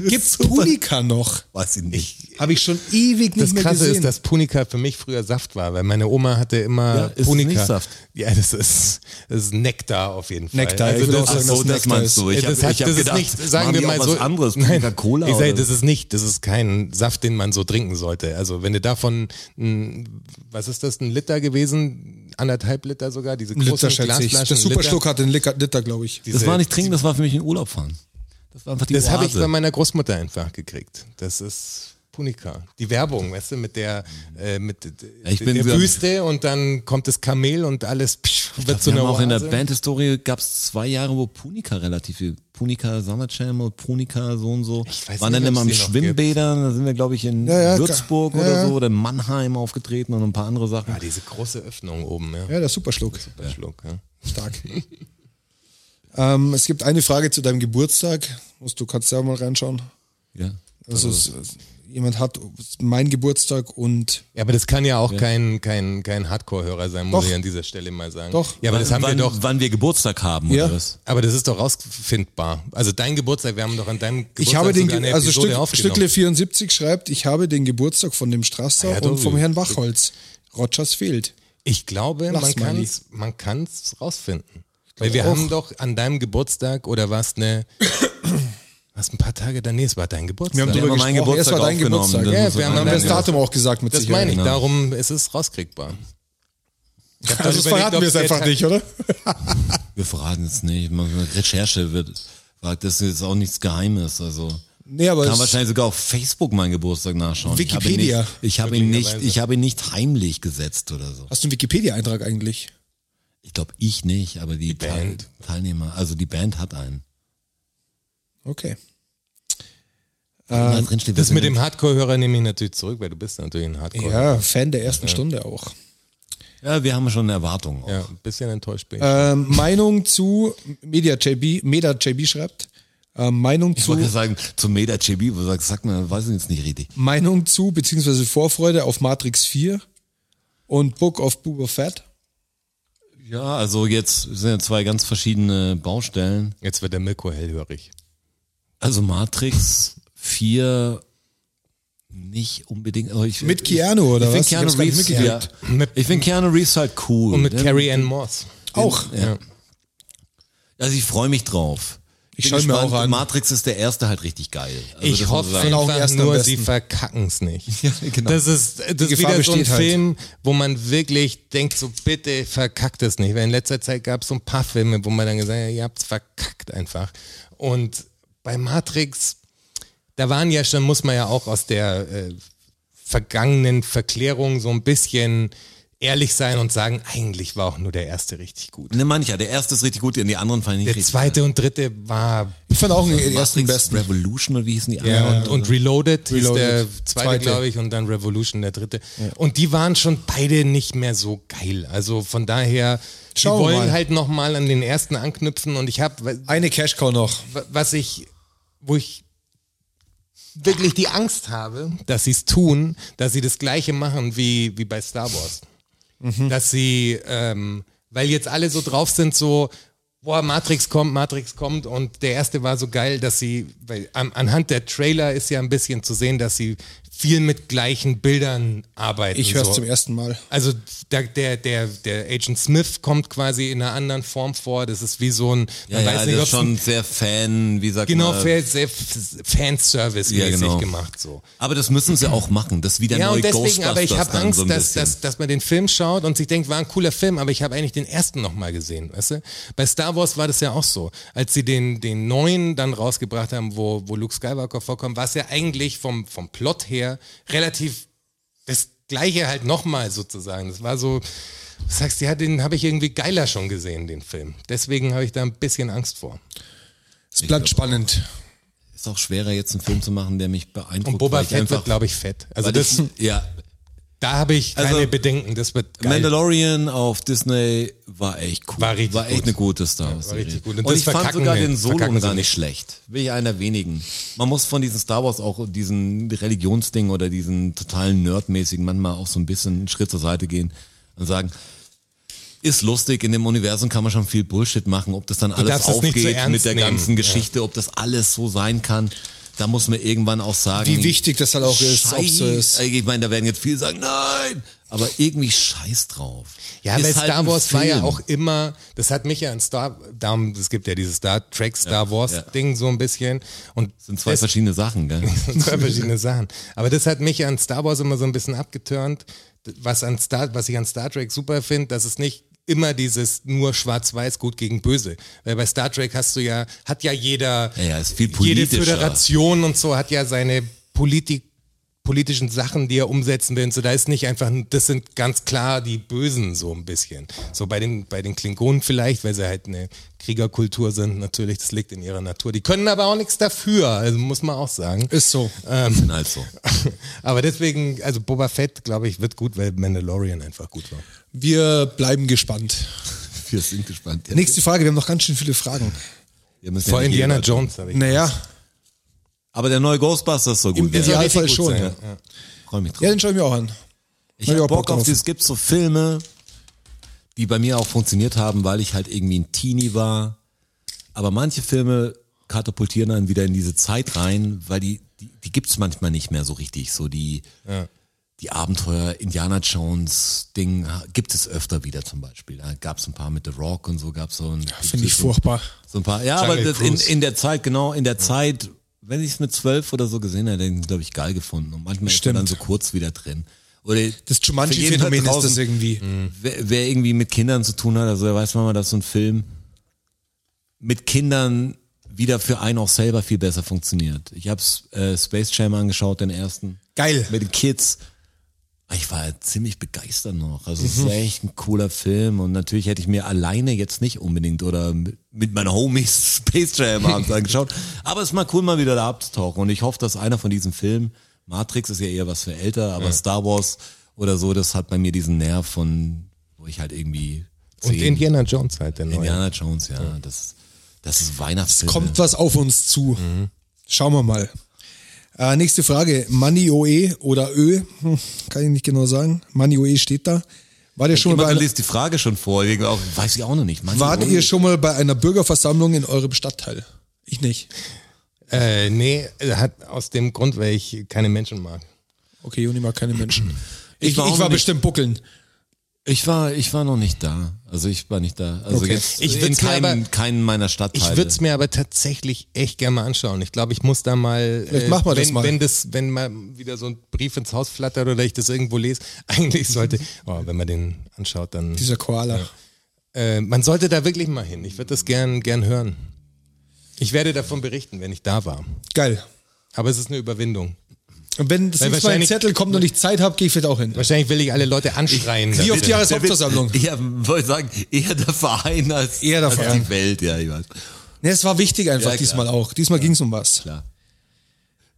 Speaker 2: Gibt's Punika noch?
Speaker 4: Weiß ich nicht.
Speaker 2: Habe ich schon ewig nicht
Speaker 3: Das
Speaker 2: mehr
Speaker 3: Krasse
Speaker 2: gesehen.
Speaker 3: ist, dass Punika für mich früher Saft war, weil meine Oma hatte immer
Speaker 4: Ja, ist
Speaker 3: Punika.
Speaker 4: nicht Saft.
Speaker 3: Ja, das ist, das ist Nektar auf jeden Fall.
Speaker 2: Nektar, ich
Speaker 3: also
Speaker 2: will
Speaker 3: das,
Speaker 2: auch sagen,
Speaker 4: Ach so,
Speaker 2: das
Speaker 4: das
Speaker 2: Nektar
Speaker 4: meinst du.
Speaker 3: Ja,
Speaker 4: Ich habe
Speaker 3: das hat-
Speaker 4: hab
Speaker 3: das ist
Speaker 4: gedacht,
Speaker 3: nicht, sagen
Speaker 4: machen
Speaker 3: wir
Speaker 4: die auch
Speaker 3: mal
Speaker 4: was
Speaker 3: so,
Speaker 4: anderes,
Speaker 3: Nein,
Speaker 4: Coca-Cola
Speaker 3: Ich
Speaker 4: oder
Speaker 3: sage, das ist nicht, das ist kein Saft, den man so trinken sollte. Also wenn du davon, ein, was ist das, ein Liter gewesen, anderthalb Liter sogar, diese
Speaker 2: ein
Speaker 3: großen
Speaker 2: Liter, schätze ich.
Speaker 3: Glasflaschen.
Speaker 2: Der
Speaker 3: Liter.
Speaker 2: Superschluck hat einen Liter, Liter glaube ich.
Speaker 4: Das war
Speaker 3: diese-
Speaker 4: nicht trinken, das war für mich in Urlaub fahren. Das war einfach die
Speaker 3: Das habe ich
Speaker 4: Oase.
Speaker 3: bei meiner Großmutter einfach gekriegt. Das ist Punika. Die Werbung, weißt du, mit der, äh, mit d-
Speaker 4: ich bin
Speaker 3: der
Speaker 4: so-
Speaker 3: Wüste und dann kommt das Kamel und alles psch, wird zu
Speaker 4: Wir
Speaker 3: einer
Speaker 4: haben auch in der
Speaker 3: Oase.
Speaker 4: Bandhistorie gab es zwei Jahre, wo Punika relativ viel. Punika Summer Channel, Punika so und so.
Speaker 3: Ich weiß
Speaker 4: Waren
Speaker 3: nicht,
Speaker 4: dann immer
Speaker 3: ob's
Speaker 4: im
Speaker 3: die noch
Speaker 4: Schwimmbädern, da sind wir, glaube ich, in
Speaker 2: Ja, ja,
Speaker 4: Würzburg
Speaker 2: klar.
Speaker 4: oder
Speaker 2: Ja, ja.
Speaker 4: so oder in Mannheim aufgetreten und ein paar andere Sachen.
Speaker 3: Ah, diese große Öffnung oben, ja.
Speaker 2: Ja, der Superschluck.
Speaker 3: Der Schluck, ja.
Speaker 2: Stark. ähm, es gibt eine Frage zu deinem Geburtstag. Musst, du kannst ja mal reinschauen.
Speaker 4: Ja.
Speaker 2: Also, es, es, jemand hat meinen Geburtstag und
Speaker 3: ja, aber das kann ja auch kein, kein, kein Hardcore-Hörer sein, muss
Speaker 2: Doch.
Speaker 3: ich an dieser Stelle mal sagen.
Speaker 2: Doch.
Speaker 3: Ja, aber das haben wir
Speaker 4: wann,
Speaker 3: doch.
Speaker 4: Wann wir Geburtstag haben
Speaker 2: Ja.
Speaker 4: oder was?
Speaker 3: Aber das ist doch rausfindbar. Also dein Geburtstag, wir haben doch an deinem Geburtstag
Speaker 2: ich habe den,
Speaker 3: sogar
Speaker 2: Ge-
Speaker 3: eine
Speaker 2: also
Speaker 3: Episode
Speaker 2: Stück,
Speaker 3: aufgenommen.
Speaker 2: Stückle 74 schreibt, ich habe den Geburtstag von dem Strasser
Speaker 3: Ah, ja,
Speaker 2: und
Speaker 3: doch.
Speaker 2: vom Herrn Wachholz. Rogers fehlt.
Speaker 3: Ich glaube,
Speaker 2: Lach's,
Speaker 3: man
Speaker 2: Manni.
Speaker 3: kann's, man kann's rausfinden. Weil wir haben doch an deinem Geburtstag oder was ne, was ein paar Tage daneben, es war dein
Speaker 2: Wir
Speaker 3: Geburtstag.
Speaker 2: haben
Speaker 4: Wir
Speaker 2: drüber
Speaker 4: haben meinen
Speaker 2: gesprochen.
Speaker 4: Geburtstag
Speaker 2: Erst war dein
Speaker 4: aufgenommen,
Speaker 2: Geburtstag.
Speaker 4: dann
Speaker 2: Ja,
Speaker 4: ist
Speaker 2: wir
Speaker 4: er
Speaker 2: haben
Speaker 4: mein
Speaker 2: das
Speaker 4: Geburtstag.
Speaker 2: Datum auch gesagt mit
Speaker 3: das
Speaker 2: Sicherheit.
Speaker 3: meine ich,
Speaker 4: genau.
Speaker 3: darum ist es rauskriegbar. Ich hab dann
Speaker 2: Also das
Speaker 3: überlegt,
Speaker 2: verraten
Speaker 3: ob
Speaker 2: wir es
Speaker 3: der
Speaker 2: einfach
Speaker 3: Tag-
Speaker 2: nicht, oder?
Speaker 4: Wir verraten es nicht. Man- Recherche wird, fragt, das ist auch nichts Geheimes. Also.
Speaker 2: Nee, aber
Speaker 4: Kann
Speaker 2: es-
Speaker 4: wahrscheinlich sogar auf Facebook meinen Geburtstag nachschauen.
Speaker 2: Wikipedia.
Speaker 4: Ich habe ihn nicht,
Speaker 3: Möglicherweise.
Speaker 4: ich habe ihn nicht, ich habe ihn nicht heimlich gesetzt oder so.
Speaker 2: hast du einen Wikipedia-Eintrag eigentlich?
Speaker 4: Ich glaube, ich nicht, aber die, Teil-
Speaker 3: Band.
Speaker 4: Teilnehmer, also die Band hat einen.
Speaker 2: Okay.
Speaker 4: Da drin steht,
Speaker 3: Das
Speaker 4: was
Speaker 3: mit
Speaker 4: in-
Speaker 3: dem Hardcore-Hörer nehme ich natürlich zurück, weil du bist natürlich ein Hardcore.
Speaker 2: Ja, Fan der ersten Stunde auch.
Speaker 4: ja, wir haben schon eine Erwartung. auch.
Speaker 3: ja ein bisschen enttäuscht bin ich.
Speaker 2: Ähm, Meinung zu Media JB, Meda JB schreibt. Ähm, Meinung
Speaker 4: Ich
Speaker 2: zu
Speaker 4: wollte gerade sagen, zu Meda Chibi, wo du sagst, sag mal, weiß ich jetzt nicht richtig.
Speaker 2: Meinung zu beziehungsweise Vorfreude auf Matrix 4 und Book of Boba Fett.
Speaker 4: Ja, also jetzt sind ja zwei ganz verschiedene Baustellen.
Speaker 3: Jetzt wird der Mirko hellhörig.
Speaker 4: Also Matrix 4 nicht unbedingt. aber ich,
Speaker 2: Mit Keanu, oder
Speaker 4: ich,
Speaker 2: was?
Speaker 4: ich
Speaker 2: Ich
Speaker 4: Finde
Speaker 2: hab's
Speaker 4: Keanu
Speaker 2: gar nicht
Speaker 4: Reeves, ja,
Speaker 2: mitgekriegt.
Speaker 3: Mit-
Speaker 4: ich finde Keanu Reeves halt cool.
Speaker 3: Und mit
Speaker 4: Der-
Speaker 3: Carrie Ann Moss.
Speaker 2: Auch.
Speaker 4: Also ich freue mich drauf.
Speaker 2: Ich
Speaker 4: Bin
Speaker 2: schau ihn mir
Speaker 4: gespannt.
Speaker 2: auch an.
Speaker 4: Matrix ist der erste halt richtig geil. Also das
Speaker 3: ich
Speaker 4: muss
Speaker 3: hoffe
Speaker 4: man sagen.
Speaker 2: Genau,
Speaker 3: einfach
Speaker 2: erst am
Speaker 3: nur,
Speaker 2: besten.
Speaker 3: sie verkacken es nicht.
Speaker 4: genau.
Speaker 3: Das ist, das ist
Speaker 2: Gefahr
Speaker 3: wieder so ein
Speaker 2: besteht halt.
Speaker 3: Film, wo man wirklich denkt, so bitte verkackt es nicht. Weil in letzter Zeit gab es so ein paar Filme, wo man dann gesagt hat, ihr habt's verkackt einfach. Und bei Matrix, da waren ja schon, muss man ja auch aus der äh, vergangenen Verklärung so ein bisschen ehrlich sein und sagen, eigentlich war auch nur der erste richtig gut.
Speaker 4: Ne, mancher. Der erste ist richtig gut, die anderen fand ich nicht
Speaker 3: Der
Speaker 4: richtig.
Speaker 3: zweite und dritte war
Speaker 2: Ich fand auch den
Speaker 4: Matrix
Speaker 2: ersten besten.
Speaker 4: Revolution oder wie hießen die
Speaker 3: Ja,
Speaker 4: anderen?
Speaker 3: und, und
Speaker 2: Reloaded.
Speaker 3: Reloaded, ist der zweite,
Speaker 2: Zweite.
Speaker 3: glaube ich, und dann Revolution, der dritte. Und die waren schon beide nicht mehr so geil. Also von daher,
Speaker 2: Schauen
Speaker 3: die
Speaker 2: wir
Speaker 3: wollen
Speaker 2: mal.
Speaker 3: halt nochmal an den ersten anknüpfen und ich habe,
Speaker 2: Eine Cashcow noch.
Speaker 3: was ich, wo ich wirklich die Angst habe, dass sie es tun, dass sie das gleiche machen wie, wie bei Star Wars.
Speaker 4: Mhm.
Speaker 3: Dass sie, ähm, weil jetzt alle so drauf sind, so, boah, Matrix kommt, Matrix kommt und der erste war so geil, dass sie, weil an, anhand der Trailer ist ja ein bisschen zu sehen, dass sie viel mit gleichen Bildern arbeiten.
Speaker 2: Ich höre es
Speaker 3: so.
Speaker 2: zum ersten Mal.
Speaker 3: Also der, der, der, der Agent Smith kommt quasi in einer anderen Form vor. Das ist wie so ein,
Speaker 4: Ja, ja, das ist
Speaker 3: ob's ein
Speaker 4: schon sehr Fan, wie sagt
Speaker 3: Genau,
Speaker 4: man.
Speaker 3: fair- sehr f- Fanservice-mäßig
Speaker 4: Ja, genau.
Speaker 3: gemacht so.
Speaker 4: Aber das müssen sie auch machen. Das ist wieder
Speaker 3: Ja,
Speaker 4: neue
Speaker 3: und deswegen,
Speaker 4: Ghostbusters
Speaker 3: aber ich habe
Speaker 4: dann
Speaker 3: Angst,
Speaker 4: so ein
Speaker 3: dass,
Speaker 4: bisschen.
Speaker 3: dass, dass man den Film schaut und sich denkt, war ein cooler Film, aber ich habe eigentlich den ersten nochmal gesehen, weißt du? Bei Star Wars war das ja auch so. Als sie den, den neuen dann rausgebracht haben, wo, wo Luke Skywalker vorkommt, war es ja eigentlich vom, vom Plot her relativ das gleiche halt nochmal sozusagen. Das war so, du sagst, ja, den habe ich irgendwie geiler schon gesehen, den Film. Deswegen habe ich da ein bisschen Angst vor.
Speaker 2: Es bleibt spannend.
Speaker 4: ist auch schwerer, jetzt einen Film zu machen, der mich beeindruckt.
Speaker 3: Und Boba
Speaker 4: weil ich
Speaker 3: Fett
Speaker 4: einfach,
Speaker 3: wird, glaube ich, fett. Also
Speaker 4: weil
Speaker 3: das,
Speaker 4: ich, ja,
Speaker 3: Da habe ich keine
Speaker 4: Also,
Speaker 3: Bedenken, das wird geil.
Speaker 4: Mandalorian auf Disney war echt cool.
Speaker 3: War richtig
Speaker 4: echt
Speaker 3: gut.
Speaker 4: eine gute Star Wars. Serie.
Speaker 3: richtig gut. Und
Speaker 4: Und,
Speaker 3: das
Speaker 4: ich fand
Speaker 3: verkacken
Speaker 4: sogar
Speaker 3: wir-
Speaker 4: den Solo
Speaker 3: verkacken sie
Speaker 4: gar nicht
Speaker 3: nicht.
Speaker 4: schlecht. Bin ich einer wenigen. Man muss von diesen Star Wars auch diesen Religionsding oder diesen totalen Nerdmäßigen manchmal auch so ein bisschen einen Schritt zur Seite gehen und sagen, ist lustig, in dem Universum kann man schon viel Bullshit machen, ob das dann alles
Speaker 3: darfst es nicht so
Speaker 4: aufgeht
Speaker 3: ernst
Speaker 4: mit der
Speaker 3: nehmen.
Speaker 4: ganzen Geschichte, ob das alles so sein kann. Da muss man irgendwann auch sagen,
Speaker 2: Wie wichtig das halt auch ist, ob so ist.
Speaker 4: Scheiß- Ich meine, da werden jetzt viele sagen, nein, aber irgendwie scheiß drauf.
Speaker 3: Ja,
Speaker 4: Ist
Speaker 3: weil
Speaker 4: halt
Speaker 3: Star
Speaker 4: ein
Speaker 3: Wars war ja
Speaker 4: Film.
Speaker 3: auch immer, das hat mich ja an Star, darum, es gibt ja dieses Star Trek, Star Wars
Speaker 4: ja.
Speaker 3: Ding so ein bisschen und
Speaker 4: sind zwei
Speaker 3: das-
Speaker 4: verschiedene Sachen, gell?
Speaker 3: zwei verschiedene Sachen. Aber das hat mich ja an Star Wars immer so ein bisschen abgeturnt, was an Star, was ich an Star Trek super finde, dass es nicht immer dieses nur schwarz-weiß gut gegen böse. Weil bei Star Trek hast du ja, hat ja jeder,
Speaker 4: Ja, ja, ist viel
Speaker 3: jede
Speaker 4: politischer.
Speaker 3: Föderation und so hat ja seine Politik, politischen Sachen, die er umsetzen will. Und so, da ist nicht einfach, das sind ganz klar die Bösen so ein bisschen. So bei den, bei den Klingonen vielleicht, weil sie halt eine Kriegerkultur sind, natürlich, das liegt in ihrer Natur. Die können aber auch nichts dafür, also muss man auch sagen.
Speaker 2: Ist so. Äh,
Speaker 4: Sind halt so.
Speaker 3: Aber deswegen, also Boba Fett, glaube ich, wird gut, weil Mandalorian einfach gut war.
Speaker 2: Wir bleiben gespannt.
Speaker 4: Wir sind gespannt. Ja,
Speaker 2: Nächste Frage, wir haben noch ganz schön viele Fragen.
Speaker 4: wir müssen
Speaker 3: Vor
Speaker 4: ja nicht
Speaker 3: Indiana
Speaker 4: jeder-
Speaker 3: Jones habe ich.
Speaker 2: Naja,
Speaker 4: Aber der neue Ghostbusters soll
Speaker 2: im
Speaker 4: gut werden.
Speaker 3: richtig
Speaker 2: Idealfall
Speaker 3: gut
Speaker 2: schon.
Speaker 3: sein,
Speaker 2: Ja.
Speaker 4: Freue mich drauf.
Speaker 2: ja, den schaue ich mir auch an.
Speaker 4: Ich
Speaker 2: Ja,
Speaker 4: habe
Speaker 2: ja,
Speaker 4: Bock
Speaker 2: Bock
Speaker 4: auf
Speaker 2: drauf.
Speaker 4: dieses, es gibt so Filme, die bei mir auch funktioniert haben, weil ich halt irgendwie ein Teenie war. Aber manche Filme katapultieren einen wieder in diese Zeit rein, weil die, die, die gibt's manchmal nicht mehr so richtig. So die, die Abenteuer Indiana Jones Ding gibt es öfter wieder zum Beispiel. Da gab's ein paar mit The Rock und so gab's so ein.
Speaker 2: Finde ich furchtbar.
Speaker 4: So ein paar. Ja,
Speaker 3: Jungle
Speaker 4: aber das in,
Speaker 3: Cruise.
Speaker 4: in der Zeit, genau, in der Zeit, wenn ich es mit zwölf oder so gesehen hätte, hätte ich glaube ich, geil gefunden. Und manchmal ist man
Speaker 2: Stimmt.
Speaker 4: dann so kurz wieder drin. Oder
Speaker 2: Das
Speaker 4: für jeden
Speaker 2: Jumanji-Phänomen
Speaker 4: da
Speaker 2: ist
Speaker 4: halt draußen, Mhm.
Speaker 2: das irgendwie.
Speaker 4: Wer, wer irgendwie mit Kindern zu tun hat, also da weiß man mal, dass so ein Film mit Kindern wieder für einen auch selber viel besser funktioniert. Ich habe äh, Space Jam angeschaut, den ersten
Speaker 2: Geil.
Speaker 4: mit den Kids. Ah, Ich war ziemlich begeistert noch. Also es ist echt ein cooler Film und natürlich hätte ich mir alleine jetzt nicht unbedingt oder mit mit meinen Homies Space Jam abends angeschaut. Aber es ist mal cool, mal wieder da abzutauchen und ich hoffe, dass einer von diesen Filmen, Matrix ist ja eher was für älter, aber Star Wars oder so, das hat bei mir diesen Nerv von, wo ich halt irgendwie
Speaker 3: Und
Speaker 4: zehn-
Speaker 3: Indiana Jones halt, der neue.
Speaker 4: Indiana Jones, ja, das, das ist Weihnachtsfilm.
Speaker 2: Kommt was auf uns zu. Schauen wir mal. Äh, nächste Frage. Mani OE oder Ö? Hm, kann ich nicht genau sagen. Mani OE steht da. War der schon mal bei
Speaker 4: Jemand
Speaker 2: einer,
Speaker 4: liest die Frage schon vor, irgendwie auch, weiß ich auch noch nicht. Mann,
Speaker 2: wart
Speaker 4: oh.
Speaker 2: ihr schon mal bei einer Bürgerversammlung in eurem Stadtteil? Ich nicht.
Speaker 3: Äh, nee, hat aus dem Grund, weil ich keine Menschen mag.
Speaker 2: Okay, Juni mag keine Menschen. Ich, ich
Speaker 4: war
Speaker 2: war,
Speaker 4: auch noch nicht-
Speaker 2: bestimmt buckeln.
Speaker 4: Ich war, ich war noch nicht da. Also ich war nicht da. Also
Speaker 2: Okay.
Speaker 4: jetzt
Speaker 3: Ich
Speaker 4: in
Speaker 3: würd's mir
Speaker 4: keinem,
Speaker 3: aber-
Speaker 4: keinen meiner Stadtteile.
Speaker 3: Ich würde es mir aber tatsächlich echt gerne mal anschauen. Ich glaube, ich muss da mal, äh,
Speaker 2: Vielleicht machen wir
Speaker 3: wenn,
Speaker 2: das mal.
Speaker 3: wenn das, wenn mal wieder so ein Brief ins Haus flattert oder ich das irgendwo lese, eigentlich sollte, oh, wenn man den anschaut, dann,
Speaker 2: Dieser Koala.
Speaker 3: äh, man sollte da wirklich mal hin. Ich würde das gern, gern hören. Ich werde davon berichten, wenn ich da war.
Speaker 2: Geil.
Speaker 3: Aber es ist eine Überwindung.
Speaker 2: Und wenn das nächste Mal
Speaker 3: Weil
Speaker 2: ein
Speaker 3: wahrscheinlich-
Speaker 2: Zettel kommt und ich Zeit habe, gehe ich vielleicht auch hin.
Speaker 3: Wahrscheinlich will ich alle Leute anschreien.
Speaker 2: Wie
Speaker 3: dafür.
Speaker 2: oft Jahreshauptversammlung?
Speaker 4: Ja, wollte sagen, eher der Verein als,
Speaker 2: Eher der
Speaker 4: als
Speaker 2: Verein.
Speaker 4: die Welt, ja, ich weiß.
Speaker 2: Ne, es war wichtig einfach
Speaker 4: Ja, klar.
Speaker 2: diesmal auch. Diesmal ging's um was.
Speaker 4: Klar.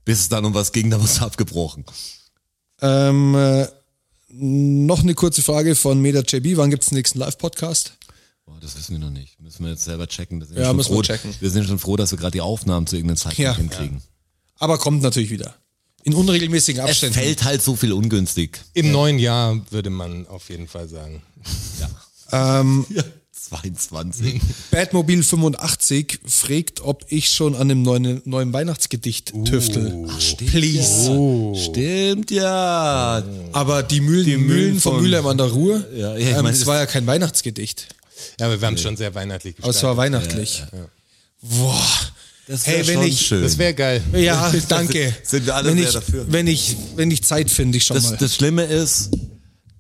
Speaker 4: Bis es dann um was ging, dann was abgebrochen.
Speaker 2: Ähm, äh, noch eine kurze Frage von Meda JB. Wann gibt's den nächsten Live-Podcast?
Speaker 4: Boah, das wissen wir noch nicht. Müssen wir jetzt selber checken. Wir sind
Speaker 2: Ja,
Speaker 4: schon
Speaker 2: müssen wir
Speaker 4: froh,
Speaker 2: checken.
Speaker 4: Wir sind schon froh, dass wir gerade die Aufnahmen zu irgendeinem Zeitpunkt
Speaker 2: Ja.
Speaker 4: hinkriegen.
Speaker 2: Aber kommt natürlich wieder. In unregelmäßigen
Speaker 4: Es
Speaker 2: Abständen.
Speaker 4: fällt halt so viel ungünstig.
Speaker 3: Im neuen Jahr würde man auf jeden Fall sagen.
Speaker 2: Ähm,
Speaker 4: 22.
Speaker 2: Badmobil 85 fragt, ob ich schon an dem neuen, neuen Weihnachtsgedicht tüftel. Please.
Speaker 4: Stimmt ja.
Speaker 2: Aber die Mühlen, die Mühlen von
Speaker 4: von-
Speaker 2: Mülheim an der Ruhr,
Speaker 4: Ja, ja, ich
Speaker 2: ähm,
Speaker 4: meine,
Speaker 2: es
Speaker 4: das-
Speaker 2: war ja kein Weihnachtsgedicht.
Speaker 3: Ja, aber wir haben schon sehr weihnachtlich
Speaker 2: Aber es war
Speaker 3: gestartet.
Speaker 2: weihnachtlich. Boah.
Speaker 4: Das
Speaker 2: Hey,
Speaker 4: wär
Speaker 2: wenn
Speaker 4: schon
Speaker 2: ich-
Speaker 4: schön.
Speaker 3: Das wäre geil.
Speaker 2: Ja, danke.
Speaker 4: Sind wir alle
Speaker 2: wenn
Speaker 4: sehr
Speaker 2: ich,
Speaker 4: dafür.
Speaker 2: Wenn ich, wenn ich Zeit finde, ich schau
Speaker 4: Das,
Speaker 2: mal.
Speaker 4: das Schlimme ist,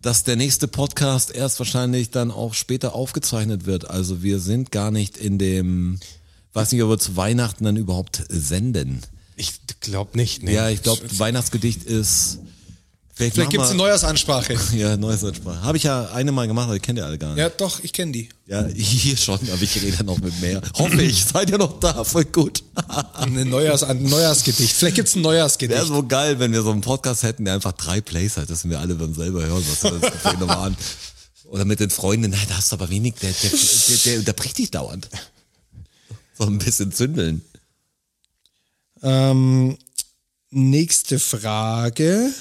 Speaker 4: dass der nächste Podcast erst wahrscheinlich dann auch später aufgezeichnet wird. Also wir sind gar nicht in dem, weiß nicht, ob wir zu Weihnachten dann überhaupt senden.
Speaker 3: Ich glaube nicht. Nee.
Speaker 4: Ja, ich glaube, Weihnachtsgedicht ist Vielleicht,
Speaker 2: Vielleicht gibt es
Speaker 4: machen
Speaker 2: eine Neujahrsansprache.
Speaker 4: wir- Ja, neues Ansprache. Habe ich ja eine Mal gemacht, aber ihr kennt ihr alle gar nicht.
Speaker 2: Ja, doch, ich kenne die.
Speaker 4: Ja, hier schon, aber ich rede ja noch mit mehr. Hoffe ich, seid ihr noch da, voll gut.
Speaker 2: Eine Neujahrs ein Neujahrsgedicht. Vielleicht gibt es ein Neujahrsgedicht.
Speaker 4: Wäre so geil, wenn wir so einen Podcast hätten, der einfach drei Plays hat, dass wir alle dann selber hören, was wir das für waren. Oder mit den Freunden, nein, da hast du aber wenig, der, der, der, der unterbricht dich dauernd. So ein bisschen zündeln.
Speaker 2: Ähm, nächste Frage.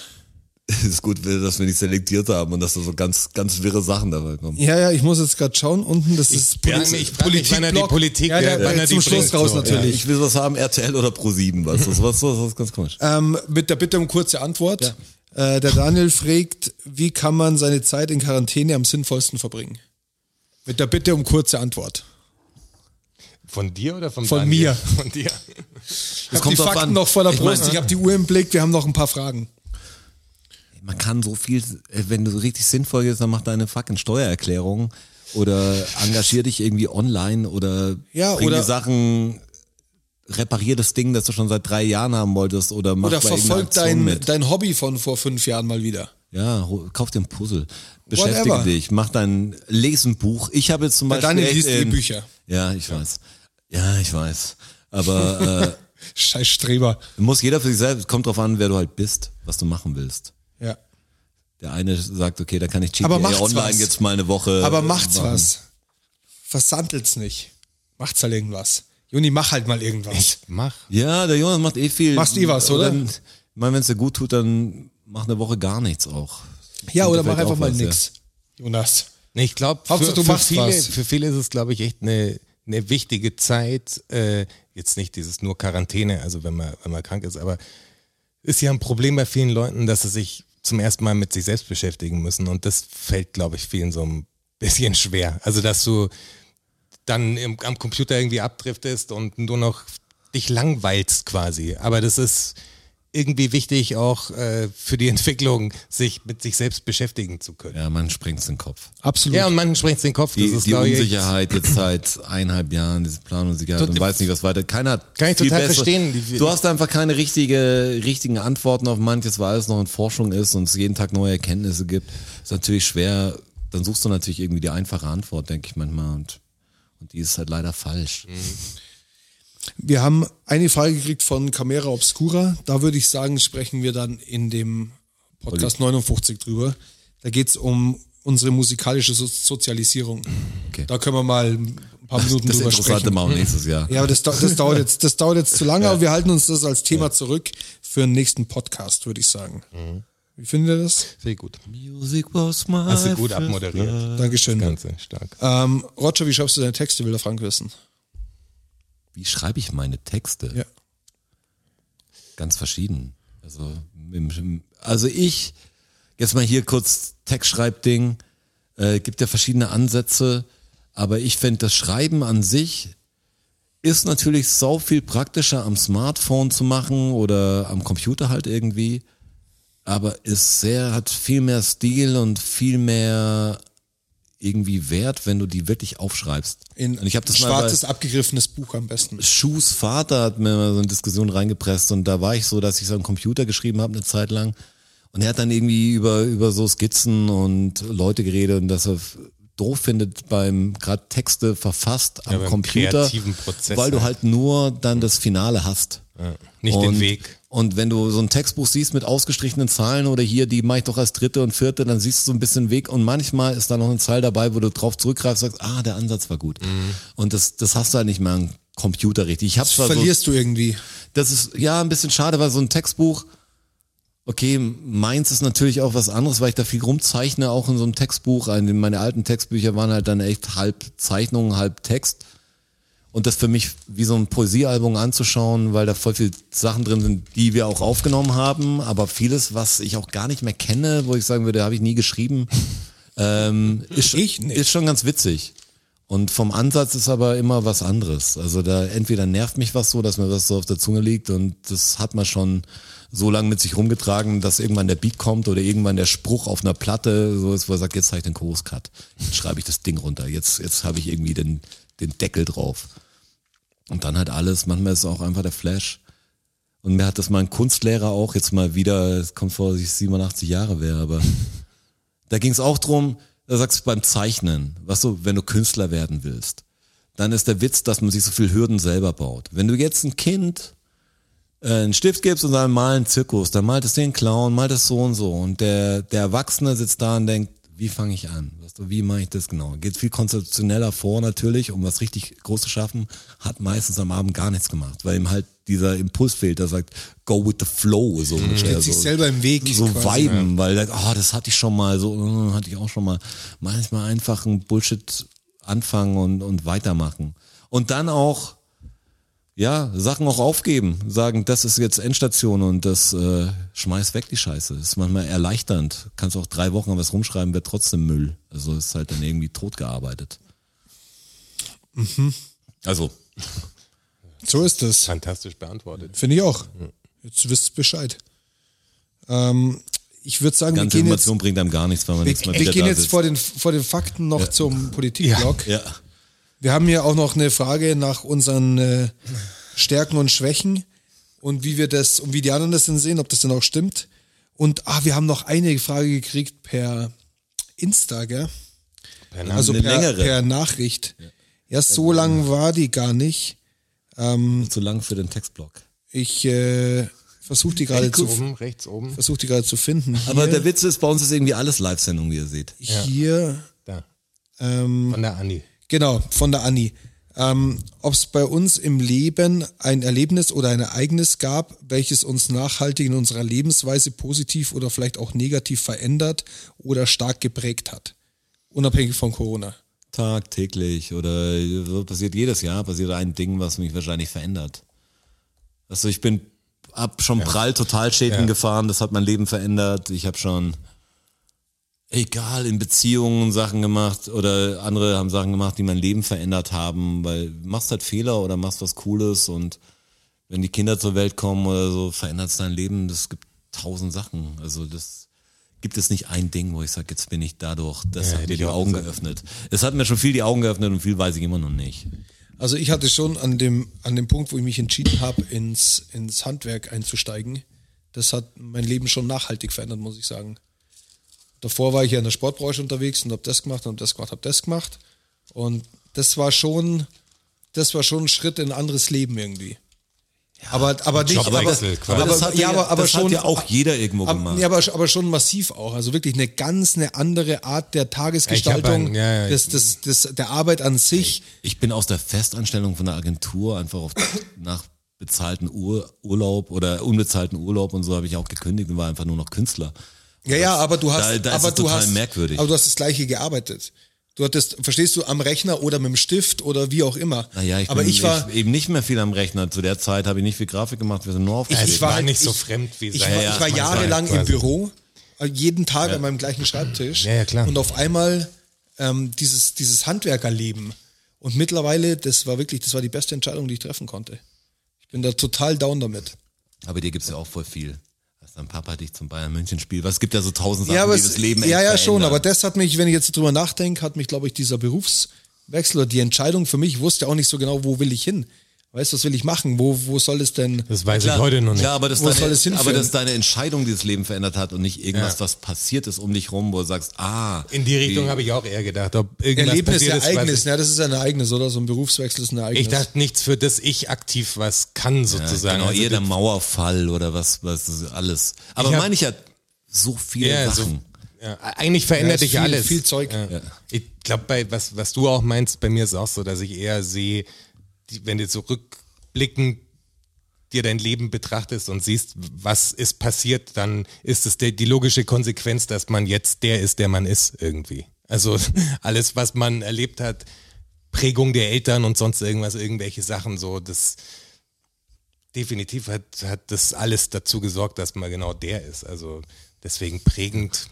Speaker 4: Es ist gut, dass wir nicht selektiert haben und dass da so ganz, ganz wirre Sachen dabei kommen.
Speaker 2: Ja, ja, ich muss jetzt gerade schauen. Unten, das ist
Speaker 3: frag mich- ich frag mich, wann er die
Speaker 2: Politikblock.
Speaker 3: Politik-
Speaker 2: ja, der,
Speaker 3: ja, wann er
Speaker 2: zum
Speaker 3: die
Speaker 2: Schluss
Speaker 3: bringt,
Speaker 2: raus
Speaker 3: so, ja.
Speaker 2: natürlich.
Speaker 4: Ich will was haben, RTL oder Pro7, weißt du, sowas, sowas, sowas ganz komisch.
Speaker 2: Ähm, mit der Bitte um kurze Antwort. Äh, der Daniel fragt, wie kann man seine Zeit in Quarantäne am sinnvollsten verbringen? Mit der Bitte um kurze Antwort.
Speaker 3: Von dir oder von
Speaker 2: Von
Speaker 3: Daniel?
Speaker 2: mir.
Speaker 3: Von dir.
Speaker 2: Ich habe die
Speaker 4: kommt drauf
Speaker 2: Fakten
Speaker 4: an.
Speaker 2: noch vor der
Speaker 4: Ich mein-
Speaker 2: Brust. Ich, habe die Uhr im Blick. Wir haben noch ein paar Fragen.
Speaker 4: Man kann so viel, äh, wenn du so richtig sinnvoll bist, dann mach deine fucking Steuererklärung oder engagier dich irgendwie online oder
Speaker 2: Ja,
Speaker 4: bring
Speaker 2: oder-
Speaker 4: die Sachen, reparier das Ding, das du schon seit drei Jahren haben wolltest oder mach
Speaker 2: Oder
Speaker 4: bei irgendeiner
Speaker 2: verfolgt dein,
Speaker 4: Aktion mit.
Speaker 2: dein Hobby von vor fünf Jahren mal wieder.
Speaker 4: Ja, hol- kauf dir ein Puzzle. Beschäftige
Speaker 2: Whatever.
Speaker 4: dich, mach dein, les ein Buch. Ich habe jetzt zum Beispiel.
Speaker 2: Daniel
Speaker 4: echt
Speaker 2: liest eh
Speaker 4: in-
Speaker 2: Bücher.
Speaker 4: Ja, ich weiß. Ja, ich weiß. Aber
Speaker 2: Scheiß Streber.
Speaker 4: äh, muss jeder für sich selbst, kommt drauf an, wer du halt bist, was du machen willst.
Speaker 2: Ja.
Speaker 4: Der eine sagt, okay, da kann ich GTA
Speaker 2: Aber macht's
Speaker 4: online
Speaker 2: was.
Speaker 4: jetzt mal eine Woche.
Speaker 2: Aber
Speaker 4: äh,
Speaker 2: macht's
Speaker 4: machen.
Speaker 2: was. Versandelt's nicht. Macht's halt irgendwas. Juni, mach halt mal irgendwas.
Speaker 3: Mach.
Speaker 4: Ja, der Jonas macht eh viel.
Speaker 2: Machst eh was, oder?
Speaker 4: Dann, ich meine, wenn es dir gut tut, dann mach eine Woche gar nichts auch.
Speaker 2: Ja,
Speaker 4: Bringt
Speaker 2: oder
Speaker 4: dir
Speaker 2: mach
Speaker 4: vielleicht
Speaker 2: einfach
Speaker 4: auch
Speaker 2: mal
Speaker 4: was,
Speaker 2: nix. Jonas.
Speaker 3: Nee, Ich glaube, für,
Speaker 2: Hauptsache, du
Speaker 3: für,
Speaker 2: machst
Speaker 3: viele,
Speaker 2: was.
Speaker 3: für viele ist es, glaube ich, echt eine, eine wichtige Zeit. Äh, jetzt nicht dieses nur Quarantäne, also wenn man, wenn man krank ist, aber ist ja ein Problem bei vielen Leuten, dass sie sich zum ersten Mal mit sich selbst beschäftigen müssen. Und das fällt, glaube ich, vielen so ein bisschen schwer. Also, dass du dann im, am Computer irgendwie abdriftest und nur noch dich langweilst quasi. Aber das ist irgendwie wichtig auch äh, für die Entwicklung, sich mit sich selbst beschäftigen zu können.
Speaker 4: Ja, ja man springt den Kopf.
Speaker 2: Absolut.
Speaker 3: Ja, und manchen sprengt den Kopf. Das
Speaker 4: Die,
Speaker 3: ist,
Speaker 4: die
Speaker 3: glaub ich,
Speaker 4: Unsicherheit jetzt seit eineinhalb Jahren, diese Planunsicherheit und weiß nicht, was weiter. Keiner hat
Speaker 3: Kann ich
Speaker 4: viel
Speaker 3: total
Speaker 4: bessere-
Speaker 3: verstehen, die-
Speaker 4: Du hast einfach keine richtige, richtigen Antworten auf manches, weil alles noch in Forschung ist und es jeden Tag neue Erkenntnisse gibt. Ist natürlich schwer. Dann suchst du natürlich irgendwie die einfache Antwort, denke ich manchmal. Und, und die ist halt leider falsch.
Speaker 3: Mhm.
Speaker 2: Wir haben eine Frage gekriegt von Camera Obscura. Da würde ich sagen, sprechen wir dann in dem Podcast 59 drüber. Da geht's um unsere musikalische so Sozialisierung.
Speaker 4: Okay.
Speaker 2: Da können wir mal ein paar Minuten
Speaker 4: Das
Speaker 2: drüber
Speaker 4: interessante
Speaker 2: sprechen.
Speaker 4: machen wir nächstes Jahr.
Speaker 2: Ja, aber das, dau- das, dauert jetzt, das dauert jetzt zu lange, aber wir halten uns das als Thema zurück für den nächsten Podcast, würde ich sagen.
Speaker 4: Mhm.
Speaker 2: Wie findet ihr das?
Speaker 3: Sehr gut.
Speaker 4: Music was my
Speaker 3: Hast du gut abmoderiert.
Speaker 2: Dankeschön.
Speaker 3: Ganze stark.
Speaker 4: Ah.
Speaker 2: Ähm, Roger, wie schreibst du deine Texte, will der Frank wissen?
Speaker 4: Wie schreibe ich meine Texte?
Speaker 2: Ja.
Speaker 4: Ganz verschieden. Also, im- also ich, jetzt mal hier kurz Textschreibding, äh, gibt ja verschiedene Ansätze, aber ich finde das Schreiben an sich ist natürlich sau viel praktischer am Smartphone zu machen oder am Computer halt irgendwie, aber ist sehr, hat viel mehr Stil und viel mehr irgendwie Wert, wenn du die wirklich aufschreibst.
Speaker 2: In
Speaker 4: und ich habe das mal bei-
Speaker 2: schwarzes, abgegriffenes Buch am besten.
Speaker 4: Schuhs Vater hat mir mal so eine Diskussion reingepresst und da war ich so, dass ich so am Computer geschrieben habe eine Zeit lang und er hat dann irgendwie über, über so Skizzen und Leute geredet und dass er f- doof findet beim gerade Texte verfasst am
Speaker 3: beim
Speaker 4: Computer,
Speaker 3: kreativen Prozess
Speaker 4: weil du
Speaker 3: halt.
Speaker 4: halt nur dann das Finale hast.
Speaker 3: Nicht
Speaker 4: und,
Speaker 3: den Weg.
Speaker 4: Und wenn du so ein Textbuch siehst mit ausgestrichenen Zahlen oder hier, die mache ich doch als dritte und vierte, dann siehst du so ein bisschen Weg und manchmal ist da noch eine Zahl dabei, wo du drauf zurückgreifst sagst, ah, der Ansatz war gut. Und das, das hast du halt nicht mehr am Computer richtig. Ich hab's zwar so,
Speaker 2: Verlierst du irgendwie.
Speaker 4: das ist ja ein bisschen schade, weil so ein Textbuch, okay, meins ist natürlich auch was anderes, weil ich da viel rumzeichne, auch in so einem Textbuch. Ein- Meine alten Textbücher waren halt dann echt halb Zeichnungen, halb Text. Und das für mich wie so ein Poesiealbum anzuschauen, weil da voll viele Sachen drin sind, die wir auch aufgenommen haben, aber vieles, was ich auch gar nicht mehr kenne, wo ich sagen würde, habe ich nie geschrieben, ähm, ist,
Speaker 2: Ich nicht.
Speaker 4: ist schon ganz witzig. Und vom Ansatz ist aber immer was anderes. Also da entweder nervt mich was so, dass mir was so auf der Zunge liegt und das hat man schon so lange mit sich rumgetragen, dass irgendwann der Beat kommt oder irgendwann der Spruch auf einer Platte so ist, wo er sagt, jetzt habe ich den Chorus Cut, jetzt schreibe ich das Ding runter, jetzt, jetzt habe ich irgendwie den, den Deckel drauf. Und dann halt alles, manchmal ist es auch einfach der Flash. Und mir hat das mein Kunstlehrer auch jetzt mal wieder, es kommt vor, dass ich 87 Jahre wäre, aber da ging es auch drum, da sagst du beim Zeichnen, was so, wenn du Künstler werden willst, dann ist der Witz, dass man sich so viel Hürden selber baut. Wenn du jetzt ein Kind äh, einen Stift gibst und dann mal einen Zirkus, dann malt es den Clown, malt es so und so und der, der Erwachsene sitzt da und denkt, wie fange ich an? Weißt du, wie mache ich das genau? Geht viel konzeptioneller vor natürlich, um was richtig groß zu schaffen, hat meistens am Abend gar nichts gemacht, weil ihm halt dieser Impuls fehlt, der sagt, go with the flow, so ungefähr.
Speaker 2: Steht Mhm. sich
Speaker 4: so
Speaker 2: selber im Weg.
Speaker 4: so
Speaker 2: quasi.
Speaker 4: viben, weil das, oh, das hatte ich schon mal, so äh, hatte ich auch schon mal. Manchmal einfach ein Bullshit anfangen und, und weitermachen. Und dann auch, ja, Sachen auch aufgeben. Sagen, das ist jetzt Endstation und das äh, schmeiß weg die Scheiße. Ist manchmal erleichternd. Kannst auch drei Wochen an was rumschreiben, wird trotzdem Müll. Also ist halt dann irgendwie tot gearbeitet. Also,
Speaker 2: So ist das.
Speaker 3: Fantastisch beantwortet.
Speaker 2: Finde ich auch. Jetzt wisst ihr Bescheid. Ähm, ich würde sagen, wir
Speaker 4: ganze
Speaker 2: gehen jetzt,
Speaker 4: Information bringt einem gar nichts, weil man
Speaker 2: wir,
Speaker 4: jetzt mal wieder
Speaker 2: wir gehen
Speaker 4: da
Speaker 2: jetzt
Speaker 4: sitzt.
Speaker 2: vor den, vor den Fakten noch zum Politikblock.
Speaker 4: ja.
Speaker 2: Wir haben hier auch noch eine Frage nach unseren äh, Stärken und Schwächen und wie wir das und wie die anderen das denn sehen, ob das denn auch stimmt. Und ah, wir haben noch eine Frage gekriegt per Insta, gell?
Speaker 3: Per Name.
Speaker 2: Also
Speaker 4: Eine
Speaker 2: per,
Speaker 4: längere.
Speaker 2: per Nachricht. Ja, so lang war die gar nicht.
Speaker 4: Zu lang für den Textblock.
Speaker 2: Ich äh, versuche die gerade
Speaker 3: rechts
Speaker 2: zu
Speaker 3: oben, rechts oben.
Speaker 2: versuch die gerade zu finden.
Speaker 4: Aber
Speaker 2: Hier-
Speaker 4: der Witz ist, bei uns ist irgendwie alles Live-Sendung, wie ihr seht.
Speaker 2: hier
Speaker 3: Da.
Speaker 4: Ähm.
Speaker 3: Von der Anni.
Speaker 2: Genau, von der Anni. Ähm, Ob es bei uns im Leben ein Erlebnis oder ein Ereignis gab, welches uns nachhaltig in unserer Lebensweise positiv oder vielleicht auch negativ verändert oder stark geprägt hat. Unabhängig von Corona.
Speaker 4: Tagtäglich oder so passiert jedes Jahr, passiert ein Ding, was mich wahrscheinlich verändert. Also ich bin ab schon prall total Schäden
Speaker 3: Ja.
Speaker 4: gefahren, das hat mein Leben verändert. Ich habe schon egal in Beziehungen Sachen gemacht oder andere haben Sachen gemacht, die mein Leben verändert haben, weil machst halt Fehler oder machst was Cooles und wenn die Kinder zur Welt kommen oder so, verändert es dein Leben. Das gibt tausend Sachen. Also das gibt es nicht ein Ding, wo ich sage, jetzt bin ich dadurch, das
Speaker 3: Ja,
Speaker 4: hat
Speaker 3: hätte
Speaker 4: mir die
Speaker 3: ich auch
Speaker 4: Augen
Speaker 3: gesagt.
Speaker 4: geöffnet. Es hat mir schon viel die Augen geöffnet und viel weiß ich immer noch nicht.
Speaker 2: Also ich hatte schon an dem, an dem Punkt, wo ich mich entschieden habe, ins, ins Handwerk einzusteigen, das hat mein Leben schon nachhaltig verändert, muss ich sagen. Davor war ich ja in der Sportbranche unterwegs und habe das gemacht und hab das gemacht, habe das gemacht. Und das war schon, das war schon ein Schritt in ein anderes Leben irgendwie. aber aber nicht, aber,
Speaker 3: Jobwechsel quasi.
Speaker 2: aber,
Speaker 4: das hat
Speaker 2: ja, aber, aber
Speaker 4: das
Speaker 2: schon
Speaker 4: hat ja auch jeder irgendwo
Speaker 2: aber,
Speaker 4: gemacht.
Speaker 2: ja, aber, aber schon massiv auch. Also wirklich eine ganz eine andere Art der Tagesgestaltung,
Speaker 3: einen- ja, ja, ich-
Speaker 2: des, des, des, der Arbeit an sich.
Speaker 4: Ich bin aus der Festanstellung von der Agentur einfach auf, nach bezahlten Ur Urlaub oder unbezahlten Urlaub und so habe ich auch gekündigt und war einfach nur noch Künstler.
Speaker 2: Ja, ja, aber du hast,
Speaker 4: Da- da ist
Speaker 2: aber
Speaker 4: es
Speaker 2: du
Speaker 4: total
Speaker 2: hast,
Speaker 4: merkwürdig.
Speaker 2: aber du hast das Gleiche gearbeitet. Du hattest, verstehst du, am Rechner oder mit dem Stift oder wie auch immer.
Speaker 4: Naja, ich
Speaker 2: aber
Speaker 4: bin
Speaker 2: ich war,
Speaker 4: ich, eben nicht mehr viel am Rechner. Zu der Zeit habe ich nicht viel Grafik gemacht, wir sind nur auf
Speaker 2: ich war halt-
Speaker 3: nicht so
Speaker 2: ich-
Speaker 3: fremd wie
Speaker 2: ich,
Speaker 3: sein.
Speaker 2: war,
Speaker 4: ja,
Speaker 2: ich war
Speaker 4: das
Speaker 2: jahrelang
Speaker 3: quasi.
Speaker 2: im Büro, äh, jeden Tag an meinem gleichen Schreibtisch.
Speaker 3: Ja, ja, klar.
Speaker 2: Und auf einmal ähm, dieses, dieses Handwerkerleben. Und mittlerweile, das war wirklich, das war die beste Entscheidung, die ich treffen konnte. Ich bin da total down damit.
Speaker 4: Aber dir gibt's ja auch voll viel. Dass dein Papa dich zum Bayern München spielt. Was gibt ja so tausend Sachen,
Speaker 2: Ja, aber
Speaker 4: die
Speaker 2: es-
Speaker 4: das Leben
Speaker 2: ja,
Speaker 4: echt
Speaker 2: ja, schon.
Speaker 4: verändern.
Speaker 2: Aber das hat mich, wenn ich jetzt drüber nachdenke, hat mich, glaube ich, dieser Berufswechsel oder die Entscheidung für mich, ich wusste auch nicht so genau, wo will ich hin. Weißt du, was will ich machen? Wo, wo soll es denn?
Speaker 3: Das weiß ich heute noch nicht.
Speaker 4: Klar, aber das,
Speaker 2: Wo soll
Speaker 4: deine,
Speaker 2: es hinführen?
Speaker 4: aber das deine Entscheidung, die das Leben verändert hat und nicht irgendwas,
Speaker 3: Ja.
Speaker 4: was passiert ist um dich rum, wo du sagst, ah.
Speaker 3: In die Richtung habe ich auch eher gedacht, ob irgendwas
Speaker 2: Erlebnis,
Speaker 3: passiert ist, was
Speaker 2: Ereignis.
Speaker 3: ich-
Speaker 4: ne?
Speaker 2: Ja, das ist ein Ereignis, oder? So ein Berufswechsel ist ein Ereignis.
Speaker 3: Ich dachte nichts, für das ich aktiv was kann, sozusagen.
Speaker 4: Genau,
Speaker 3: Also
Speaker 4: eher der
Speaker 3: die-
Speaker 4: Mauerfall oder was, was ist alles. Aber
Speaker 3: Ich hab-
Speaker 4: meine ich ja so viele
Speaker 3: ja, so,
Speaker 4: Sachen.
Speaker 3: ja, eigentlich
Speaker 2: Ja,
Speaker 3: verändert dich
Speaker 2: ist
Speaker 3: ja
Speaker 2: viel-
Speaker 3: alles.
Speaker 2: viel Zeug.
Speaker 3: Ja. Ich glaube, bei was, was du auch meinst, bei mir ist auch so, dass ich eher sehe, die, wenn du zurückblickend dir dein Leben betrachtest und siehst, was ist passiert, dann ist es der, die logische Konsequenz, dass man jetzt der ist, der man ist, irgendwie. Also alles, was man erlebt hat, Prägung der Eltern und sonst irgendwas, irgendwelche Sachen, so, das definitiv hat, hat das alles dazu gesorgt, dass man genau der ist. Also deswegen prägend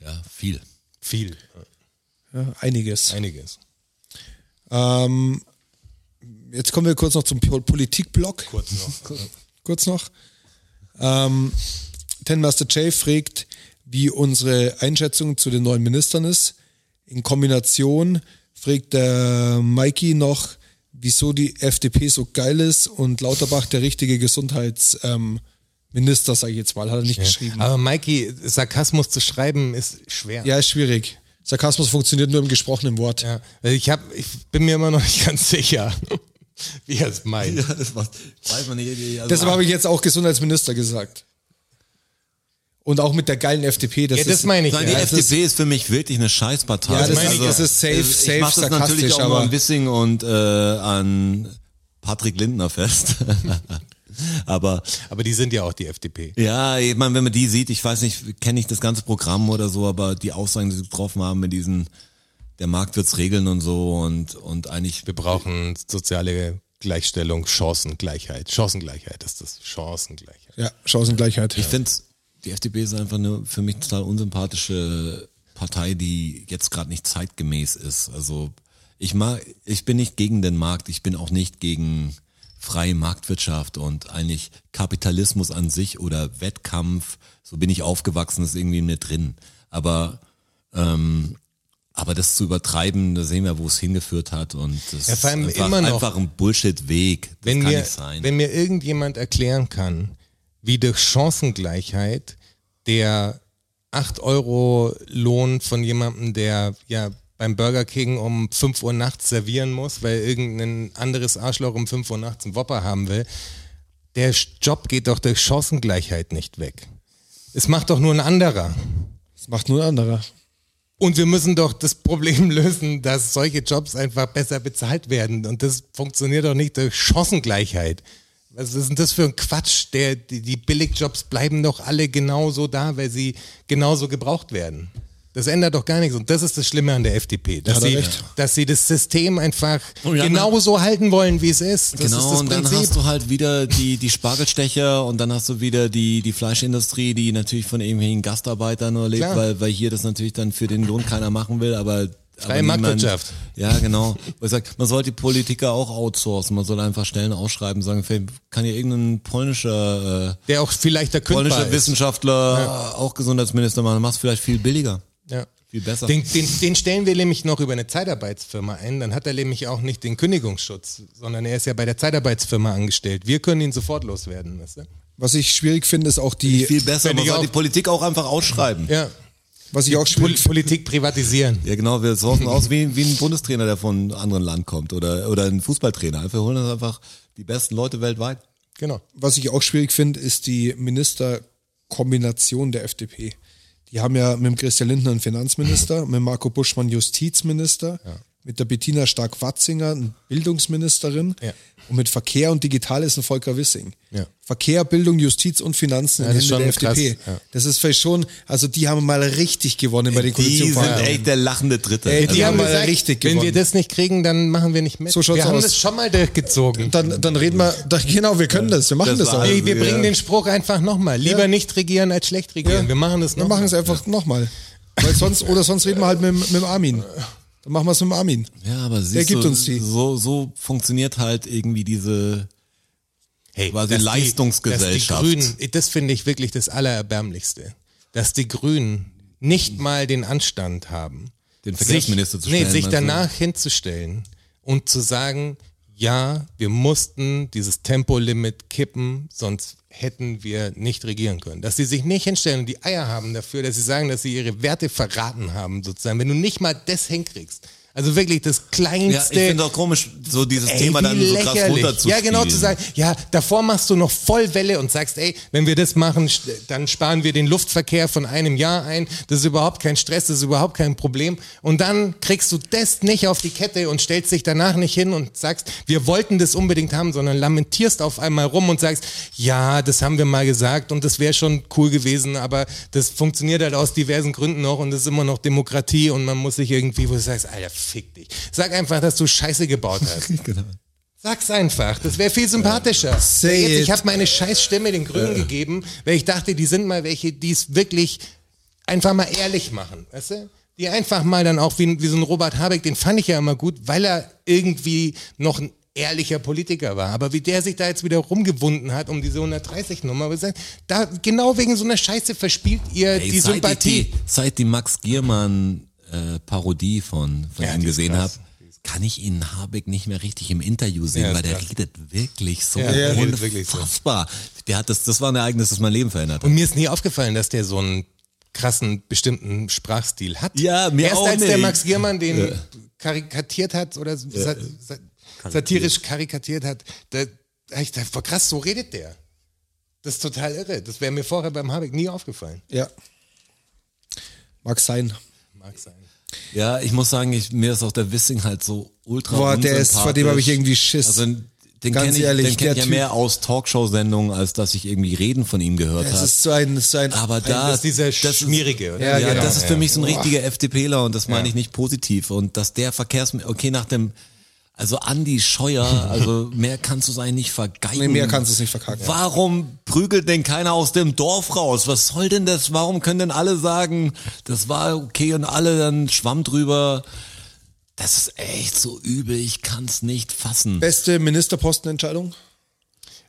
Speaker 4: Ja, viel.
Speaker 3: viel,
Speaker 2: ja, einiges.
Speaker 3: einiges.
Speaker 2: Ähm, jetzt kommen wir kurz noch zum Pol- Politikblock.
Speaker 3: Kurz noch.
Speaker 2: kurz noch. Ähm, Ten Master Jay fragt, wie unsere Einschätzung zu den neuen Ministern ist. In Kombination fragt der Mikey noch, wieso die FDP so geil ist und Lauterbach der richtige Gesundheitsminister, ähm, Minister, sag ich jetzt mal, hat er nicht geschrieben.
Speaker 3: Aber Mikey, Sarkasmus zu schreiben ist schwer.
Speaker 2: Ja, ist schwierig. Sarkasmus funktioniert nur im gesprochenen Wort.
Speaker 3: Ja. Also ich, hab, ich bin mir immer noch nicht ganz sicher, wie er es meint.
Speaker 4: das weiß man nicht. Also
Speaker 2: Deshalb habe ich jetzt auch Gesundheitsminister gesagt. Und auch mit der geilen FDP. Das
Speaker 3: Ja, das
Speaker 2: ist,
Speaker 3: meine ich.
Speaker 4: Nein, die
Speaker 3: Ja, das ist-
Speaker 4: FDP ist für mich wirklich eine Scheißpartei.
Speaker 2: Ja, das
Speaker 4: ist-
Speaker 3: meine ich,
Speaker 2: das ist safe, safe
Speaker 4: ich mach das natürlich
Speaker 2: sarkastisch,
Speaker 4: auch nur
Speaker 2: aber-
Speaker 4: an Wissing und äh, an Patrick Lindner fest. aber
Speaker 3: aber die sind ja auch die FDP.
Speaker 4: ja, ich meine, wenn man die sieht, ich weiß nicht, kenne ich das ganze Programm oder so, aber die Aussagen, die sie getroffen haben mit diesen, der Markt wird's regeln und so und und eigentlich
Speaker 3: Wir brauchen soziale Gleichstellung, Chancengleichheit. Chancengleichheit ist das. Chancengleichheit.
Speaker 2: Ja, Chancengleichheit.
Speaker 4: Ich finde, die FDP ist einfach eine für mich total unsympathische Partei, die jetzt gerade nicht zeitgemäß ist. Also ich mag, ich bin nicht gegen den Markt, ich bin auch nicht gegen freie Marktwirtschaft und eigentlich Kapitalismus an sich oder Wettkampf. So bin ich aufgewachsen, ist irgendwie in mir drin. Aber ähm, aber das zu übertreiben, da sehen wir, wo es hingeführt hat und das
Speaker 3: Ja, vor allem
Speaker 4: ist einfach,
Speaker 3: immer noch-
Speaker 4: einfach ein Bullshit-Weg. Das
Speaker 3: Wenn
Speaker 4: kann
Speaker 3: mir,
Speaker 4: nicht sein.
Speaker 3: wenn mir irgendjemand erklären kann, wie durch Chancengleichheit der 8 Euro Lohn von jemandem, der ja beim Burger King um 5 Uhr nachts servieren muss, weil irgendein anderes Arschloch um 5 Uhr nachts einen Wopper haben will, der Job geht doch durch Chancengleichheit nicht weg. Es macht doch nur ein anderer.
Speaker 2: Das macht nur ein anderer.
Speaker 3: Und wir müssen doch das Problem lösen, dass solche Jobs einfach besser bezahlt werden. Und das funktioniert doch nicht durch Chancengleichheit. Was ist denn das für ein Quatsch? Der, die, die Billigjobs bleiben doch alle genauso da, weil sie genauso gebraucht werden. Das ändert doch gar nichts. Und das ist das Schlimme an der FDP, dass,
Speaker 2: hat er
Speaker 3: sie,
Speaker 2: recht.
Speaker 3: dass sie das System einfach
Speaker 4: Und dann-
Speaker 3: genauso halten wollen, wie es ist. Das
Speaker 4: Oh ne? genau,
Speaker 3: ist das
Speaker 4: und dann
Speaker 3: Prinzip.
Speaker 4: hast du halt wieder die, die Spargelstecher und dann hast du wieder die, die Fleischindustrie, die natürlich von irgendwelchen Gastarbeitern nur lebt,
Speaker 3: Klar.
Speaker 4: weil, weil hier das natürlich dann für den Lohn keiner machen will, aber
Speaker 3: Freie
Speaker 4: aber niemand-
Speaker 3: Marktwirtschaft.
Speaker 4: Ja, genau. Wo Ich sag, man sollte die Politiker auch outsourcen, man soll einfach Stellen ausschreiben, sagen, vielleicht kann hier irgendein polnischer, äh,
Speaker 3: der auch vielleicht der
Speaker 4: polnischer
Speaker 3: Künstler ist.
Speaker 4: Wissenschaftler, äh, auch Gesundheitsminister machen, machst vielleicht viel billiger,
Speaker 3: Ja.
Speaker 4: viel besser.
Speaker 3: Den, den, den stellen wir nämlich noch über eine Zeitarbeitsfirma ein, dann hat er nämlich auch nicht den Kündigungsschutz, sondern er ist ja bei der Zeitarbeitsfirma angestellt. Wir können ihn sofort loswerden, weißt du?
Speaker 2: Was ich schwierig finde, ist auch die,
Speaker 4: viel besser,
Speaker 3: wenn
Speaker 4: man
Speaker 3: ich
Speaker 4: soll
Speaker 3: auch-
Speaker 4: die Politik auch einfach ausschreiben.
Speaker 3: Ja.
Speaker 2: was ich auch
Speaker 3: Pol
Speaker 2: schwierig
Speaker 3: Politik privatisieren.
Speaker 4: Ja, genau, wir sorgen aus wie, wie ein Bundestrainer, der von einem anderen Land kommt oder, oder ein Fußballtrainer. Wir holen uns einfach die besten Leute weltweit.
Speaker 3: Genau.
Speaker 2: was ich auch schwierig finde, ist die Ministerkombination der FDP. Die haben ja mit dem Christian Lindner einen Finanzminister, mit Marco Buschmann Justizminister, mit der Bettina Stark-Watzinger eine Bildungsministerin
Speaker 3: Ja.
Speaker 2: und mit Verkehr und Digital ist ein Volker Wissing.
Speaker 3: Ja.
Speaker 2: Verkehr, Bildung, Justiz und Finanzen
Speaker 3: Ja,
Speaker 2: in
Speaker 3: das ist
Speaker 2: Händen der
Speaker 3: schon krass,
Speaker 2: FDP.
Speaker 3: ja.
Speaker 2: Das ist vielleicht schon, also die haben mal richtig gewonnen bei den
Speaker 4: Die sind
Speaker 2: Koalitionsverhandlungen.
Speaker 4: echt der lachende Dritte.
Speaker 2: Ey,
Speaker 4: also,
Speaker 2: die haben mal richtig
Speaker 3: wenn
Speaker 2: gewonnen.
Speaker 3: wir das nicht kriegen, dann machen wir nicht mit.
Speaker 2: So schaut's
Speaker 3: wir haben
Speaker 2: aus.
Speaker 3: das schon mal durchgezogen.
Speaker 2: Dann, dann reden wir, dann, genau, wir können das, wir machen
Speaker 4: Das
Speaker 2: das,
Speaker 4: war-
Speaker 2: auch.
Speaker 3: wir wir
Speaker 4: Ja.
Speaker 3: bringen den Spruch einfach nochmal. Lieber
Speaker 2: Ja.
Speaker 3: nicht regieren als schlecht regieren. Wir machen das
Speaker 2: Wir
Speaker 3: nochmal.
Speaker 2: machen es einfach nochmal. Weil sonst, oder sonst reden wir halt mit, dem- mit dem Armin. Dann machen wir es mit dem Armin.
Speaker 4: ja, aber siehst
Speaker 2: Der gibt
Speaker 4: du,
Speaker 2: uns die.
Speaker 4: So, so funktioniert halt irgendwie diese.
Speaker 3: hey,
Speaker 4: Quasi
Speaker 3: dass die-
Speaker 4: Leistungsgesellschaft.
Speaker 3: Dass die Grünen, das finde ich wirklich das Allererbärmlichste. Dass die Grünen nicht mal den Anstand haben,
Speaker 4: Den Verkehrsminister
Speaker 3: sich,
Speaker 4: zu stellen,
Speaker 3: Nee, sich
Speaker 4: meinst du?
Speaker 3: danach hinzustellen und zu sagen, ja, wir mussten dieses Tempolimit kippen, sonst hätten wir nicht regieren können. Dass sie sich nicht hinstellen und die Eier haben dafür, dass sie sagen, dass sie ihre Werte verraten haben, sozusagen. Wenn du nicht mal das hinkriegst. Also wirklich das
Speaker 4: Ja, ich
Speaker 3: kleinste
Speaker 4: finde auch komisch, so dieses Thema
Speaker 3: wie
Speaker 4: dann so krass
Speaker 3: lächerlich.
Speaker 4: runterzuspielen.
Speaker 3: Ja, genau, zu sagen, ja, davor machst du noch voll Welle und sagst, ey, wenn wir das machen, st- dann sparen wir den Luftverkehr von einem Jahr ein. Das ist überhaupt kein Stress, das ist überhaupt kein Problem. Und dann kriegst du das nicht auf die Kette und stellst dich danach nicht hin und sagst, wir wollten das unbedingt haben, sondern lamentierst auf einmal rum und sagst, ja, das haben wir mal gesagt und das wäre schon cool gewesen, aber das funktioniert halt aus diversen Gründen noch und das ist immer noch Demokratie und man muss sich irgendwie, wo du sagst, Alter, fick dich. Sag einfach, dass du Scheiße gebaut hast. Sag's einfach, das wäre viel sympathischer.
Speaker 2: Say
Speaker 3: Jetzt, ich
Speaker 2: it.
Speaker 3: habe meine scheiß Stimme den Grünen gegeben, weil ich dachte, die sind mal welche, die es wirklich einfach mal ehrlich machen, weißt du? Die einfach mal dann auch, wie, wie so ein Robert Habeck, den fand ich ja immer gut, weil er irgendwie noch ein ehrlicher Politiker war. Aber wie der sich da jetzt wieder rumgewunden hat um diese 130-Nummer, da genau wegen so einer Scheiße verspielt ihr
Speaker 4: Ey,
Speaker 3: die
Speaker 4: seit
Speaker 3: Sympathie.
Speaker 4: Ich die, seit die Max Giermann äh, Parodie von, von
Speaker 3: Ja,
Speaker 4: ihm
Speaker 3: die ist
Speaker 4: gesehen habe,
Speaker 3: krass. Die ist
Speaker 4: kann ich ihn Habeck nicht mehr richtig im Interview sehen,
Speaker 3: Ja, ist
Speaker 4: weil der
Speaker 3: klar.
Speaker 4: redet wirklich so
Speaker 3: Ja, der redet wirklich so.
Speaker 4: unfassbar. Der hat das, das war ein Ereignis, das mein Leben verändert hat.
Speaker 3: Und mir ist nie aufgefallen, dass der so einen krassen, bestimmten Sprachstil hat.
Speaker 4: Ja, mir
Speaker 3: Erst
Speaker 4: auch
Speaker 3: als der
Speaker 4: nicht.
Speaker 3: Max Giermann den karikatiert hat oder sa sa satirisch karikatiert hat, da hab ich dachte, boah, krass, so redet der. Das ist total irre. Das wäre mir vorher beim Habeck nie aufgefallen.
Speaker 2: Ja. Mag sein.
Speaker 3: Mag sein.
Speaker 4: Ja, ich muss sagen, ich, mir ist auch der Wissing halt so ultra
Speaker 2: Boah, der ist-
Speaker 4: unsympathisch.
Speaker 2: vor dem hab ich irgendwie Schiss.
Speaker 4: Also, den
Speaker 2: Ganz
Speaker 4: kenne ich,
Speaker 2: ehrlich,
Speaker 4: den kenn
Speaker 2: der
Speaker 4: ich ja
Speaker 2: Typ-
Speaker 4: mehr aus Talkshow-Sendungen, als dass ich irgendwie Reden von ihm gehört
Speaker 2: Es
Speaker 4: habe.
Speaker 2: ist so ein, so ein
Speaker 4: Aber da,
Speaker 3: Das ist dieser Schmierige, oder?
Speaker 2: Ja,
Speaker 4: Ja,
Speaker 2: genau.
Speaker 4: das ist für
Speaker 3: ja.
Speaker 4: mich so ein richtiger FDPler und das meine ich nicht positiv. Und dass der Verkehrs... Okay, nach dem... Also Andi Scheuer, also mehr kannst du es eigentlich nicht vergeigen.
Speaker 2: Nee, mehr kannst du es nicht verkacken.
Speaker 4: Warum prügelt denn keiner aus dem Dorf raus? Was soll denn das? Warum können denn alle sagen, das war okay und alle dann schwamm drüber? Das ist echt so übel, ich kann's nicht fassen.
Speaker 2: Beste Ministerpostenentscheidung?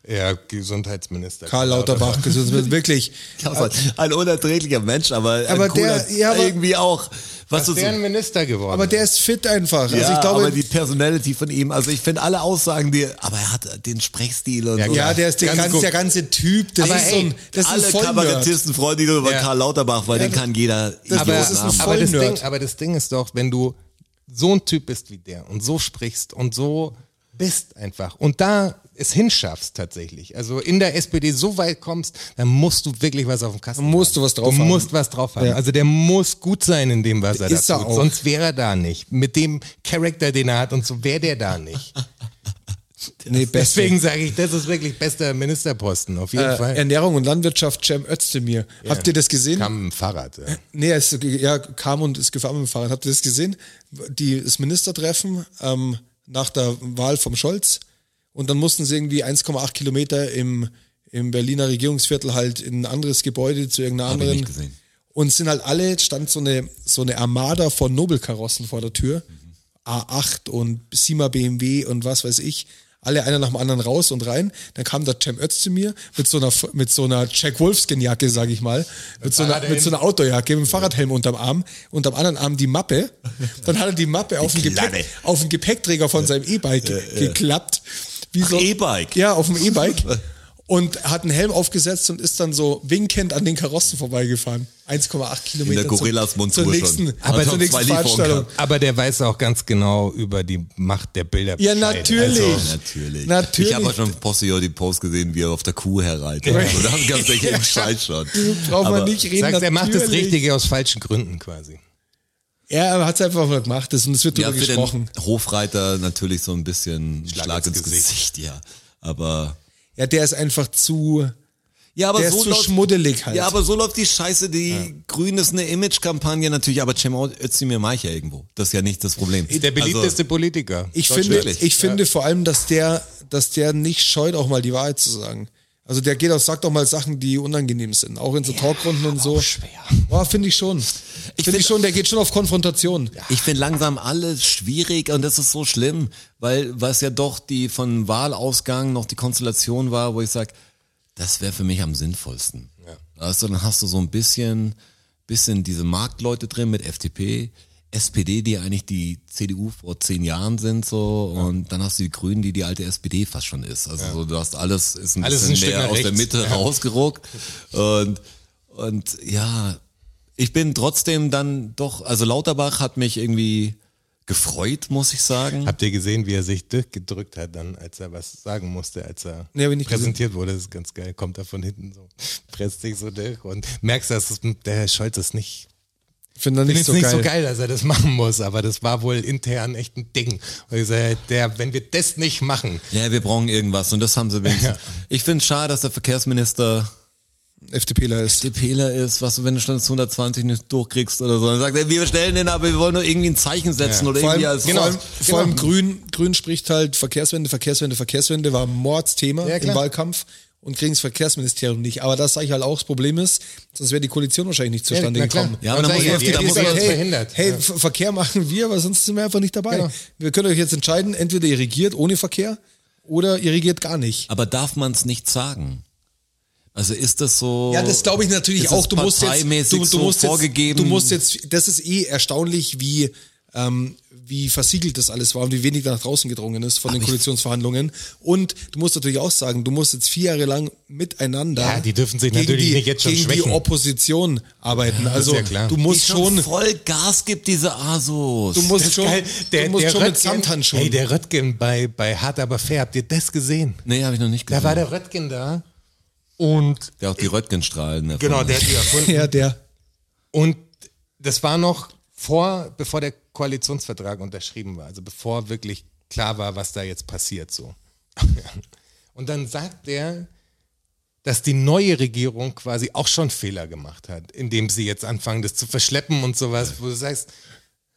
Speaker 3: Ja, Gesundheitsminister.
Speaker 2: Karl Lauterbach, Gesundheitsminister, wirklich.
Speaker 4: halt Ein unerträglicher Mensch, aber, ein
Speaker 2: Aber
Speaker 4: cooler,
Speaker 2: der- ja, aber-
Speaker 4: irgendwie auch. Was du
Speaker 3: Ist der ein Minister geworden?
Speaker 2: Aber der ist fit einfach.
Speaker 4: Ja,
Speaker 2: also ich glaube,
Speaker 4: aber die Personality von ihm, also ich finde alle Aussagen, die, aber er hat den Sprechstil und so.
Speaker 2: ja, der ist der
Speaker 3: Ganz
Speaker 2: ganze,
Speaker 3: guck.
Speaker 2: der ganze Typ. Das
Speaker 3: Aber
Speaker 2: ist so
Speaker 3: ey,
Speaker 2: ein, das
Speaker 4: alle
Speaker 2: ist ein Vollnerd.
Speaker 4: Kabarettisten freuen sich nur über
Speaker 3: Ja.
Speaker 4: Karl Lauterbach, weil den kann jeder Idioten
Speaker 2: aber das ist ein
Speaker 4: haben.
Speaker 3: aber, das
Speaker 2: Vollnerd.
Speaker 3: Ding, aber das Ding ist doch, wenn du so ein Typ bist wie der und so sprichst und so bist einfach und da es hinschaffst tatsächlich, also in der SPD so weit kommst, dann musst du wirklich was auf dem Kasten
Speaker 2: Dann musst du was drauf
Speaker 3: du
Speaker 2: haben.
Speaker 3: musst was drauf haben.
Speaker 2: Ja.
Speaker 3: Also der muss gut sein in dem, was er
Speaker 2: Ist
Speaker 3: da
Speaker 2: er
Speaker 3: tut.
Speaker 2: auch.
Speaker 3: Sonst wäre er da nicht. Mit dem Charakter, den er hat und so wäre der da nicht.
Speaker 2: Nee, beste.
Speaker 3: Deswegen sage ich, das ist wirklich bester Ministerposten, auf jeden
Speaker 2: äh,
Speaker 3: Fall.
Speaker 2: Ernährung und Landwirtschaft, Cem Özdemir. Habt ihr das gesehen?
Speaker 3: Kam mit dem Fahrrad. Ja.
Speaker 2: Nee, er ist, ja, kam und ist gefahren mit dem Fahrrad. Habt ihr das gesehen? Die, das Ministertreffen ähm, nach der Wahl vom Scholz. Und dann mussten sie irgendwie 1,8 Kilometer im, im Berliner Regierungsviertel halt in ein anderes Gebäude zu irgendeiner
Speaker 4: Hab ich
Speaker 2: anderen.
Speaker 4: nicht gesehen.
Speaker 2: Und sind halt alle, stand so eine, so eine Armada von Nobelkarossen vor der Tür. A8 und Sima BMW und was weiß ich. Alle einer nach dem anderen raus und rein. Dann kam der Cem Özdemir mit so einer, mit so einer Jack Wolfskin-Jacke, sag ich mal. Mit so, einer,
Speaker 3: Fahrradhelm.
Speaker 2: mit so einer Outdoorjacke, mit dem Fahrradhelm unterm Arm, unterm anderen Arm die Mappe. Dann hat er die Mappe auf, den,
Speaker 4: Kladde.
Speaker 2: Gepäck, auf den Gepäckträger von seinem E-Bike geklappt. Wie
Speaker 4: Ach, E-Bike.
Speaker 2: Ja, auf dem E-Bike. Und hat einen Helm aufgesetzt und ist dann so winkend an den Karossen vorbeigefahren. 1,8 Kilometer.
Speaker 4: der
Speaker 2: zum-
Speaker 4: Gorillas-Montur
Speaker 2: zur nächsten,
Speaker 4: schon.
Speaker 2: aber
Speaker 4: Also
Speaker 2: zur
Speaker 4: zwei
Speaker 2: nächsten
Speaker 4: Lieferungen
Speaker 2: Veranstaltung.
Speaker 3: Aber der weiß auch ganz genau über die Macht der Bilder.
Speaker 2: Ja,
Speaker 3: Bescheid.
Speaker 2: natürlich.
Speaker 3: Also,
Speaker 4: Natürlich.
Speaker 2: Natürlich.
Speaker 4: Ich habe auch schon Postio die Post gesehen, wie er auf der Kuh herreitet. Und dann gab es echt einen Scheiß schon.
Speaker 2: Braucht man
Speaker 4: Aber
Speaker 2: nicht reden.
Speaker 3: sagst, er macht das
Speaker 2: natürlich.
Speaker 3: Richtige aus falschen Gründen quasi.
Speaker 2: Ja, er hat es einfach mal gemacht. Das, und es wird
Speaker 4: Ja,
Speaker 2: drüber
Speaker 4: für den
Speaker 2: gesprochen.
Speaker 4: Hofreiter natürlich so ein bisschen Schlag, ins,
Speaker 3: ins
Speaker 4: Gesicht. ja. Aber
Speaker 2: Ja, der ist einfach zu.
Speaker 4: Ja, aber
Speaker 2: Der
Speaker 4: so
Speaker 2: ist zu
Speaker 4: läuft-
Speaker 2: schmuddelig halt.
Speaker 4: Ja, aber so läuft die Scheiße. Die Grün ist eine Image-Kampagne natürlich, aber Cem Özdemir mache ich ja irgendwo. Das ist ja nicht das Problem.
Speaker 3: Der beliebteste Politiker.
Speaker 2: Also, Ich
Speaker 4: Deutsch
Speaker 2: finde,
Speaker 4: wirklich.
Speaker 2: ich finde vor allem, dass der, dass der nicht scheut, auch mal die Wahrheit zu sagen. Also der geht auch, sagt auch mal Sachen, die unangenehm sind, auch in so Talkrunden und so. Schwer. Boah, finde ich schon. Ich finde
Speaker 4: find-
Speaker 2: ich schon, der geht schon auf Konfrontation.
Speaker 4: Ich finde langsam alles schwierig und das ist so schlimm, weil was ja doch die von Wahlausgang noch die Konstellation war, wo ich sage, das wäre für mich am sinnvollsten. Also dann hast du so ein bisschen, bisschen diese Marktleute drin mit FDP, SPD, die eigentlich die CDU vor zehn Jahren sind so und dann hast du die Grünen, die die alte SPD fast schon ist. Also so, du hast alles ist ein
Speaker 3: Alles
Speaker 4: bisschen
Speaker 3: ein Stück
Speaker 4: mehr
Speaker 3: nach
Speaker 4: aus der
Speaker 3: rechts.
Speaker 4: Mitte rausgeruckt und und ja, ich bin trotzdem dann doch, also Lauterbach hat mich irgendwie gefreut, muss ich sagen.
Speaker 3: Habt ihr gesehen, wie er sich durchgedrückt hat dann, als er was sagen musste, als er
Speaker 2: Nee, hab ich nicht
Speaker 3: präsentiert wurde? Das ist ganz geil. Kommt er von hinten so, presst sich so durch und merkst, dass es, der Herr Scholz ist nicht
Speaker 2: Finde ich
Speaker 3: Ich
Speaker 2: nicht,
Speaker 3: finde
Speaker 2: so,
Speaker 3: es
Speaker 2: geil.
Speaker 3: nicht so geil, dass er das machen muss, aber das war wohl intern echt ein Ding. Und ich sage, der, wenn wir das nicht machen,
Speaker 4: Ja, wir brauchen irgendwas und das haben sie wenigstens. Ich finde es schade, dass der Verkehrsminister
Speaker 2: FDPler ist.
Speaker 4: der Pehler ist, was du, wenn du schon das 120 nicht durchkriegst oder so. Dann sagt er, wir stellen den, aber wir wollen nur irgendwie ein Zeichen setzen
Speaker 3: Ja.
Speaker 4: oder
Speaker 2: Vor allem,
Speaker 4: irgendwie als
Speaker 2: vor allem, vor allem
Speaker 4: Genau.
Speaker 2: Grün, Grün spricht halt Verkehrswende, Verkehrswende, Verkehrswende war ein Mordsthema
Speaker 3: Ja,
Speaker 2: im
Speaker 3: klar.
Speaker 2: Wahlkampf und kriegen das Verkehrsministerium nicht. Aber das sage ich halt auch, das Problem ist, sonst wäre die Koalition wahrscheinlich nicht zustande
Speaker 3: na klar.
Speaker 2: gekommen.
Speaker 4: Ja, aber da
Speaker 3: Und
Speaker 4: muss
Speaker 3: sag
Speaker 4: man-
Speaker 3: ich,
Speaker 4: da
Speaker 3: die
Speaker 4: muss
Speaker 3: ist
Speaker 4: man-
Speaker 3: uns
Speaker 2: hey,
Speaker 3: verhindert.
Speaker 2: Hey, Ver- Verkehr machen wir, weil sonst sind wir einfach nicht dabei.
Speaker 3: Genau.
Speaker 2: Wir können euch jetzt entscheiden, entweder ihr regiert ohne Verkehr oder ihr regiert gar nicht.
Speaker 4: Aber darf man es nicht sagen? Also ist das so?
Speaker 2: Ja, das glaube ich natürlich
Speaker 4: ist
Speaker 2: auch.
Speaker 4: es
Speaker 2: Du musst jetzt,
Speaker 4: parteimäßig
Speaker 2: du, du
Speaker 4: so
Speaker 2: musst
Speaker 4: vorgegeben.
Speaker 2: jetzt, du musst jetzt, das ist eh erstaunlich, wie wie versiegelt das alles war und wie wenig da nach draußen gedrungen ist von den Koalitionsverhandlungen. Und du musst natürlich auch sagen, du musst jetzt vier Jahre lang miteinander
Speaker 3: Ja, die dürfen sich
Speaker 2: gegen
Speaker 3: natürlich
Speaker 2: die,
Speaker 3: nicht jetzt schon
Speaker 2: gegen die
Speaker 3: schwächen.
Speaker 2: Opposition arbeiten. also
Speaker 3: ja klar.
Speaker 2: du
Speaker 4: Die
Speaker 2: musst schon,
Speaker 4: voll Gas gibt, diese Asos.
Speaker 2: du musst schon,
Speaker 3: Geil,
Speaker 2: du musst schon mit
Speaker 3: Röttgen-
Speaker 2: Samthandschuhen.
Speaker 3: Ey, der Röttgen bei, bei Hart aber fair, habt ihr das gesehen?
Speaker 4: nee, habe ich noch nicht
Speaker 3: Da
Speaker 4: gesehen.
Speaker 3: war
Speaker 2: Genau.
Speaker 3: der Röttgen da und
Speaker 4: Der auch die Röntgenstrahlen erfunden
Speaker 3: genau, der
Speaker 4: hat.
Speaker 3: hat die erfunden.
Speaker 2: ja, der.
Speaker 3: Und das war noch vor, bevor der Koalitionsvertrag unterschrieben war, also bevor wirklich klar war, was da jetzt passiert so. Und dann sagt er, dass die neue Regierung quasi auch schon Fehler gemacht hat, indem sie jetzt anfangen, das zu verschleppen und sowas, wo du sagst,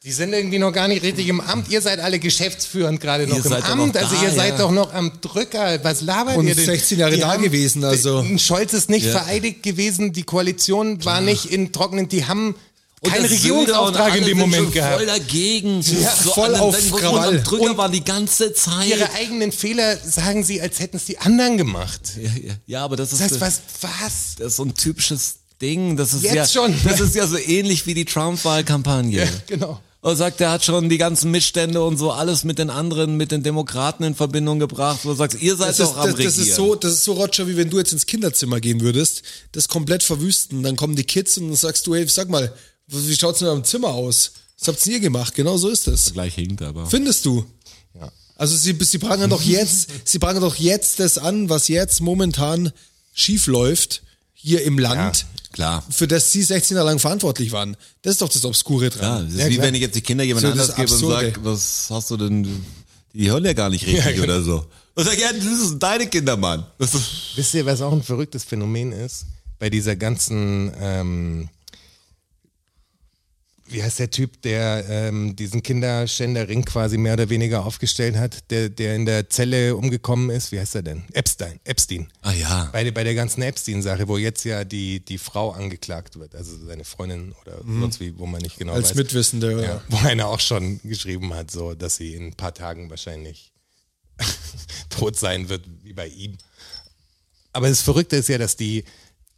Speaker 3: die sind irgendwie noch gar nicht richtig im Amt. Ihr seid alle geschäftsführend gerade noch im
Speaker 4: seid doch
Speaker 3: Amt.
Speaker 4: noch
Speaker 3: also
Speaker 4: da,
Speaker 3: ihr
Speaker 4: ja.
Speaker 3: seid doch noch am Drücker. Was labert
Speaker 2: Und
Speaker 3: ihr denn?
Speaker 2: 16 Jahre
Speaker 3: Die
Speaker 2: da
Speaker 3: haben-
Speaker 2: gewesen, also.
Speaker 3: Scholz ist nicht
Speaker 4: Ja.
Speaker 3: vereidigt gewesen, die Koalition war nicht in trockenen, die haben
Speaker 4: Und
Speaker 3: keinen
Speaker 4: das Söder und
Speaker 3: Regierungsauftrag
Speaker 4: alle
Speaker 3: in dem
Speaker 4: sind schon
Speaker 3: Moment gehabt.
Speaker 4: Voll dagegen.
Speaker 2: Ja, voll
Speaker 4: an den
Speaker 2: auf
Speaker 4: Denken- und
Speaker 2: Krawall.
Speaker 4: am Drücker
Speaker 3: Und-
Speaker 4: waren die ganze Zeit.
Speaker 3: Ihre eigenen Fehler sagen sie, als hätten es die anderen gemacht.
Speaker 4: ja, ja. ja, aber das ist,
Speaker 3: Das heißt,
Speaker 4: das,
Speaker 3: was, was?
Speaker 4: das ist so ein typisches Ding. Das ist
Speaker 3: Jetzt
Speaker 4: ja,
Speaker 3: schon.
Speaker 4: Das ist ja so ähnlich wie die Trump-Wahlkampagne.
Speaker 3: Ja, genau.
Speaker 4: Und sagt, er hat schon die ganzen Missstände und so alles mit den anderen, mit den Demokraten in Verbindung gebracht. Wo du sagst, ihr seid
Speaker 2: Das ist,
Speaker 4: doch am
Speaker 2: das, das,
Speaker 4: Regieren.
Speaker 2: ist so, das ist so, Roger, wie wenn du jetzt ins Kinderzimmer gehen würdest, das komplett verwüsten. Dann kommen die Kids und dann sagst du, hey, sag mal, wie schaut's denn in eurem Zimmer aus? Was habt's ihr gemacht? Genau so ist es.
Speaker 4: Gleich hinkt aber.
Speaker 2: Findest du?
Speaker 3: Ja.
Speaker 2: Also sie, sie prangen doch jetzt, sie prangen doch jetzt das an, was jetzt momentan schief läuft hier im Land,
Speaker 4: Klar.
Speaker 2: für das sie 16 Jahre lang verantwortlich waren. Das ist doch das Obskure
Speaker 4: Ja,
Speaker 2: dran.
Speaker 4: Ah, das ist wie
Speaker 3: klar.
Speaker 4: wenn ich jetzt die Kinder jemand
Speaker 2: So, das
Speaker 4: anders gebe und
Speaker 2: Absurde.
Speaker 4: sage, was hast du denn, die hören ja gar nicht richtig oder so. Und sag, ja, das sind deine Kinder, Mann. Das ist,
Speaker 3: Wisst ihr, was auch ein verrücktes Phänomen ist? Bei dieser ganzen, ähm, wie heißt der Typ, der ähm, diesen Kinderschänderring quasi mehr oder weniger aufgestellt hat, der, der in der Zelle umgekommen ist? Wie heißt er denn? Epstein. Epstein.
Speaker 4: ah ja.
Speaker 3: Bei, der- bei der ganzen Epstein-Sache, wo jetzt ja die, die Frau angeklagt wird, also seine Freundin oder sonst wie, wo man nicht genau
Speaker 2: Als
Speaker 3: weiß.
Speaker 2: Mitwissende. oder?
Speaker 3: ja, wo einer auch schon geschrieben hat, so, dass sie in ein paar Tagen wahrscheinlich tot sein wird, wie bei ihm. Aber das Verrückte ist ja, dass die,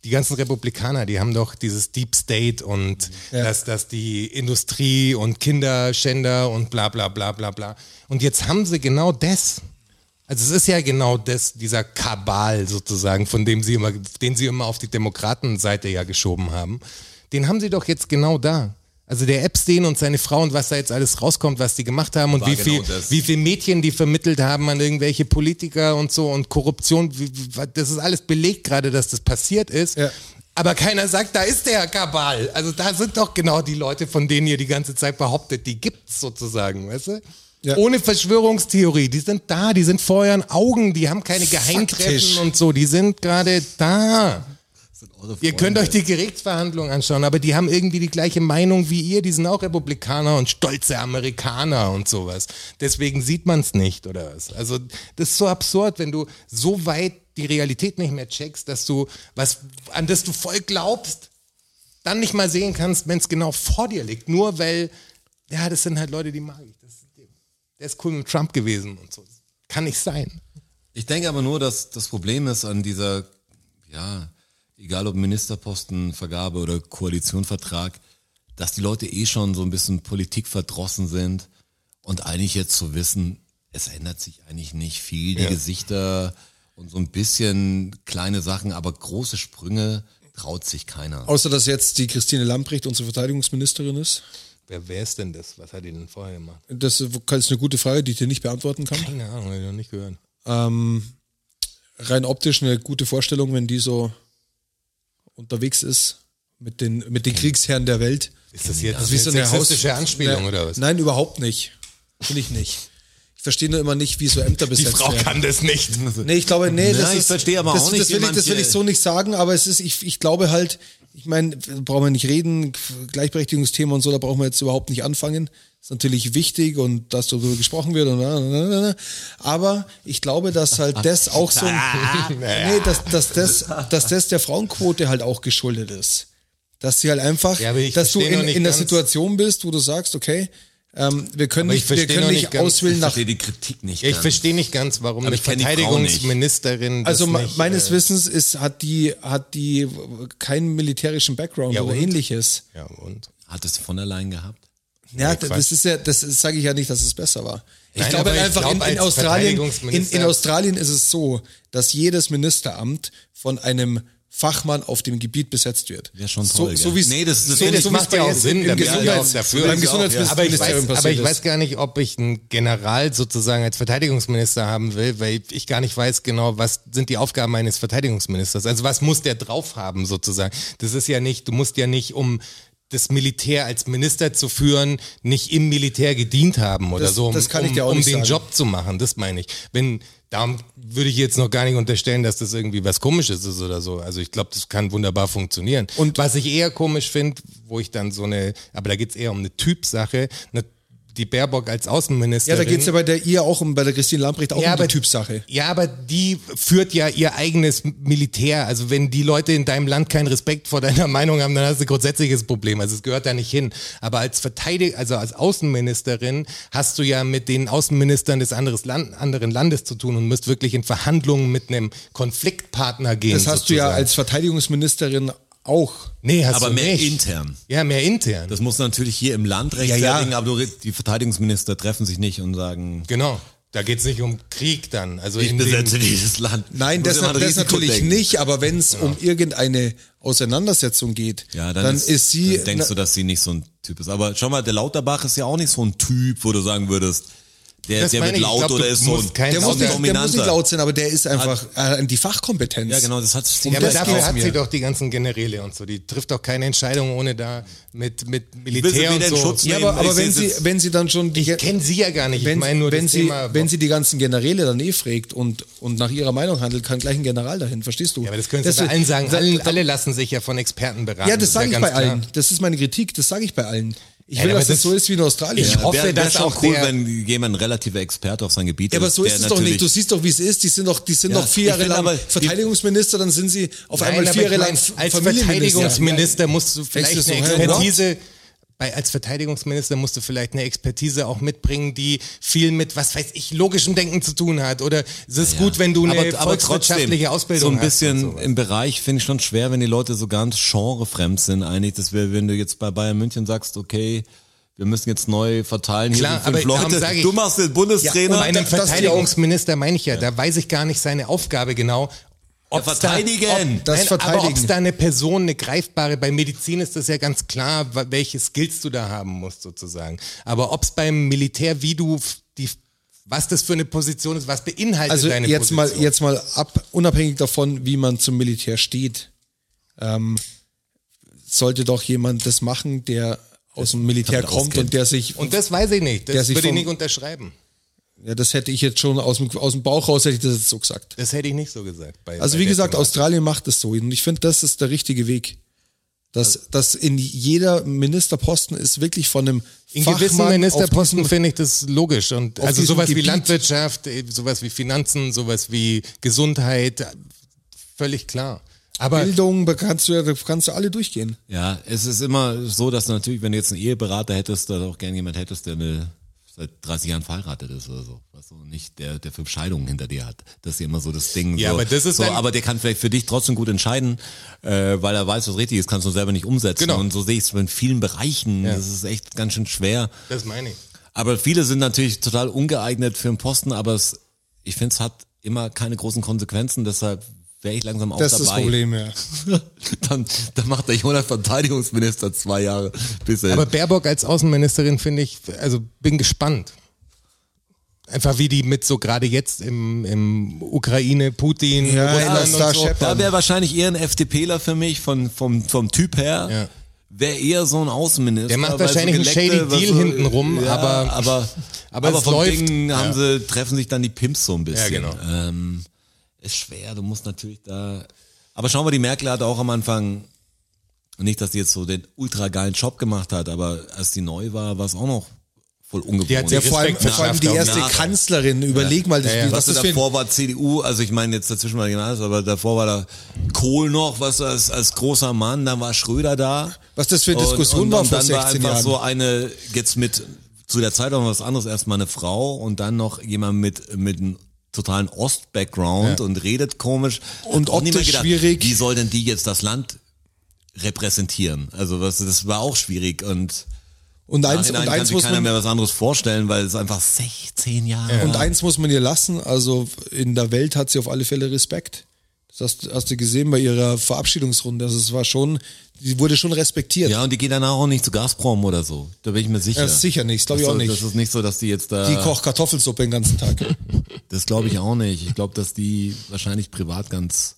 Speaker 3: die ganzen Republikaner, die haben doch dieses Deep State und dass, dass die Industrie und Kinderschänder und bla bla bla bla bla. Und jetzt haben sie genau das. Also es ist ja genau das, dieser Kabal sozusagen, von dem sie immer, den sie immer auf die Demokratenseite ja geschoben haben. Den haben sie doch jetzt genau da. Also der Epstein und seine Frau und was da jetzt alles rauskommt, was die gemacht haben und
Speaker 4: War
Speaker 3: wie
Speaker 4: genau
Speaker 3: viel,
Speaker 4: das.
Speaker 3: wie viel Mädchen die vermittelt haben an irgendwelche Politiker und so und Korruption, wie- wie- das ist alles belegt gerade, dass das passiert ist.
Speaker 2: Ja.
Speaker 3: Aber keiner sagt, da ist der Kabal. Also da sind doch genau die Leute, von denen ihr die ganze Zeit behauptet, die gibt's sozusagen, weißt du?
Speaker 2: Ja.
Speaker 3: Ohne Verschwörungstheorie, die sind da, die sind vor euren Augen, die haben keine Geheimtreffen und so, die sind gerade da. Ihr könnt euch die Gerichtsverhandlung anschauen, aber die haben irgendwie die gleiche Meinung wie ihr. Die sind auch Republikaner und stolze Amerikaner und sowas. Deswegen sieht man es nicht, oder was? Also, das ist so absurd, wenn du so weit die Realität nicht mehr checkst, dass du was, an das du voll glaubst, dann nicht mal sehen kannst, wenn es genau vor dir liegt. Nur weil, ja, das sind halt Leute, die mag ich. Das, der ist cool mit Trump gewesen und so. Kann nicht sein.
Speaker 4: Ich denke aber nur, dass das Problem ist an dieser, ja, egal ob Ministerpostenvergabe oder Koalitionvertrag, dass die Leute eh schon so ein bisschen Politik verdrossen sind und eigentlich jetzt zu wissen, es ändert sich eigentlich nicht viel, die Gesichter und so ein bisschen kleine Sachen, aber große Sprünge traut sich keiner.
Speaker 2: Außer dass jetzt die Christine Lamprecht unsere Verteidigungsministerin ist.
Speaker 3: Wer, wer ist denn das? Was hat die denn vorher gemacht?
Speaker 2: Das ist eine gute Frage, die ich dir nicht beantworten kann.
Speaker 3: Keine Ahnung, hab ich noch nicht gehört.
Speaker 2: Ähm, rein optisch eine gute Vorstellung, wenn die so unterwegs ist mit den, mit den Kriegsherren der Welt.
Speaker 3: Ist das jetzt
Speaker 2: Das ist wie so eine
Speaker 3: sexistische
Speaker 2: Haus-
Speaker 3: Anspielung
Speaker 2: Ne-
Speaker 3: oder was?
Speaker 2: Nein, überhaupt nicht. Finde ich nicht. Ich verstehe nur immer nicht, wie so Ämter
Speaker 3: die
Speaker 2: besetzt
Speaker 3: Frau
Speaker 2: werden.
Speaker 3: kann das nicht.
Speaker 2: Nee, ich glaube, nee,
Speaker 4: Na,
Speaker 2: das
Speaker 4: ich
Speaker 2: ist,
Speaker 4: verstehe aber
Speaker 2: das,
Speaker 4: auch nicht,
Speaker 2: Das will, ich, das will
Speaker 4: manche-
Speaker 2: ich so nicht sagen, aber es ist, ich, ich glaube halt, ich meine, brauchen wir nicht reden, Gleichberechtigungsthema und so, da brauchen wir jetzt überhaupt nicht anfangen. Ist natürlich wichtig und dass darüber gesprochen wird und na, na, na, na. aber ich glaube, dass halt das auch so ein, nee, dass, dass, das, dass das der Frauenquote halt auch geschuldet ist. Dass sie halt einfach,
Speaker 3: Ja, aber ich
Speaker 2: dass du
Speaker 3: verstehe
Speaker 2: in,
Speaker 3: noch nicht
Speaker 2: in der
Speaker 3: ganz-
Speaker 2: Situation bist, wo du sagst, okay, ähm, wir können
Speaker 3: Aber ich
Speaker 2: nicht, wir
Speaker 3: verstehe
Speaker 2: können
Speaker 3: noch
Speaker 2: nicht,
Speaker 3: nicht ganz-
Speaker 2: auswählen nach
Speaker 4: verstehe die Kritik nicht. ähm,
Speaker 3: Ich
Speaker 4: ganz.
Speaker 3: verstehe nicht ganz, warum die
Speaker 4: ich kenn die Frau
Speaker 3: Verteidigungsministerin das
Speaker 2: Also me-
Speaker 3: nicht,
Speaker 2: meines
Speaker 3: äh,
Speaker 2: Wissens ist, hat die, hat die w- keinen militärischen Background
Speaker 3: Ja,
Speaker 2: oder
Speaker 3: und?
Speaker 2: ähnliches.
Speaker 3: Ja, und?
Speaker 4: Hat es von allein gehabt?
Speaker 2: Ja,
Speaker 3: Nee,
Speaker 2: d-
Speaker 3: Quatsch.
Speaker 2: das ist ja, das sage ich ja nicht, dass es besser war. Ich
Speaker 3: Nein,
Speaker 2: glaube
Speaker 3: aber ich
Speaker 2: einfach,
Speaker 3: glaub,
Speaker 2: in, in,
Speaker 3: als
Speaker 2: Australien, in, in
Speaker 3: Verteidigungsminister-
Speaker 2: Australien ist es so, dass jedes Ministeramt von einem Fachmann auf dem Gebiet besetzt wird.
Speaker 4: Wär schon toll,
Speaker 2: so, so
Speaker 4: gell?
Speaker 2: wie es-
Speaker 4: Nee, das- das
Speaker 2: so,
Speaker 4: finde
Speaker 3: Das
Speaker 4: ich-
Speaker 2: so
Speaker 3: macht ja auch Sinn, da
Speaker 2: im
Speaker 3: bin ich ja auch
Speaker 2: Gesundheits
Speaker 3: dafür.
Speaker 2: beim
Speaker 3: aber ich,
Speaker 2: Gesundheitsministerium
Speaker 3: weiß, aber
Speaker 2: passiert
Speaker 3: ich weiß
Speaker 2: ist.
Speaker 3: gar nicht, ob ich einen General sozusagen als Verteidigungsminister haben will, weil ich gar nicht weiß genau, was sind die Aufgaben eines Verteidigungsministers. Also was muss der drauf haben sozusagen? Das ist ja nicht, du musst ja nicht um das Militär als Minister zu führen, nicht im Militär gedient haben oder
Speaker 2: Das-
Speaker 3: so, um,
Speaker 2: das kann ich
Speaker 3: um,
Speaker 2: dir auch
Speaker 3: um
Speaker 2: nicht
Speaker 3: den
Speaker 2: sagen.
Speaker 3: Job zu machen, das meine ich. Wenn, darum würde ich jetzt noch gar nicht unterstellen, dass das irgendwie was Komisches ist oder so. Also ich glaube, das kann wunderbar funktionieren. Und was ich eher komisch finde, wo ich dann so eine, aber da geht's eher um eine Typsache, eine, die Baerbock als
Speaker 2: Ja,
Speaker 3: Außenministerin.
Speaker 2: da geht's ja bei der ihr auch um, bei der Christine Lambrecht auch
Speaker 3: Ja,
Speaker 2: um die
Speaker 3: aber-
Speaker 2: Typsache.
Speaker 3: Ja, aber die führt ja ihr eigenes Militär. Also wenn die Leute in deinem Land keinen Respekt vor deiner Meinung haben, dann hast du ein grundsätzliches Problem. Also es gehört da nicht hin. Aber als Verteidig also als Außenministerin hast du ja mit den Außenministern des anderes Land anderen Landes zu tun und musst wirklich in Verhandlungen mit einem Konfliktpartner gehen.
Speaker 2: Das hast du ja
Speaker 3: sozusagen.
Speaker 2: als Verteidigungsministerin auch.
Speaker 3: nee, hast
Speaker 4: Aber
Speaker 3: du
Speaker 4: mehr
Speaker 3: nicht.
Speaker 4: intern.
Speaker 3: Ja, mehr intern.
Speaker 4: Das muss natürlich hier im Land rechtfertigen, aber du, red- die Verteidigungsminister treffen sich nicht und sagen,
Speaker 3: genau. Da geht's nicht um Krieg dann. Also
Speaker 4: ich
Speaker 3: in den-
Speaker 4: besetze dieses Land.
Speaker 2: Nein,
Speaker 4: Du
Speaker 2: das,
Speaker 4: musst immer an
Speaker 2: das
Speaker 4: Risiko
Speaker 2: natürlich
Speaker 4: denken.
Speaker 2: nicht, aber wenn es um irgendeine Auseinandersetzung geht,
Speaker 4: Ja,
Speaker 2: dann,
Speaker 4: dann,
Speaker 2: ist, sie.
Speaker 4: Dann denkst du, dass sie nicht so ein Typ ist. Aber schau mal, der Lauterbach ist ja auch nicht so ein Typ, wo du sagen würdest, der,
Speaker 3: Das
Speaker 4: der
Speaker 3: meine ich.
Speaker 4: wird
Speaker 3: Ich
Speaker 4: laut
Speaker 3: glaub, du
Speaker 4: oder ist so
Speaker 3: musst
Speaker 4: ein
Speaker 3: kein
Speaker 2: der, muss
Speaker 3: Lauter-
Speaker 2: nicht, der muss nicht
Speaker 4: dominanter.
Speaker 2: laut sein, aber der ist einfach äh, die Fachkompetenz.
Speaker 4: Ja, genau, das hat sich
Speaker 3: Ja, aber
Speaker 2: Das
Speaker 3: dafür
Speaker 2: geht's
Speaker 3: hat
Speaker 2: mir.
Speaker 3: sie doch die ganzen Generäle und so. Die trifft doch keine Entscheidung ohne da mit, mit
Speaker 4: Willst
Speaker 3: Militär
Speaker 4: du
Speaker 3: und
Speaker 4: wieder in
Speaker 3: so.
Speaker 4: Schutz
Speaker 2: Ja,
Speaker 4: nehmen?
Speaker 2: aber, aber
Speaker 4: Ich
Speaker 2: wenn
Speaker 4: seh's
Speaker 2: sie,
Speaker 4: jetzt.
Speaker 2: wenn sie dann schon die,
Speaker 3: Ich kenne sie ja gar nicht.
Speaker 2: wenn,
Speaker 3: ich meine nur
Speaker 2: wenn,
Speaker 3: das
Speaker 2: sie,
Speaker 3: Thema.
Speaker 2: wenn sie die ganzen Generäle dann eh fragt und, und nach ihrer Meinung handelt, kann gleich ein General dahin, verstehst du?
Speaker 3: ja, aber das können sie bei
Speaker 2: Deswegen-
Speaker 3: allen sagen.
Speaker 2: da-
Speaker 3: Alle, alle lassen sich ja von Experten beraten.
Speaker 2: ja, das
Speaker 3: ist
Speaker 2: sage ich
Speaker 3: ganz
Speaker 2: bei allen.
Speaker 3: klar.
Speaker 2: Das ist meine Kritik, das sage ich bei allen. Ich
Speaker 3: Ja,
Speaker 2: will,
Speaker 3: aber
Speaker 2: dass das,
Speaker 3: das-
Speaker 2: so ist wie in Australien.
Speaker 3: Ich hoffe,
Speaker 4: Wäre wär
Speaker 3: dass
Speaker 4: schon
Speaker 3: auch
Speaker 4: cool,
Speaker 3: der-
Speaker 4: wenn jemand ein relativer Experte auf sein Gebiet
Speaker 2: Ja,
Speaker 4: ist.
Speaker 2: aber so ist
Speaker 4: der
Speaker 2: es doch nicht. Du
Speaker 4: natürlich-
Speaker 2: siehst doch, wie es ist. Die sind doch, die sind
Speaker 4: Ja,
Speaker 2: doch vier
Speaker 4: ich
Speaker 2: Jahre
Speaker 4: bin
Speaker 2: lang
Speaker 4: aber-
Speaker 2: Verteidigungsminister, dann sind sie auf
Speaker 3: Nein,
Speaker 2: einmal
Speaker 3: aber
Speaker 2: vier Jahre
Speaker 3: ich
Speaker 2: lang
Speaker 3: mein, als
Speaker 2: Familienminister.
Speaker 3: Verteidigungsminister musst du
Speaker 2: Denkst
Speaker 3: vielleicht
Speaker 2: du
Speaker 3: eine
Speaker 2: so, hey, what?
Speaker 3: Expertise. Bei, als Verteidigungsminister musst du vielleicht eine Expertise auch mitbringen, die viel mit, was weiß ich, logischem Denken zu tun hat. Oder es ist gut, wenn du eine volkswirtschaftliche Ausbildung
Speaker 4: so ein bisschen
Speaker 3: hast. und sowas.
Speaker 4: im Bereich finde ich schon schwer, wenn die Leute so ganz genrefremd sind eigentlich. Das wäre, wenn du jetzt bei Bayern München sagst, okay, wir müssen jetzt neu verteilen.
Speaker 3: Klar,
Speaker 4: hier sind fünf
Speaker 3: aber darum
Speaker 4: Leute.
Speaker 3: sag ich- um
Speaker 4: du machst den
Speaker 2: Ja,
Speaker 4: Bundestrainer.
Speaker 2: und
Speaker 3: Bei einem
Speaker 2: Das- das
Speaker 3: Verteidigungsminister meine ich ja, da weiß ich gar nicht seine Aufgabe genau. Ob's
Speaker 4: Ja, verteidigen.
Speaker 3: Da,
Speaker 2: Das
Speaker 3: ob, nein, aber ob
Speaker 2: verteidigen.
Speaker 3: es da eine Person, eine greifbare, bei Medizin ist das ja ganz klar, wa- welche Skills du da haben musst sozusagen. Aber ob es beim Militär, wie du f- die, was das für eine Position ist, was beinhaltet
Speaker 2: Also
Speaker 3: deine
Speaker 2: jetzt mal,
Speaker 3: Position?
Speaker 2: jetzt mal ab, unabhängig davon, wie man zum Militär steht, ähm, sollte doch jemand das machen, der aus dem Militär
Speaker 4: damit
Speaker 2: kommt
Speaker 4: auskennt.
Speaker 2: und der sich,
Speaker 3: Und das weiß ich nicht,
Speaker 2: Der
Speaker 3: das
Speaker 2: sich
Speaker 3: würde ich
Speaker 2: vom-
Speaker 3: nicht unterschreiben.
Speaker 2: ja, das hätte ich jetzt schon aus dem, aus dem Bauch raus, hätte ich das jetzt so gesagt.
Speaker 3: Das hätte ich nicht so gesagt. Bei,
Speaker 2: Also
Speaker 3: bei
Speaker 2: wie
Speaker 3: der
Speaker 2: gesagt,
Speaker 3: Thematik.
Speaker 2: Australien macht es so. Und ich finde, das ist der richtige Weg. Dass, dass in jeder Ministerposten ist wirklich von einem
Speaker 3: In gewissen
Speaker 2: Fachmann auf
Speaker 3: Ministerposten finde ich das logisch. Und
Speaker 2: auf
Speaker 3: also
Speaker 2: diesem
Speaker 3: sowas wie
Speaker 2: Gebiet.
Speaker 3: Landwirtschaft, eh, sowas wie Finanzen, sowas wie Gesundheit, äh, völlig klar. Aber
Speaker 2: Bildung da kannst du ja, da kannst du alle durchgehen.
Speaker 4: Ja, es ist immer so, dass du natürlich, wenn du jetzt einen Eheberater hättest, da auch gerne jemand hättest, der eine, seit 30 Jahren verheiratet ist oder so. Weißt du, und nicht der, der fünf Scheidungen hinter dir hat. Das ist ja immer so das Ding.
Speaker 3: Ja,
Speaker 4: so,
Speaker 3: aber das ist
Speaker 4: so,
Speaker 3: dann-
Speaker 4: aber der kann vielleicht für dich trotzdem gut entscheiden, äh, weil er weiß, was richtig ist, kannst du selber nicht umsetzen.
Speaker 3: Genau.
Speaker 4: Und so sehe ich es in vielen Bereichen. Das ist echt ganz schön schwer.
Speaker 3: das meine ich.
Speaker 4: Aber viele sind natürlich total ungeeignet für einen Posten, aber es, ich finde, es hat immer keine großen Konsequenzen, deshalb wäre ich langsam auch
Speaker 2: Das
Speaker 4: dabei.
Speaker 2: ist das Problem, ja.
Speaker 4: dann, dann macht der Jonas Verteidigungsminister zwei Jahre bis er.
Speaker 3: Aber Baerbock als Außenministerin finde ich, also bin gespannt. Einfach wie die mit so gerade jetzt im, im Ukraine, Putin,
Speaker 2: Ja,
Speaker 3: Russland
Speaker 2: das-
Speaker 3: und
Speaker 2: das
Speaker 3: so.
Speaker 2: scheppert.
Speaker 4: da wäre wahrscheinlich eher ein FDPler für mich, von, vom, vom Typ her.
Speaker 3: Ja.
Speaker 4: Wäre eher so ein Außenminister.
Speaker 3: Der macht
Speaker 4: weil so
Speaker 3: wahrscheinlich einen
Speaker 4: geleckte,
Speaker 3: shady
Speaker 4: was
Speaker 3: Deal hintenrum,
Speaker 4: ja,
Speaker 3: aber-
Speaker 4: aber, aber,
Speaker 3: aber es
Speaker 4: vom
Speaker 3: läuft.
Speaker 4: Ding haben
Speaker 3: Ja.
Speaker 4: sie, treffen sich dann die Pimps so ein bisschen.
Speaker 3: Ja, genau.
Speaker 4: Ähm, ist schwer, du musst natürlich da. Aber schauen wir, die Merkel hat auch am Anfang, nicht, dass die jetzt so den ultra geilen Job gemacht hat, aber als die neu war, war es auch noch voll ungewohnt.
Speaker 3: Die hat sehr
Speaker 2: ja vor allem,
Speaker 3: Respekt
Speaker 2: vor allem
Speaker 3: verschafft
Speaker 2: die
Speaker 3: auch
Speaker 2: erste
Speaker 4: nachher.
Speaker 2: Kanzlerin, überleg mal, das,
Speaker 3: Ja, ja.
Speaker 2: was
Speaker 4: Was
Speaker 2: das
Speaker 4: du
Speaker 2: für ein,
Speaker 4: davor war CDU, also ich meine jetzt dazwischen war die Nase, aber davor war da Kohl noch, was als, als großer Mann, dann war Schröder da.
Speaker 2: was das für eine Diskussion
Speaker 4: und, und,
Speaker 2: war
Speaker 4: und
Speaker 2: vor
Speaker 4: dann war
Speaker 2: 16
Speaker 4: einfach
Speaker 2: Jahren.
Speaker 4: so eine, jetzt mit, zu der Zeit war was anderes, erstmal eine Frau und dann noch jemand mit, mit einem totalen Ost-Background und redet komisch.
Speaker 2: Und
Speaker 4: Hat auch niemand
Speaker 2: optisch schwierig.
Speaker 4: Wie soll denn die jetzt das Land repräsentieren? Also was, das war auch schwierig und
Speaker 2: Und eins,
Speaker 4: Nachhinein
Speaker 2: und
Speaker 4: kann
Speaker 2: eins
Speaker 4: sich
Speaker 2: muss
Speaker 4: keiner
Speaker 2: man
Speaker 4: mehr was anderes vorstellen, weil es einfach 16 Jahre.
Speaker 2: Und eins muss man ihr lassen, also in der Welt hat sie auf alle Fälle Respekt. Das hast, hast du gesehen bei ihrer Verabschiedungsrunde. Also es war schon, sie wurde schon respektiert.
Speaker 4: Ja, und die geht danach auch nicht zu Gazprom oder so. Da bin ich mir sicher.
Speaker 2: Ja, sicher nicht, das glaub ich
Speaker 4: Das
Speaker 2: auch
Speaker 4: ist-
Speaker 2: nicht.
Speaker 4: Das ist nicht so, dass die jetzt da.
Speaker 2: Die kocht Kartoffelsuppe den ganzen Tag.
Speaker 4: das glaube ich auch nicht. Ich glaube, dass die wahrscheinlich privat ganz,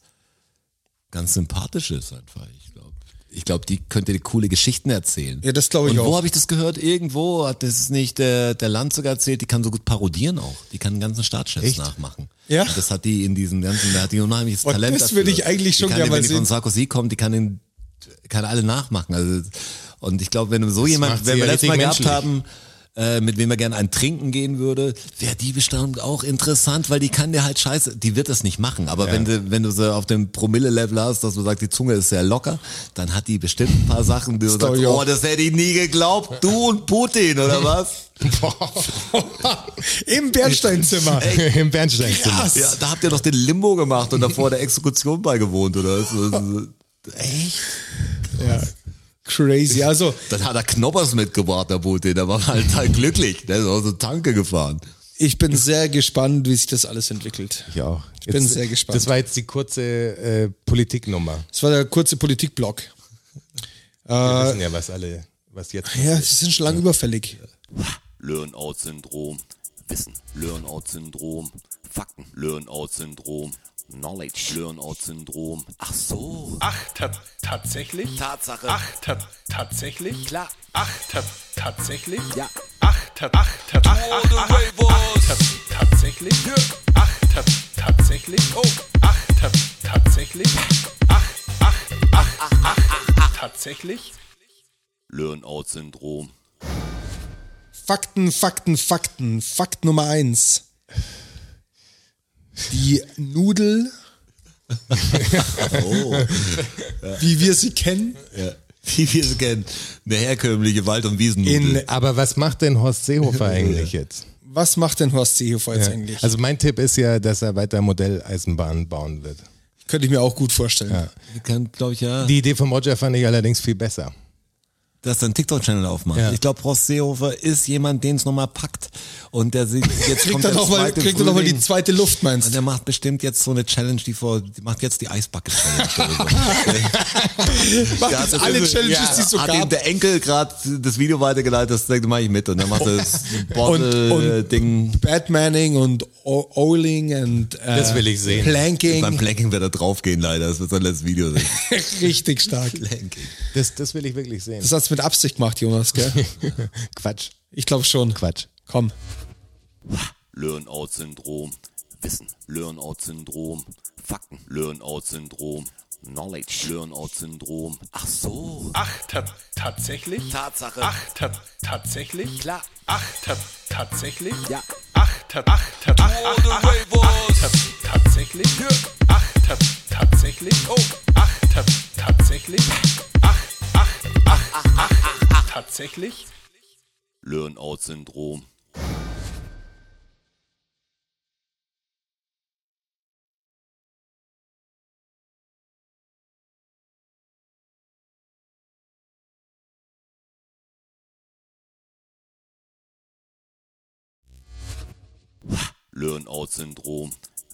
Speaker 4: ganz sympathisch ist einfach. Ich glaube, ich glaub, die könnte dir coole Geschichten erzählen.
Speaker 2: Ja, das glaube ich
Speaker 4: Und wo
Speaker 2: auch.
Speaker 4: habe ich das gehört? Irgendwo hat das ist nicht äh, der, der Land sogar erzählt, die kann so gut parodieren auch. Die kann den ganzen Staatschefs nachmachen.
Speaker 2: Ja?
Speaker 4: Und Das hat die in diesem ganzen, da hat die ein unheimliches
Speaker 2: Und
Speaker 4: Talent
Speaker 2: das
Speaker 4: dafür.
Speaker 2: würde ich eigentlich schon
Speaker 4: die kann,
Speaker 2: gerne
Speaker 4: wenn
Speaker 2: mal
Speaker 4: die von
Speaker 2: sehen.
Speaker 4: Sarkozy kommt, die kann den, kann alle nachmachen. Also, und ich glaube, wenn du so
Speaker 3: macht
Speaker 4: jemand, wenn
Speaker 3: sie
Speaker 4: wir
Speaker 3: ja
Speaker 4: letztes Mal
Speaker 3: richtig
Speaker 4: gehabt
Speaker 3: menschlich.
Speaker 4: haben, äh, mit wem er gerne ein Trinken gehen würde, wäre die bestimmt auch interessant, weil die kann dir halt scheiße, die wird das nicht machen, aber wenn, du, wenn du sie auf dem Promille-Level hast, dass du sagst, die Zunge ist sehr locker, dann hat die bestimmt ein paar Sachen, die du
Speaker 2: glaub
Speaker 4: sagst,
Speaker 2: ich auch.
Speaker 4: oh, das hätte ich nie geglaubt, du und Putin, oder was?
Speaker 2: Im Bernsteinzimmer.
Speaker 3: Im Bernsteinzimmer.
Speaker 4: Ja, da habt ihr doch den Limbo gemacht und davor der Exekution beigewohnt, oder? Das ist- äh, Echt?
Speaker 2: Ja. Crazy. Also,
Speaker 4: Dann hat er Knoppers mitgebracht, der Putin, der war halt, halt glücklich, der ist aus der Tanke gefahren.
Speaker 2: ich bin sehr gespannt, wie sich das alles entwickelt.
Speaker 3: Ich auch.
Speaker 2: Ich bin sehr gespannt.
Speaker 3: Das war jetzt die kurze äh, Politiknummer.
Speaker 2: Das war der kurze Politikblock.
Speaker 3: Wir wissen ja, was alle, was jetzt.
Speaker 2: Ja, sie sind schon lange überfällig.
Speaker 5: Learn-out-Syndrom, Wissen, Learn-out-Syndrom, Fakten, Learn-out-Syndrom, Knowledge, Learn-out-Syndrom. Ach so.
Speaker 6: Ach, ta tatsächlich?
Speaker 5: Tatsache.
Speaker 6: Ach, ta tatsächlich?
Speaker 5: Klar.
Speaker 6: Ach, ta tatsächlich?
Speaker 5: Ja.
Speaker 6: Ach, ta ach, ta ach, ach, ach, ach, ta tatsächlich? Ach, ta tatsächlich? Oh. Ach, ta tatsächlich? Ach, ach, ach, ach, ach, ach, tatsächlich?
Speaker 5: Learn-out-Syndrom.
Speaker 2: Fakten, Fakten, Fakten. Fakt Nummer eins. Die Nudel,
Speaker 4: Oh.
Speaker 2: wie wir sie kennen,
Speaker 4: Wie wir sie kennen, eine herkömmliche Wald- und Wiesennudel.
Speaker 2: In-
Speaker 3: Aber was macht denn Horst Seehofer eigentlich jetzt?
Speaker 2: Was macht denn Horst Seehofer jetzt
Speaker 3: Ja.
Speaker 2: eigentlich?
Speaker 3: Also mein Tipp ist ja, dass er weiter Modelleisenbahnen bauen wird.
Speaker 2: Könnte ich mir auch gut vorstellen.
Speaker 4: kann, glaube ich, ja.
Speaker 3: Die Idee von Roger fand ich allerdings viel besser.
Speaker 4: dass er einen TikTok-Channel aufmacht.
Speaker 3: Ja.
Speaker 4: Ich glaube, Horst Seehofer ist jemand, den es nochmal packt. Und der sieht, jetzt
Speaker 2: Kriegt
Speaker 4: kommt
Speaker 2: er
Speaker 4: der
Speaker 2: nochmal
Speaker 4: zweite
Speaker 2: noch mal die
Speaker 4: Frühling.
Speaker 2: zweite Luft, meinst
Speaker 4: Und
Speaker 2: du?
Speaker 4: der macht bestimmt jetzt so eine Challenge, die vor, die macht jetzt die Eisbacke-Challenge.
Speaker 2: Macht
Speaker 4: Der hat
Speaker 2: jetzt
Speaker 4: das
Speaker 2: alle
Speaker 4: irgendwie-
Speaker 2: Challenges, die es so
Speaker 4: Hat ihm
Speaker 2: gab.
Speaker 4: der Enkel gerade das Video weitergeleitet, das denkt, mach ich mit. Und dann macht er das Bottle-Ding.
Speaker 2: Batmaning und O- Owling und äh,
Speaker 3: Das will ich sehen.
Speaker 4: Beim
Speaker 2: Planking.
Speaker 4: Planking wird er draufgehen leider, das wird sein letztes Video sein.
Speaker 2: Richtig stark.
Speaker 4: Planking.
Speaker 3: Das, das will ich wirklich sehen.
Speaker 2: Das hat's mit Absicht gemacht, Jonas, gell?
Speaker 3: Quatsch.
Speaker 2: Ich glaube schon.
Speaker 3: Quatsch.
Speaker 2: Komm.
Speaker 5: Learn-out-Syndrom, Wissen, Learn-out-Syndrom, Fakten, Learn-out-Syndrom, Knowledge, Learn-out-Syndrom. Ach so.
Speaker 6: Ach, ta tatsächlich?
Speaker 5: Tatsache.
Speaker 6: Ach, ta tatsächlich?
Speaker 5: Klar.
Speaker 6: Ach, ta tatsächlich?
Speaker 5: Ja.
Speaker 6: Ach, ta ach, ta ach, ach, ach, ach, ta tatsächlich? Ach, ta tatsächlich? Oh. Ach, ta tatsächlich? Ach, ach, ach, ach, ach, ach, tatsächlich?
Speaker 5: Learn-out-Syndrom. Learn-out-Syndrom,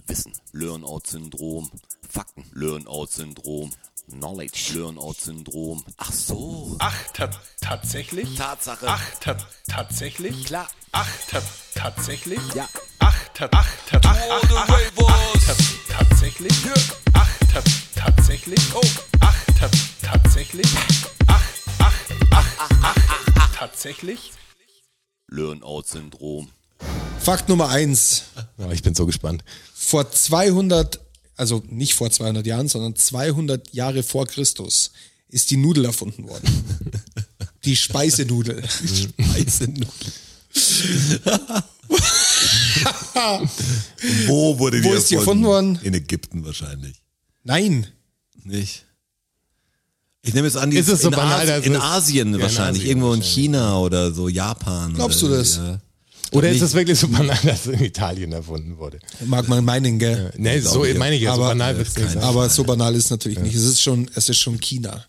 Speaker 5: Wissen, Learn-out-Syndrom, Fakten, Learn-out-Syndrom, Knowledge, Learn-out-Syndrom. Ach so.
Speaker 6: Ach, ta tatsächlich?
Speaker 5: Tatsache.
Speaker 6: Ach, ta tatsächlich?
Speaker 5: Klar.
Speaker 6: Ach, ta tatsächlich?
Speaker 5: Ja.
Speaker 6: Ach, ta ach, ta ach, ach, ach, ach, ta tatsächlich? Ach, ta tatsächlich? Oh. Ach, ta tatsächlich? Ach, ach, ach, ach, ach, ach, tatsächlich?
Speaker 5: Learn-out-Syndrom.
Speaker 2: Fakt Nummer eins.
Speaker 3: Oh, ich bin so gespannt.
Speaker 2: vor 200, also nicht vor 200 Jahren, sondern 200 Jahre vor Christus ist die Nudel erfunden worden. Die Speisenudel.
Speaker 3: Mhm.
Speaker 4: Weiße Nudel. Wo wurde die
Speaker 2: Wo ist die erfunden worden?
Speaker 4: In Ägypten wahrscheinlich.
Speaker 2: Nein,
Speaker 4: Nicht. Ich nehme jetzt an, die
Speaker 3: Ist es so
Speaker 4: in,
Speaker 3: banal, dass
Speaker 4: Asi in
Speaker 3: es-
Speaker 4: Asien
Speaker 3: Ja, in
Speaker 4: wahrscheinlich,
Speaker 3: Asien
Speaker 4: irgendwo in
Speaker 3: wahrscheinlich.
Speaker 4: China oder so, Japan.
Speaker 2: Glaubst
Speaker 4: oder,
Speaker 2: du das?
Speaker 4: Ja.
Speaker 3: Oder ist das wirklich so banal, dass es in Italien erfunden wurde?
Speaker 2: mag man meinen, gell?
Speaker 3: Nee, so meine ich ja, so
Speaker 2: Aber-
Speaker 4: äh,
Speaker 3: banal wird es nicht sein.
Speaker 2: Aber so banal ist es natürlich nicht. Es ist schon, es ist schon China.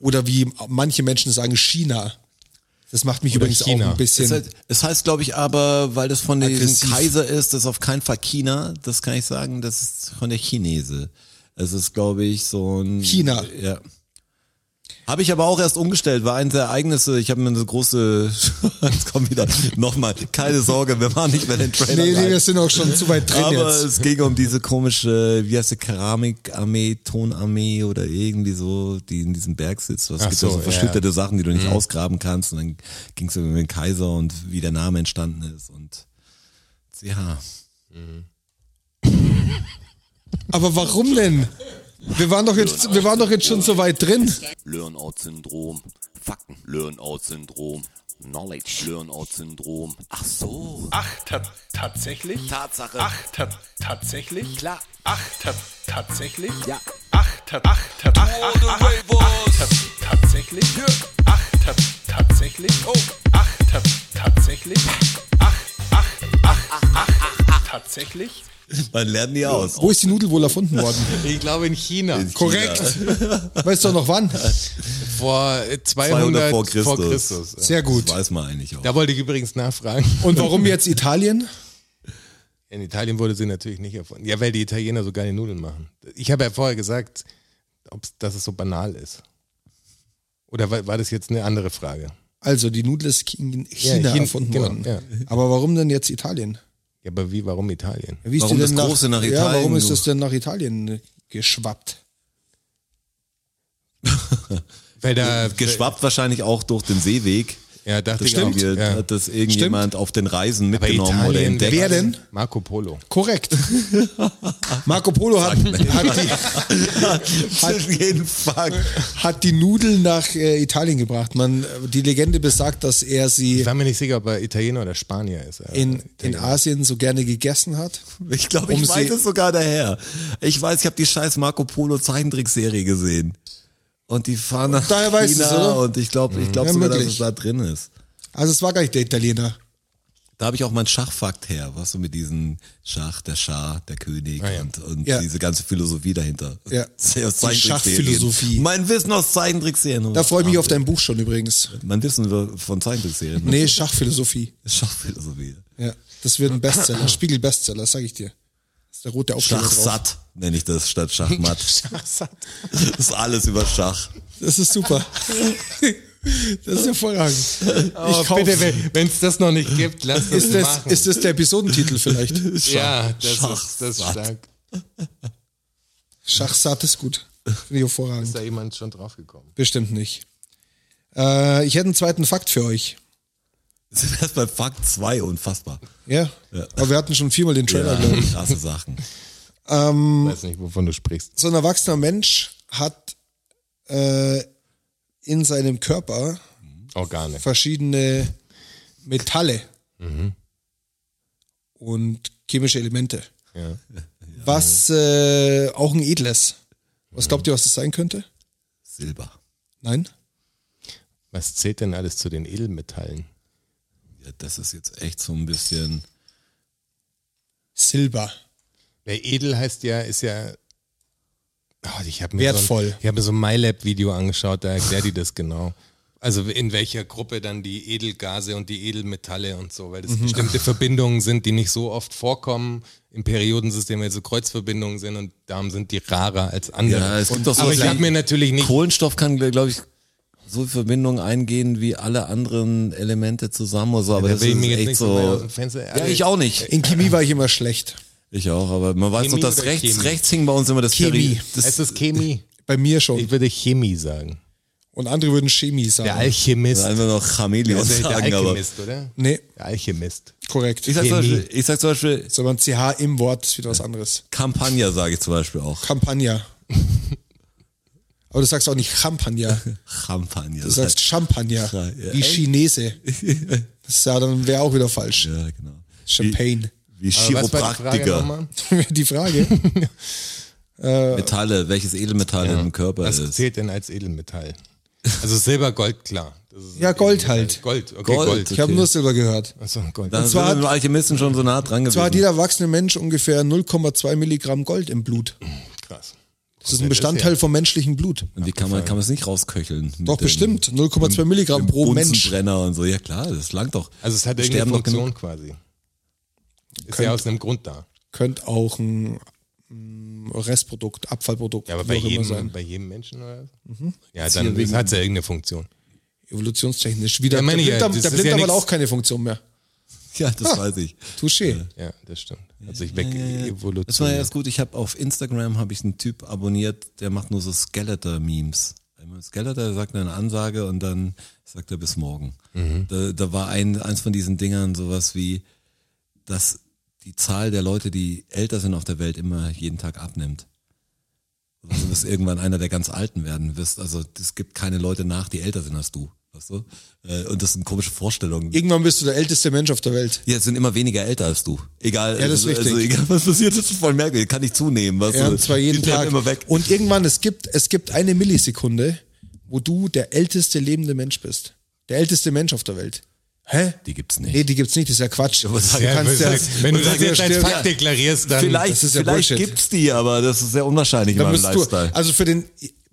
Speaker 2: Oder wie manche Menschen sagen, China. Das macht mich
Speaker 3: Oder
Speaker 2: übrigens
Speaker 3: China.
Speaker 2: auch ein bisschen.
Speaker 4: Es heißt, es heißt glaube ich, aber weil das von dem
Speaker 2: Aggressiv.
Speaker 4: Kaiser ist, das ist auf keinen Fall China. Das kann ich sagen, das ist von der Chinese. Es ist, glaube ich, so ein...
Speaker 2: China.
Speaker 4: Ja. Habe ich aber auch erst umgestellt, war eines der Ereignisse. Ich habe mir eine große... Jetzt kommt wieder. Nochmal, keine Sorge, wir waren nicht bei den Trailern.
Speaker 2: nee, nee, wir sind auch schon zu weit drin
Speaker 4: Aber
Speaker 2: jetzt.
Speaker 4: es ging um diese komische, wie heißt die, Keramikarmee, Tonarmee oder irgendwie so, die in diesem Berg sitzt. Was
Speaker 3: Ach
Speaker 4: gibt
Speaker 3: so,
Speaker 4: da so
Speaker 3: ja. Mhm.
Speaker 4: verschüttete Sachen, die du nicht ausgraben kannst. Und dann ging es um den Kaiser und wie der Name entstanden ist und CH.
Speaker 2: Aber warum denn? Wir waren doch jetzt, wir waren doch jetzt schon so weit drin.
Speaker 5: Learn-out-Syndrom. Fakten. Learn-out-Syndrom. Knowledge. Learn-out-Syndrom. Ach so.
Speaker 6: Ach, ta tatsächlich?
Speaker 5: Tatsache.
Speaker 6: Ach, ta tatsächlich?
Speaker 5: Klar.
Speaker 6: Ach, ta tatsächlich?
Speaker 5: Ja.
Speaker 6: Ach, ta ach, ta ach, ach, ach, ach, ta tatsächlich? Ach, ta tatsächlich? Oh. Ach, ta tatsächlich? Ach, ach, ach, ach, ach, ach, tatsächlich?
Speaker 4: Man lernt nie aus.
Speaker 3: Oh,
Speaker 2: Wo ist die Nudel wohl erfunden worden?
Speaker 3: Ich glaube in China.
Speaker 2: Korrekt. Weißt du noch wann?
Speaker 3: Vor äh, 200 vor Christus. ja.
Speaker 2: Sehr gut.
Speaker 4: Das weiß man eigentlich auch.
Speaker 3: Da wollte ich übrigens nachfragen.
Speaker 2: Und warum jetzt Italien?
Speaker 3: In Italien wurde sie natürlich nicht erfunden. Ja, weil die Italiener so geile Nudeln machen. Ich habe ja vorher gesagt, ob's, dass es so banal ist. Oder war, war das jetzt eine andere Frage?
Speaker 2: Also, die Nudel ist in China
Speaker 3: Ja, Chin-
Speaker 2: erfunden
Speaker 3: genau,
Speaker 2: worden.
Speaker 3: ja.
Speaker 2: Aber warum denn jetzt Italien?
Speaker 3: Ja, aber wie, warum Italien?
Speaker 2: Wie ist
Speaker 4: Warum
Speaker 2: die
Speaker 4: das
Speaker 2: denn
Speaker 4: Große nach
Speaker 2: Ja,
Speaker 4: Italien,
Speaker 2: warum ist
Speaker 4: du?
Speaker 2: das denn nach Italien geschwappt?
Speaker 3: Weil
Speaker 2: Äh,
Speaker 3: da
Speaker 4: Geschwappt wahrscheinlich auch durch den Seeweg.
Speaker 3: Ja, dachte
Speaker 4: das
Speaker 3: ich auch.
Speaker 4: irgendwie
Speaker 3: Ja.
Speaker 4: Hat das irgendjemand auf den Reisen
Speaker 3: Bei
Speaker 4: mitgenommen
Speaker 3: Italien.
Speaker 4: oder entdeckt.
Speaker 2: Wer denn?
Speaker 3: Marco Polo.
Speaker 2: Korrekt. Marco Polo hat, hat, die,
Speaker 4: jeden Fall.
Speaker 2: hat die Nudel nach äh, Italien gebracht. Man, äh, die Legende besagt, dass er
Speaker 3: Ich
Speaker 2: sie
Speaker 3: war mir nicht sicher, ob er Italiener oder Spanier ist. aber
Speaker 2: in, in
Speaker 3: Italiener.
Speaker 2: Asien so gerne gegessen hat.
Speaker 4: Ich glaube, ich
Speaker 2: Um
Speaker 4: weiß
Speaker 2: sie-
Speaker 4: es sogar daher. Ich weiß, ich habe die scheiß Marco Polo Zeichentrickserie gesehen. Und die fahren nach
Speaker 2: daher
Speaker 4: China
Speaker 2: weißt du's, oder?
Speaker 4: und ich glaube, ich glaube
Speaker 2: Ja,
Speaker 4: sogar, dass
Speaker 2: möglich.
Speaker 4: es da drin ist.
Speaker 2: Also es war gar nicht der Italiener.
Speaker 4: Da habe ich auch meinen Schachfakt her, was so mit diesen Schach, der Schar, der König und, und
Speaker 2: Ah, Ja.
Speaker 4: diese ganze Philosophie dahinter.
Speaker 2: Ja.
Speaker 4: Sehr aus
Speaker 2: Die
Speaker 4: Zeichentrickserien.
Speaker 2: Schachphilosophie.
Speaker 4: Mein Wissen aus Zeichentrickserien.
Speaker 2: Da freue ich mich auf dein Buch schon übrigens.
Speaker 4: Mein Wissen über- von Zeichentrickserien.
Speaker 2: Nee, Schachphilosophie.
Speaker 4: Schachphilosophie.
Speaker 2: Ja, das wird ein Bestseller, Spiegel-Bestseller, sag ich dir. Das ist der rote Aufschlag drauf.
Speaker 4: Schachsatt nenne ich das statt Schachmatt. Das ist alles über Schach.
Speaker 2: Das ist super. Das ist hervorragend.
Speaker 3: Oh,
Speaker 2: ich kaufe.
Speaker 3: bitte, wenn es das noch nicht gibt, lass das
Speaker 2: Ist das,
Speaker 3: machen.
Speaker 2: ist das der Episodentitel vielleicht?
Speaker 3: ja, das
Speaker 4: Schach-
Speaker 3: ist, das ist
Speaker 4: Schach-
Speaker 3: stark.
Speaker 2: Schachsatt ist gut. Finde ich hervorragend.
Speaker 3: Ist da jemand schon draufgekommen?
Speaker 2: Bestimmt nicht. Äh, ich hätte einen zweiten Fakt für euch.
Speaker 4: Das ist erst bei Fakt 2 unfassbar.
Speaker 2: Ja? Aber wir hatten schon viermal den Trailer, glaube ich.
Speaker 4: krasse Sachen.
Speaker 3: Ich weiß nicht, wovon du sprichst.
Speaker 2: So ein erwachsener Mensch hat äh, in seinem Körper
Speaker 3: Organe.
Speaker 2: verschiedene Metalle und chemische Elemente.
Speaker 3: Ja.
Speaker 2: Was äh, auch ein edles. Was glaubt ihr, was das sein könnte?
Speaker 4: Silber.
Speaker 2: Nein?
Speaker 3: Was zählt denn alles zu den Edelmetallen?
Speaker 4: Ja, das ist jetzt echt so ein bisschen.
Speaker 2: Silber.
Speaker 3: Ja, edel heißt ja, ist ja. Oh, ich habe mir
Speaker 2: Wertvoll.
Speaker 3: So ein, ich habe mir so ein MyLab-Video angeschaut, da erklärt die das genau. Also in welcher Gruppe dann die Edelgase und die Edelmetalle und so, weil das
Speaker 4: Mhm.
Speaker 3: bestimmte Verbindungen sind, die nicht so oft vorkommen im Periodensystem, weil so Kreuzverbindungen sind und darum sind die rarer als andere.
Speaker 4: Ja, es gibt doch so
Speaker 3: Aber ich
Speaker 4: kleine-
Speaker 3: habe mir natürlich nicht
Speaker 4: Kohlenstoff kann, glaube ich, so in Verbindung eingehen wie alle anderen Elemente zusammen oder so. Aber
Speaker 3: da
Speaker 4: das
Speaker 3: will ich
Speaker 4: ist
Speaker 3: mir jetzt
Speaker 4: echt
Speaker 3: nicht so weit aus
Speaker 4: so.
Speaker 3: dem Fenster-
Speaker 4: ja, ich auch nicht.
Speaker 2: In Chemie war ich immer schlecht.
Speaker 4: Ich auch, aber man weiß
Speaker 3: Chemie
Speaker 4: doch, dass
Speaker 3: oder
Speaker 4: rechts,
Speaker 3: Chemie?
Speaker 4: rechts hing bei uns immer das
Speaker 2: Chemie.
Speaker 4: Peri- Das,
Speaker 3: Heißt das Chemie?
Speaker 2: Bei mir
Speaker 3: Ich
Speaker 2: schon.
Speaker 3: würde Chemie sagen.
Speaker 2: Und andere würden Chemie sagen.
Speaker 3: Der Alchemist.
Speaker 4: einfach noch Chamäleon
Speaker 3: Also der
Speaker 4: sagen, aber.
Speaker 3: Alchemist, oder?
Speaker 2: nee,
Speaker 3: Der Alchemist.
Speaker 2: korrekt.
Speaker 4: Ich sag, zum
Speaker 3: Chemie.
Speaker 4: Beispiel, ich sag zum Beispiel
Speaker 2: so ein CH im Wort ist wieder was anderes.
Speaker 4: Campagna, sage ich zum Beispiel auch.
Speaker 2: Campagna. Aber du sagst auch nicht Champagner.
Speaker 4: Champagner.
Speaker 2: Du sagst Champagner.
Speaker 4: Ja.
Speaker 2: Wie Chinese. Das ist ja, dann wäre auch wieder falsch.
Speaker 4: ja, genau.
Speaker 2: Champagne.
Speaker 4: Wie
Speaker 3: Aber was war die Frage
Speaker 4: Chiropraktiker.
Speaker 3: nochmal?
Speaker 2: Die Frage.
Speaker 4: Metalle, welches Edelmetall im Körper
Speaker 3: Was
Speaker 4: ist.
Speaker 3: zählt denn als Edelmetall? Also Silber, Gold, klar. Das ist
Speaker 2: Ja,
Speaker 3: ein
Speaker 2: Gold
Speaker 3: Edelmetall.
Speaker 2: halt.
Speaker 3: Gold, okay,
Speaker 4: Gold.
Speaker 3: Gold.
Speaker 2: Ich habe
Speaker 4: Okay.
Speaker 2: nur Silber gehört.
Speaker 3: Achso, Gold.
Speaker 4: Da
Speaker 2: zwar
Speaker 4: sind wir
Speaker 2: hat-
Speaker 4: Alchemisten schon so nah dran gewesen.
Speaker 2: Zwar hat jeder erwachsene Mensch ungefähr 0,2 Milligramm Gold im Blut.
Speaker 3: krass.
Speaker 2: Das ist ein Bestandteil vom menschlichen Blut.
Speaker 4: Und wie kann man, kann man es nicht rausköcheln? Mit
Speaker 2: Doch,
Speaker 4: dem-
Speaker 2: bestimmt. 0,2 Milligramm
Speaker 4: dem
Speaker 2: pro Mensch.
Speaker 4: Bunsenbrenner und so. Ja klar, das langt doch.
Speaker 3: Also es hat
Speaker 4: Wir
Speaker 3: irgendeine
Speaker 4: sterben doch
Speaker 3: Funktion
Speaker 4: genug.
Speaker 3: quasi. Ist ja aus einem Grund da.
Speaker 2: Könnte auch ein mm, Restprodukt, Abfallprodukt,
Speaker 3: Ja, aber
Speaker 2: wie
Speaker 3: bei
Speaker 2: auch immer
Speaker 3: jedem,
Speaker 2: sein.
Speaker 3: bei jedem Menschen oder so?
Speaker 4: Mhm.
Speaker 3: Ja,
Speaker 2: Jetzt
Speaker 3: dann
Speaker 2: hier wegen-
Speaker 3: hat ja irgendeine Funktion.
Speaker 2: Evolutionstechnisch. Wieder
Speaker 3: Ja,
Speaker 2: der
Speaker 3: meine ich ja,
Speaker 2: Blinddarm,
Speaker 3: das
Speaker 2: der
Speaker 3: ist ja
Speaker 2: Blinddarm hat
Speaker 3: nix.
Speaker 2: auch keine Funktion mehr.
Speaker 4: Ja,
Speaker 2: Ah.
Speaker 4: das weiß ich.
Speaker 2: Touché.
Speaker 3: Ja, das stimmt. Hat sich weg evolutioniert.
Speaker 4: Das war ja erst gut. Ich habe auf Instagram habe ich einen Typ abonniert, der macht nur so Skeletor-Memes. Einmal Skeletor sagt eine Ansage und dann sagt er bis morgen. Da, da war ein, eins von diesen Dingern sowas wie, dass die Zahl der Leute, die älter sind auf der Welt, immer jeden Tag abnimmt. Also du wirst irgendwann einer der ganz Alten werden wirst. Also es gibt keine Leute nach, die älter sind als du. Weißt du? Äh, Und das sind komische Vorstellungen.
Speaker 2: Irgendwann bist du der älteste Mensch auf der Welt.
Speaker 4: Ja, es sind immer weniger älter als du. Egal,
Speaker 2: Ja, das ist
Speaker 4: also, also
Speaker 2: richtig.
Speaker 4: egal was passiert, das ist voll merkwürdig. Kann nicht zunehmen. Was
Speaker 2: Ja, und zwar jeden
Speaker 4: die bleiben
Speaker 2: Tag.
Speaker 4: immer weg.
Speaker 2: Und irgendwann, es gibt, es gibt eine Millisekunde, wo du der älteste lebende Mensch bist. Der älteste Mensch auf der Welt. Hä?
Speaker 4: die gibt's nicht.
Speaker 2: Nee, die gibt's nicht, das ist ja Quatsch.
Speaker 4: Aber sag-
Speaker 2: du
Speaker 3: ja,
Speaker 2: kannst
Speaker 3: wenn
Speaker 2: ja-
Speaker 3: du- wenn du
Speaker 2: und
Speaker 3: das
Speaker 2: sag ja,
Speaker 3: jetzt als
Speaker 2: stirb-
Speaker 3: Fakt deklarierst, dann
Speaker 4: vielleicht
Speaker 2: das ist ja
Speaker 4: vielleicht
Speaker 2: Bullshit.
Speaker 4: gibt's die, aber das ist sehr unwahrscheinlich in
Speaker 2: dann
Speaker 4: meinem
Speaker 2: bist du,
Speaker 4: Lifestyle.
Speaker 2: also für den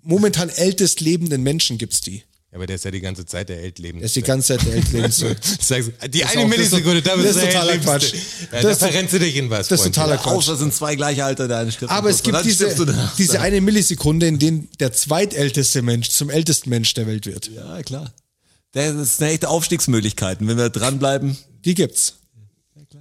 Speaker 2: momentan ältest lebenden Menschen gibt's die.
Speaker 3: Ja, aber der ist ja die ganze Zeit der Eltleben.
Speaker 2: Der ist die ganze Zeit der ältlebendste.
Speaker 3: die
Speaker 2: ist
Speaker 3: eine
Speaker 2: auch-
Speaker 3: Millisekunde, da
Speaker 2: das ist-
Speaker 3: bist du
Speaker 2: das ist
Speaker 3: der
Speaker 2: totaler
Speaker 3: Eltlebendste.
Speaker 2: Quatsch.
Speaker 3: Ja,
Speaker 2: Das
Speaker 3: da
Speaker 2: ist-
Speaker 3: verrennst du dich in was,
Speaker 2: das ist
Speaker 3: Freund.
Speaker 2: totaler
Speaker 4: Außer
Speaker 2: Ah, Quatsch.
Speaker 4: das sind zwei gleiche Alter, der eine stirbt.
Speaker 2: Aber es
Speaker 4: und
Speaker 2: gibt
Speaker 4: dann stirbst du
Speaker 2: diese,
Speaker 4: danach.
Speaker 2: diese eine Millisekunde, in denen der zweitälteste Mensch zum ältesten Mensch der Welt wird.
Speaker 4: Ja, klar. Das ist eine echte Aufstiegsmöglichkeit. Und Wenn wir dranbleiben,
Speaker 2: Die gibt's.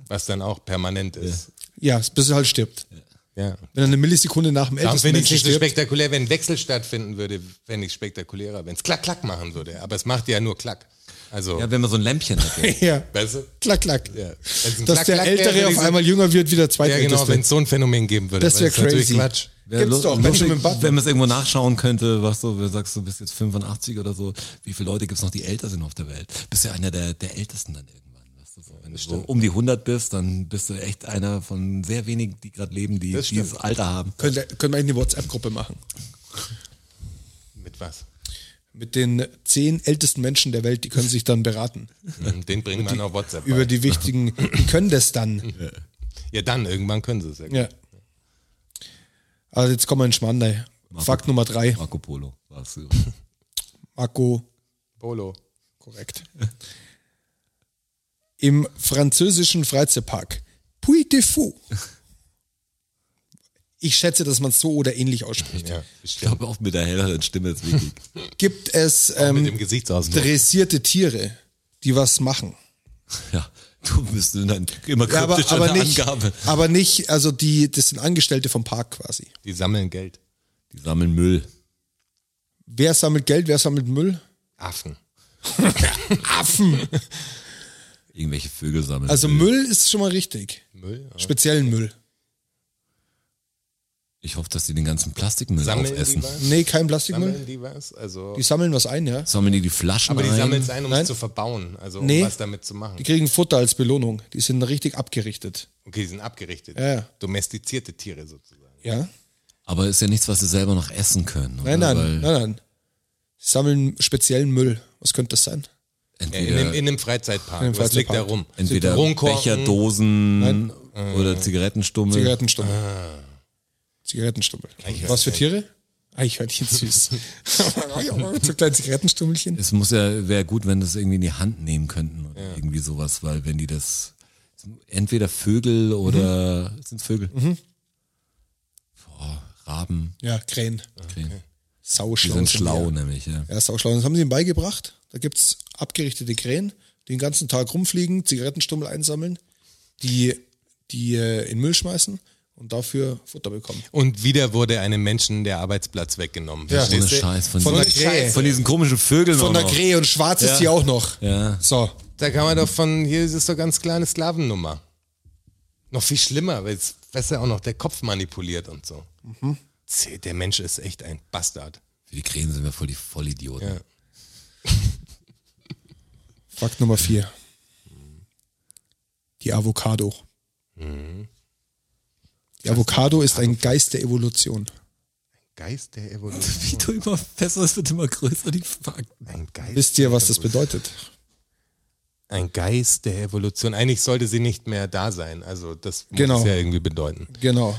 Speaker 3: Was dann auch permanent ist.
Speaker 2: Ja, bis er halt stirbt.
Speaker 3: Ja.
Speaker 2: Wenn er eine Millisekunde nach dem
Speaker 3: Darum
Speaker 2: ältesten
Speaker 3: finde ich es
Speaker 2: Menschen
Speaker 3: nicht so
Speaker 2: stirbt.
Speaker 3: spektakulär, wenn Wechsel stattfinden würde, fände ich spektakulärer, wenn es klack, klack machen würde. Aber es macht ja nur klack. Also,
Speaker 4: ja, wenn man so ein Lämpchen hätte.
Speaker 2: Ja.
Speaker 3: weißt du?
Speaker 2: Klack, klack.
Speaker 3: Ja. Wenn's ein
Speaker 2: Dass
Speaker 3: Klack,
Speaker 2: der
Speaker 3: Klack wäre,
Speaker 2: Ältere
Speaker 3: würde ich
Speaker 2: auf
Speaker 3: sagen,
Speaker 2: einmal jünger wird wie der
Speaker 3: Ja, genau,
Speaker 2: zweitälteste.
Speaker 3: wenn es so ein Phänomen geben würde.
Speaker 2: Das
Speaker 3: weil
Speaker 2: wäre
Speaker 3: es ist natürlich
Speaker 2: crazy.
Speaker 3: Quatsch.
Speaker 4: Wär
Speaker 2: Gibt's
Speaker 4: lu-
Speaker 2: doch, Benjamin Button.
Speaker 4: wenn man es irgendwo nachschauen könnte, was so, wenn du sagst, du bist jetzt 85 oder so, wie viele Leute gibt's noch, die älter sind auf der Welt? Bist ja einer der, der Ältesten dann irgendwann. Weißt du, so. Wenn du so um die 100 bist, dann bist du echt einer von sehr wenigen, die gerade leben, die dieses Alter haben.
Speaker 2: Könnte, können wir eigentlich eine WhatsApp-Gruppe machen.
Speaker 3: Mit was?
Speaker 2: Mit den zehn ältesten Menschen der Welt, die können sich dann beraten.
Speaker 3: Hm, Den bringen wir noch WhatsApp.
Speaker 2: Über
Speaker 3: Über
Speaker 2: die wichtigen, die können das dann.
Speaker 3: ja, dann, irgendwann können sie es. Ja.
Speaker 2: Ja. Also jetzt kommen wir in Schmandei. Fakt Nummer drei.
Speaker 4: Marco Polo. war's.
Speaker 2: Marco,
Speaker 3: Polo.
Speaker 2: korrekt. Im französischen Freizeitpark Puy de Fou. Ich schätze, dass man es so oder ähnlich ausspricht.
Speaker 3: Ja,
Speaker 4: Ich
Speaker 3: bestimmt.
Speaker 4: glaube auch mit der helleren Stimme ist wichtig.
Speaker 2: Gibt es
Speaker 3: Mit dem
Speaker 2: ähm,
Speaker 3: Gesichtsausdruck.
Speaker 2: dressierte Tiere, die was machen?
Speaker 4: ja, du bist in dein, immer
Speaker 2: Ja, aber,
Speaker 4: kryptischer
Speaker 2: aber,
Speaker 4: in der
Speaker 2: nicht,
Speaker 4: Angabe.
Speaker 2: aber nicht, also die, das sind Angestellte vom Park quasi.
Speaker 3: Die sammeln Geld.
Speaker 4: Die sammeln Müll.
Speaker 2: Wer sammelt Geld, wer sammelt Müll?
Speaker 3: Affen.
Speaker 2: Affen!
Speaker 4: Irgendwelche Vögel sammeln.
Speaker 2: Also Müll ist schon mal richtig.
Speaker 3: Müll. ja.
Speaker 2: Speziellen Müll.
Speaker 4: ich hoffe, dass die den ganzen Plastikmüll
Speaker 3: Sammeln die
Speaker 4: aufessen.
Speaker 3: was?
Speaker 2: Nee, kein Plastikmüll.
Speaker 3: Sammeln die was? Also,
Speaker 2: Die sammeln was ein, ja.
Speaker 4: Sammeln die die Flaschen
Speaker 3: aber die
Speaker 4: ein?
Speaker 3: sammeln es ein, um
Speaker 2: Nein.
Speaker 3: es zu verbauen. Also, um
Speaker 2: Nee.
Speaker 3: was damit zu machen.
Speaker 2: Die kriegen Futter als Belohnung. Die sind richtig abgerichtet.
Speaker 3: Okay, die sind abgerichtet.
Speaker 2: Ja, ja.
Speaker 3: Domestizierte Tiere sozusagen.
Speaker 2: Ja?
Speaker 4: Aber ist ja nichts, was sie selber noch essen können. Oder?
Speaker 2: Nein,
Speaker 4: Weil
Speaker 2: nein, nein, nein. Sie sammeln speziellen Müll. Was könnte das sein?
Speaker 3: In,
Speaker 4: Entweder,
Speaker 3: einem, in einem Freizeitpark.
Speaker 2: In einem
Speaker 3: was liegt da
Speaker 2: Freizeitpark.
Speaker 3: rum?
Speaker 4: entweder
Speaker 3: Rumkorken.
Speaker 4: Becherdosen
Speaker 2: Äh,
Speaker 4: oder Zigarettenstummel.
Speaker 2: Zigarettenstummel.
Speaker 4: Ah.
Speaker 2: Zigarettenstummel. Was für Tiere? Eichhörnchen süß. so kleine Zigarettenstummelchen.
Speaker 4: es muss ja, wäre gut, wenn das irgendwie in die Hand nehmen könnten oder irgendwie sowas, weil wenn die das entweder Vögel oder
Speaker 2: Mhm.
Speaker 4: sind Vögel. Boah, Raben,
Speaker 2: Ja, Krähen.
Speaker 4: okay. die
Speaker 2: Sauschlau.
Speaker 4: sind
Speaker 2: die,
Speaker 4: schlau
Speaker 2: ja.
Speaker 4: nämlich, ja.
Speaker 2: Ja, sauschlau. Das haben sie ihm beigebracht. Da gibt's abgerichtete Krähen, die den ganzen Tag rumfliegen, Zigarettenstummel einsammeln, die, die äh, in Müll schmeißen und dafür Futter bekommen.
Speaker 3: Und wieder wurde einem Menschen der Arbeitsplatz weggenommen.
Speaker 2: Ja.
Speaker 4: Ohne
Speaker 3: Verstehst du?
Speaker 4: Scheiß von,
Speaker 2: Von der
Speaker 4: diesen-
Speaker 2: Krähe.
Speaker 4: von diesen komischen Vögeln
Speaker 2: Von
Speaker 4: auch
Speaker 2: der
Speaker 4: noch.
Speaker 2: Krähe und schwarz ist
Speaker 4: Ja.
Speaker 2: die auch noch.
Speaker 4: Ja.
Speaker 2: So.
Speaker 3: Da kann man doch von, hier ist es doch ganz klar eine Sklavennummer. Noch viel schlimmer, weil es weißt du auch noch der Kopf manipuliert und so.
Speaker 2: Mhm.
Speaker 3: Zäh, Der Mensch ist echt ein Bastard.
Speaker 4: Für die Krähen sind wir voll die Vollidioten.
Speaker 3: Ja.
Speaker 2: Fakt Nummer vier. Die Avocado. Die Avocado ist ein Geist der Evolution.
Speaker 3: Geist der Evolution.
Speaker 4: Wie du immer besser, es wird immer größer, die Fakten.
Speaker 3: Ein Geist,
Speaker 2: Wisst ihr, was das bedeutet?
Speaker 3: ein Geist der Evolution. Eigentlich sollte sie nicht mehr da sein. Also das muss
Speaker 2: Genau.
Speaker 3: es ja irgendwie bedeuten.
Speaker 2: Genau.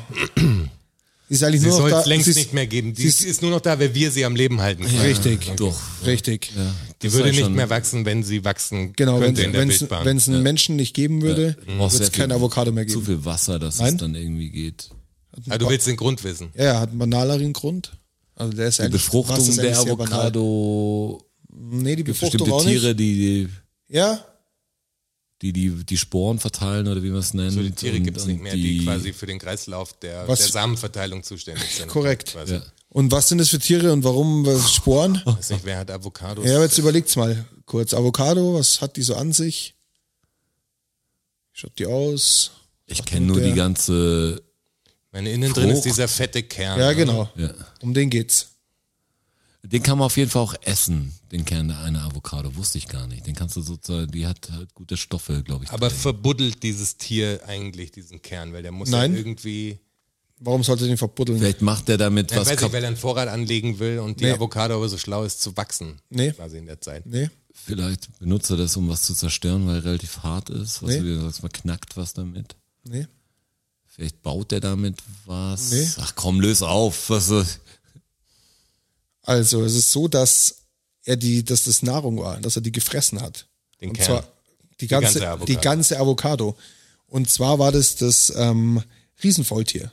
Speaker 2: ist eigentlich
Speaker 3: Sie
Speaker 2: nur noch
Speaker 3: soll
Speaker 2: da.
Speaker 3: es längst
Speaker 2: sie ist-
Speaker 3: nicht mehr geben. Die
Speaker 2: sie ist-
Speaker 3: ist nur noch da, weil wir sie am Leben halten können.
Speaker 2: Richtig.
Speaker 4: Doch.
Speaker 2: Richtig.
Speaker 3: Die würde
Speaker 4: Das ist
Speaker 3: nicht
Speaker 4: schon-
Speaker 3: mehr wachsen, wenn sie wachsen
Speaker 2: Genau, wenn
Speaker 3: könnte in der
Speaker 2: es
Speaker 3: Wildbahn.
Speaker 2: einen Menschen nicht geben würde,
Speaker 4: Du Mhm. brauchst
Speaker 2: wird es
Speaker 4: sehr viel-
Speaker 2: kein Avocado mehr
Speaker 4: Zu
Speaker 2: geben.
Speaker 4: viel Wasser, dass
Speaker 2: Nein?
Speaker 4: es dann irgendwie geht.
Speaker 3: Aber Ah, du willst den Grund wissen.
Speaker 2: Ja, ja, hat einen banaleren Grund. Also der ist
Speaker 4: Die
Speaker 2: eigentlich Wasser
Speaker 4: Befruchtung
Speaker 2: ist
Speaker 4: der
Speaker 2: eigentlich sehr banal.
Speaker 4: Avocado,
Speaker 2: Nee, die Befruchtung
Speaker 4: bestimmte
Speaker 2: auch nicht.
Speaker 4: Tiere, die
Speaker 2: Ja,
Speaker 4: die, die die Sporen verteilen oder wie man es nennt.
Speaker 3: So die Tiere
Speaker 4: und-
Speaker 3: gibt es nicht
Speaker 4: und
Speaker 3: mehr, die, quasi für den Kreislauf der, der
Speaker 2: Was-
Speaker 3: Samenverteilung zuständig sind.
Speaker 2: korrekt.
Speaker 3: Quasi.
Speaker 2: Und was sind das für Tiere und warum was Sporen?
Speaker 3: Weiß nicht, wer hat Avocados?
Speaker 2: Ja, aber jetzt überlegt's mal kurz. Avocado, was hat die so an sich? Wie schaut die aus?
Speaker 4: Ich kenne nur die
Speaker 2: der-
Speaker 4: ganze,
Speaker 3: Wenn innen drin ist
Speaker 4: Frucht.
Speaker 3: dieser fette Kern.
Speaker 2: Ja,
Speaker 3: ne?
Speaker 2: genau.
Speaker 4: ja.
Speaker 2: Um den geht's.
Speaker 4: Den kann man auf jeden Fall auch essen, den Kern einer Avocado, wusste ich gar nicht. Den kannst du sozusagen, die hat halt gute Stoffe, glaube ich.
Speaker 3: Aber
Speaker 4: drin.
Speaker 3: verbuddelt dieses Tier eigentlich diesen Kern, weil der muss
Speaker 2: Nein.
Speaker 3: ja irgendwie,
Speaker 2: Warum sollte den verbuddeln?
Speaker 4: vielleicht macht der damit
Speaker 3: ja,
Speaker 4: was
Speaker 3: weiß ich, weil
Speaker 4: kaputt.
Speaker 3: er einen Vorrat anlegen will und die
Speaker 2: Nee.
Speaker 3: Avocado aber so schlau ist zu wachsen.
Speaker 2: Nee.
Speaker 3: Quasi in der Zeit.
Speaker 2: Nee.
Speaker 4: Vielleicht benutzt er das, um was zu zerstören, weil er relativ hart ist. Was
Speaker 2: Nee.
Speaker 4: du du sagst, man knackt was damit.
Speaker 2: Nee.
Speaker 4: Vielleicht baut der damit was.
Speaker 2: Nee.
Speaker 4: Ach komm, löse auf. Was, ist-
Speaker 2: Also, es ist so, dass er die, dass das Nahrung war, dass er die gefressen hat.
Speaker 3: Den
Speaker 2: und
Speaker 3: Kern.
Speaker 2: zwar die ganze,
Speaker 3: ganze Avocado.
Speaker 2: die ganze Avocado. Und zwar war das das ähm, Riesenfaultier.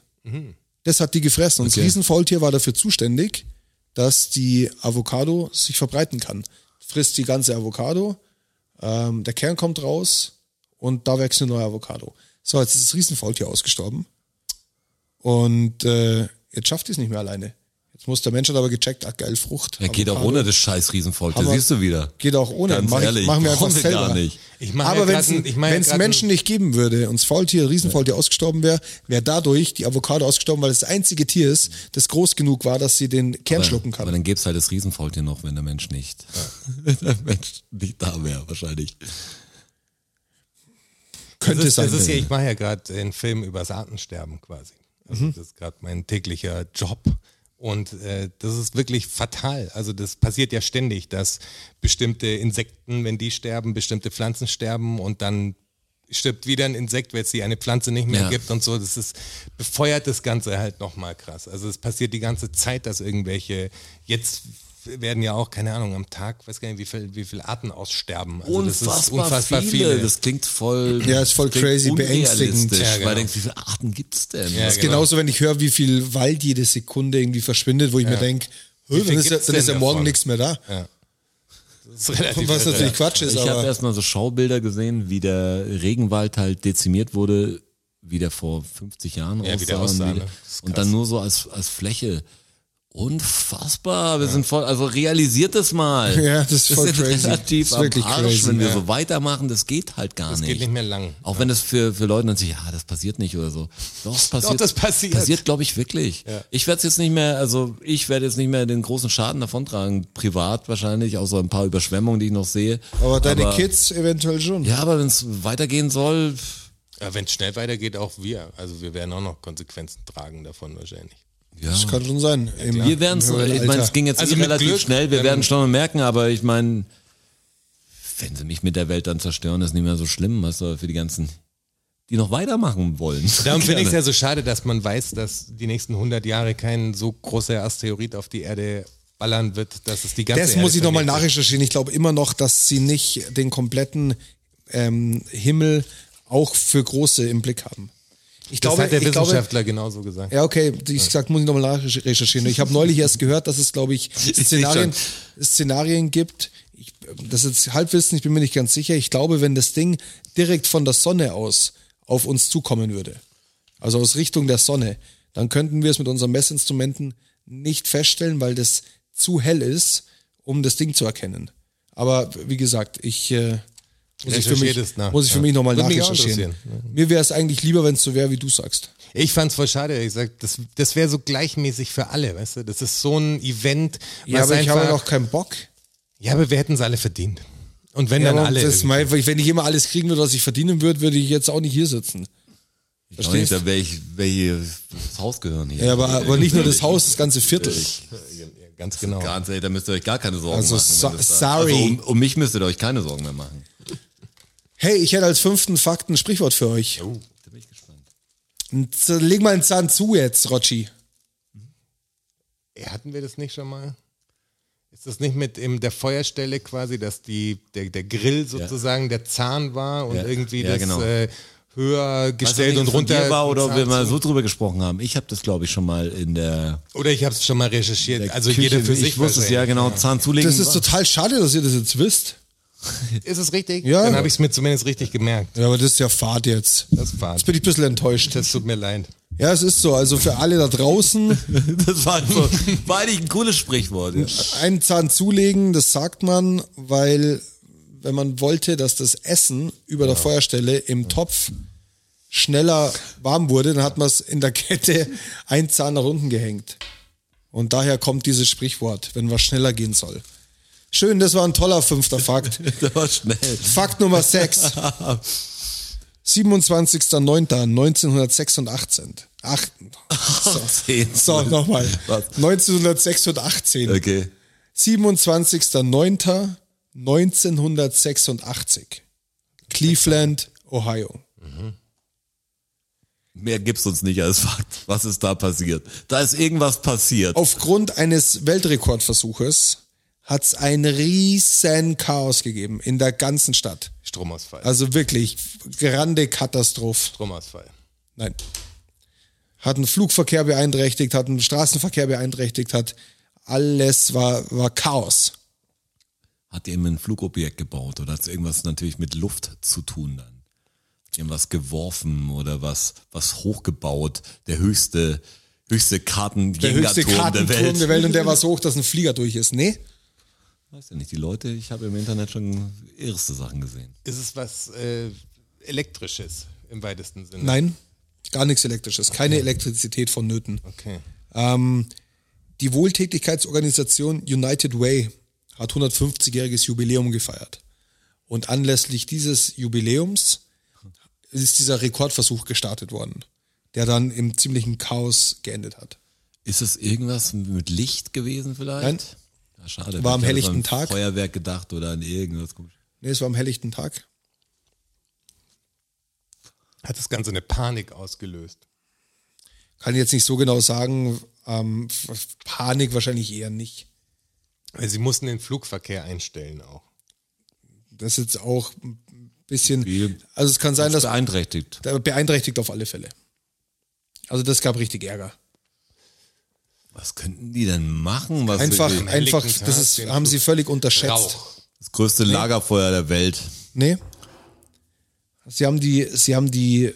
Speaker 2: Das hat die gefressen. Und das
Speaker 4: Okay.
Speaker 2: Riesenfaultier war dafür zuständig, dass die Avocado sich verbreiten kann. Frisst die ganze Avocado, ähm, der Kern kommt raus und da wächst eine neue Avocado. So, jetzt ist das Riesenfaultier ausgestorben. Und äh, jetzt schafft die es nicht mehr alleine. Jetzt muss der Mensch hat aber gecheckt, ah geil, Frucht.
Speaker 4: er geht auch
Speaker 2: Avocado.
Speaker 4: ohne das scheiß Riesenvolk. Das
Speaker 2: Aber-
Speaker 4: siehst du wieder.
Speaker 2: Geht auch ohne.
Speaker 4: Ganz
Speaker 2: mach
Speaker 4: ehrlich,
Speaker 2: ich, machen wir einfach
Speaker 4: brauchen wir
Speaker 2: selber.
Speaker 4: gar nicht.
Speaker 3: Ich mach ja
Speaker 2: Aber
Speaker 3: grad
Speaker 2: wenn es
Speaker 3: ein- ich mach ja grad
Speaker 2: Menschen nicht geben würde und das Faultier, Riesenfaultier ausgestorben wäre, wäre dadurch die Avocado ausgestorben, weil es das einzige Tier ist, das groß genug war, dass sie den Kern schlucken
Speaker 4: Aber
Speaker 2: kann.
Speaker 4: dann gäbe es halt das Riesenfaultier noch, wenn der Mensch nicht, wenn der Mensch nicht da wäre, wahrscheinlich.
Speaker 2: Also Könnte
Speaker 3: das ist,
Speaker 2: sein.
Speaker 3: Das ist ja, ich mache ja gerade einen Film über das Artensterben quasi. Also Das ist gerade mein täglicher Job. Und äh, das ist wirklich fatal. Also das passiert ja ständig, dass bestimmte Insekten, wenn die sterben, bestimmte Pflanzen sterben und dann stirbt wieder ein Insekt, weil es die eine Pflanze nicht mehr
Speaker 4: Ja.
Speaker 3: gibt und so. Das ist, befeuert das Ganze halt nochmal krass. Also es passiert die ganze Zeit, dass irgendwelche, jetzt werden ja auch, keine Ahnung, am Tag, weiß gar nicht, wie viel, wie viele Arten aussterben. Also das ist unfassbar viele.
Speaker 4: Das klingt voll.
Speaker 2: Ja, ist voll
Speaker 4: klingt
Speaker 2: crazy,
Speaker 4: unrealistisch,
Speaker 2: beängstigend.
Speaker 3: Ja, genau.
Speaker 4: Weil du denkst, wie viele Arten gibt's denn?
Speaker 3: Ja, genau.
Speaker 4: Was-
Speaker 2: Das ist genauso, wenn ich höre, wie viel Wald jede Sekunde irgendwie verschwindet, wo ich mir denke,
Speaker 3: Wie
Speaker 2: dann
Speaker 3: viel
Speaker 2: ist ja,
Speaker 3: gibt's
Speaker 2: dann ist
Speaker 3: denn
Speaker 2: ja morgen
Speaker 3: davon?
Speaker 2: nichts mehr da.
Speaker 3: Das ist relativ
Speaker 2: Was natürlich Quatsch ist,
Speaker 4: Ich habe
Speaker 2: aber
Speaker 4: erstmal so Schaubilder gesehen, wie der Regenwald halt dezimiert wurde, wie der vor 50 Jahren
Speaker 3: Ja,
Speaker 4: aussah.
Speaker 3: wie der
Speaker 4: und,
Speaker 3: aussah,
Speaker 4: wie-
Speaker 3: ne? Das ist
Speaker 4: und
Speaker 3: krass.
Speaker 4: dann nur so als, als Fläche. Unfassbar, wir sind voll, also realisiert das mal.
Speaker 2: Ja, das ist voll
Speaker 4: wir sind
Speaker 2: crazy.
Speaker 4: Relativ
Speaker 2: Das ist
Speaker 4: am
Speaker 2: wirklich
Speaker 4: Arsch,
Speaker 2: crazy,
Speaker 4: wenn wir
Speaker 2: ja.
Speaker 4: so weitermachen, das geht halt gar
Speaker 3: Das
Speaker 4: nicht.
Speaker 3: geht nicht mehr lang.
Speaker 4: Auch wenn das für, für Leute natürlich, ja, das passiert nicht oder so. Doch, es passiert.
Speaker 3: das passiert.
Speaker 4: Passiert, glaube ich, wirklich. Ich werde jetzt nicht mehr, also ich werde jetzt nicht mehr den großen Schaden davontragen, privat wahrscheinlich, außer ein paar Überschwemmungen, die ich noch sehe.
Speaker 2: aber deine Kids eventuell schon.
Speaker 4: Ja, aber wenn es weitergehen soll,
Speaker 3: Ja, Wenn es schnell weitergeht, auch wir. Also wir werden auch noch Konsequenzen tragen davon wahrscheinlich.
Speaker 4: ja.
Speaker 2: Das kann schon sein. Im-
Speaker 4: wir werden es,
Speaker 2: im höheren
Speaker 4: ich meine, es
Speaker 2: Alter.
Speaker 4: ging jetzt
Speaker 3: Also
Speaker 4: eh
Speaker 3: mit
Speaker 4: relativ
Speaker 3: Glück,
Speaker 4: schnell, wir
Speaker 3: wenn-
Speaker 4: werden schon merken, aber ich meine, wenn sie mich mit der Welt dann zerstören, ist nicht mehr so schlimm, was für die ganzen, die noch weitermachen wollen.
Speaker 3: Darum finde ich es ja so schade, dass man weiß, dass die nächsten 100 Jahre kein so großer Asteroid auf die Erde ballern wird, dass es die ganze
Speaker 2: Das
Speaker 3: Erde
Speaker 2: muss ich nochmal
Speaker 3: vernichtet.
Speaker 2: nachrecherchieren. Ich glaube immer noch, dass sie nicht den kompletten ähm, Himmel auch für Große im Blick haben. Ich
Speaker 3: Das
Speaker 2: glaube,
Speaker 3: hat der
Speaker 2: ich glaube,
Speaker 3: Wissenschaftler genauso gesagt.
Speaker 2: ja, okay, ich sag, muss ich nochmal nachrecherchieren. Ich habe neulich erst gehört, dass es, glaube ich, Szenarien, Szenarien gibt. Ich, das ist Halbwissen, ich bin mir nicht ganz sicher. Ich glaube, wenn das Ding direkt von der Sonne aus auf uns zukommen würde, also aus Richtung der Sonne, dann könnten wir es mit unseren Messinstrumenten nicht feststellen, weil das zu hell ist, um das Ding zu erkennen. Aber wie gesagt, ich äh, muss ich für
Speaker 3: Recherchiert
Speaker 2: mich,
Speaker 3: es nach,
Speaker 2: muss ich für
Speaker 3: ja.
Speaker 2: mich nochmal
Speaker 3: Würde mich auch
Speaker 2: nachrecherchieren. Mir wäre es eigentlich lieber, wenn es so wäre, wie du sagst.
Speaker 3: Ich fand es voll schade. Ich sag, das, das wäre so gleichmäßig für alle, weißt du? Das ist so ein Event.
Speaker 2: Ja,
Speaker 3: was
Speaker 2: aber ich habe
Speaker 3: einfach-
Speaker 2: noch keinen Bock.
Speaker 3: ja, aber wir hätten es alle verdient. Und wenn
Speaker 2: Ja,
Speaker 3: dann
Speaker 2: aber
Speaker 3: alle.
Speaker 2: das mein, wenn ich immer alles kriegen würde, was ich verdienen würde, würde ich jetzt auch nicht hier sitzen.
Speaker 4: Auch
Speaker 2: Verstehst
Speaker 4: nicht,
Speaker 2: du?
Speaker 4: da wäre ich, wäre hier das Haus gehören hier.
Speaker 2: Ja, aber, aber nicht nur das Haus, das ganze Viertel.
Speaker 3: ganz genau.
Speaker 4: Ganz ehrlich, da müsst ihr euch gar keine Sorgen
Speaker 2: Also,
Speaker 4: machen. wenn
Speaker 2: so-
Speaker 4: das da-
Speaker 2: sorry.
Speaker 4: Also, um, um mich müsst ihr euch keine Sorgen mehr machen.
Speaker 2: Hey, ich hätte als fünften Fakt
Speaker 3: Oh.
Speaker 2: ein Sprichwort für euch.
Speaker 4: Da bin ich gespannt.
Speaker 2: Und, äh, Leg mal einen Zahn zu jetzt, Rotschi.
Speaker 3: Eh, hatten wir das nicht schon mal? Ist das nicht mit im, der Feuerstelle quasi, dass die, der, der Grill sozusagen der Zahn war und
Speaker 4: Ja.
Speaker 3: irgendwie
Speaker 4: Ja,
Speaker 3: das
Speaker 4: genau.
Speaker 3: äh, höher gestellt
Speaker 4: nicht,
Speaker 3: und
Speaker 4: von dir
Speaker 3: runter
Speaker 4: war oder
Speaker 3: Zahn
Speaker 4: ob wir mal
Speaker 3: zu-
Speaker 4: so drüber gesprochen haben. Ich habe das, glaube ich, schon mal in der,
Speaker 3: Oder ich habe es schon mal recherchiert.
Speaker 4: der
Speaker 3: also
Speaker 4: Küche,
Speaker 3: jeder für sich.
Speaker 4: ich wusste es ja
Speaker 3: wahrscheinlich.
Speaker 4: genau, Zahn zulegen.
Speaker 2: Das ist total schade, dass ihr das jetzt wisst.
Speaker 3: Ist es richtig?
Speaker 2: Ja.
Speaker 3: Dann habe ich es mir zumindest richtig gemerkt.
Speaker 2: Ja, aber das ist ja Fahrt jetzt. Jetzt
Speaker 3: Das war.
Speaker 2: bin ich ein bisschen enttäuscht.
Speaker 3: Das tut mir leid.
Speaker 2: Ja, es ist so. Also für alle da draußen,
Speaker 4: das war, so, war eigentlich ein cooles Sprichwort. Ja.
Speaker 2: einen Zahn zulegen, das sagt man, weil wenn man wollte, dass das Essen über der Feuerstelle im Topf schneller warm wurde, dann hat man es in der Kette einen Zahn nach unten gehängt. Und daher kommt dieses Sprichwort, wenn was schneller gehen soll. Schön, das war ein toller fünfter Fakt.
Speaker 4: Das war schnell.
Speaker 2: Fakt Nummer 6. 27.09.1986. Acht.
Speaker 4: Zehn.
Speaker 2: So, nochmal.
Speaker 4: Was?
Speaker 2: 1918.
Speaker 4: Okay.
Speaker 2: 27.09.1986. Cleveland, Ohio.
Speaker 4: Mehr gibt's uns nicht als Fakt. Was ist da passiert? Da ist irgendwas passiert.
Speaker 2: Aufgrund eines Weltrekordversuches hat es ein riesen Chaos gegeben in der ganzen Stadt.
Speaker 3: Stromausfall.
Speaker 2: Also wirklich, grande Katastrophe.
Speaker 3: Stromausfall.
Speaker 2: Nein. Hat den Flugverkehr beeinträchtigt, hat den Straßenverkehr beeinträchtigt, hat alles war, war Chaos.
Speaker 4: Hat eben ein Flugobjekt gebaut oder hat irgendwas natürlich mit Luft zu tun dann? Irgendwas geworfen oder was, was hochgebaut? Der höchste, höchste
Speaker 2: Der
Speaker 4: Kartenjägerturm
Speaker 2: höchste
Speaker 4: der,
Speaker 2: Kartenturm der Welt.
Speaker 4: Welt.
Speaker 2: und der war so hoch, dass ein Flieger durch ist. Nee?
Speaker 4: Weiß ja nicht, die Leute, ich habe im Internet schon irrste Sachen gesehen.
Speaker 3: Ist es was äh, Elektrisches im weitesten Sinne?
Speaker 2: Nein. Gar nichts Elektrisches. Keine Elektrizität vonnöten.
Speaker 3: Okay.
Speaker 2: Die Wohltätigkeitsorganisation United Way hat 150-jähriges Jubiläum gefeiert. Und anlässlich dieses Jubiläums ist dieser Rekordversuch gestartet worden, der dann im ziemlichen Chaos geendet hat.
Speaker 4: Ist es irgendwas mit Licht gewesen vielleicht?
Speaker 2: Nein.
Speaker 4: Ja, schade.
Speaker 2: War am
Speaker 4: Ich hatte
Speaker 2: helllichten
Speaker 4: so an
Speaker 2: Tag.
Speaker 4: Feuerwerk gedacht oder an irgendwas. komisches.
Speaker 2: Nee, es war am helllichten Tag.
Speaker 3: Hat das Ganze eine Panik ausgelöst?
Speaker 2: Kann ich jetzt nicht so genau sagen. Ähm, F- F- Panik wahrscheinlich eher nicht.
Speaker 3: Weil sie mussten den Flugverkehr einstellen auch.
Speaker 2: Das ist jetzt auch ein bisschen.
Speaker 4: Wie?
Speaker 2: Also es kann sein, dass
Speaker 4: beeinträchtigt.
Speaker 2: da beeinträchtigt auf alle Fälle. Also das gab richtig Ärger.
Speaker 4: Was könnten die denn machen? Was
Speaker 2: Einfach,
Speaker 4: wirklich-
Speaker 2: einfach,
Speaker 3: helllichten
Speaker 2: das
Speaker 3: Tag
Speaker 2: ist,
Speaker 3: den
Speaker 2: haben sie völlig unterschätzt.
Speaker 3: Rauch.
Speaker 4: das größte Lagerfeuer der Welt.
Speaker 2: Nee. Sie haben die, sie haben die,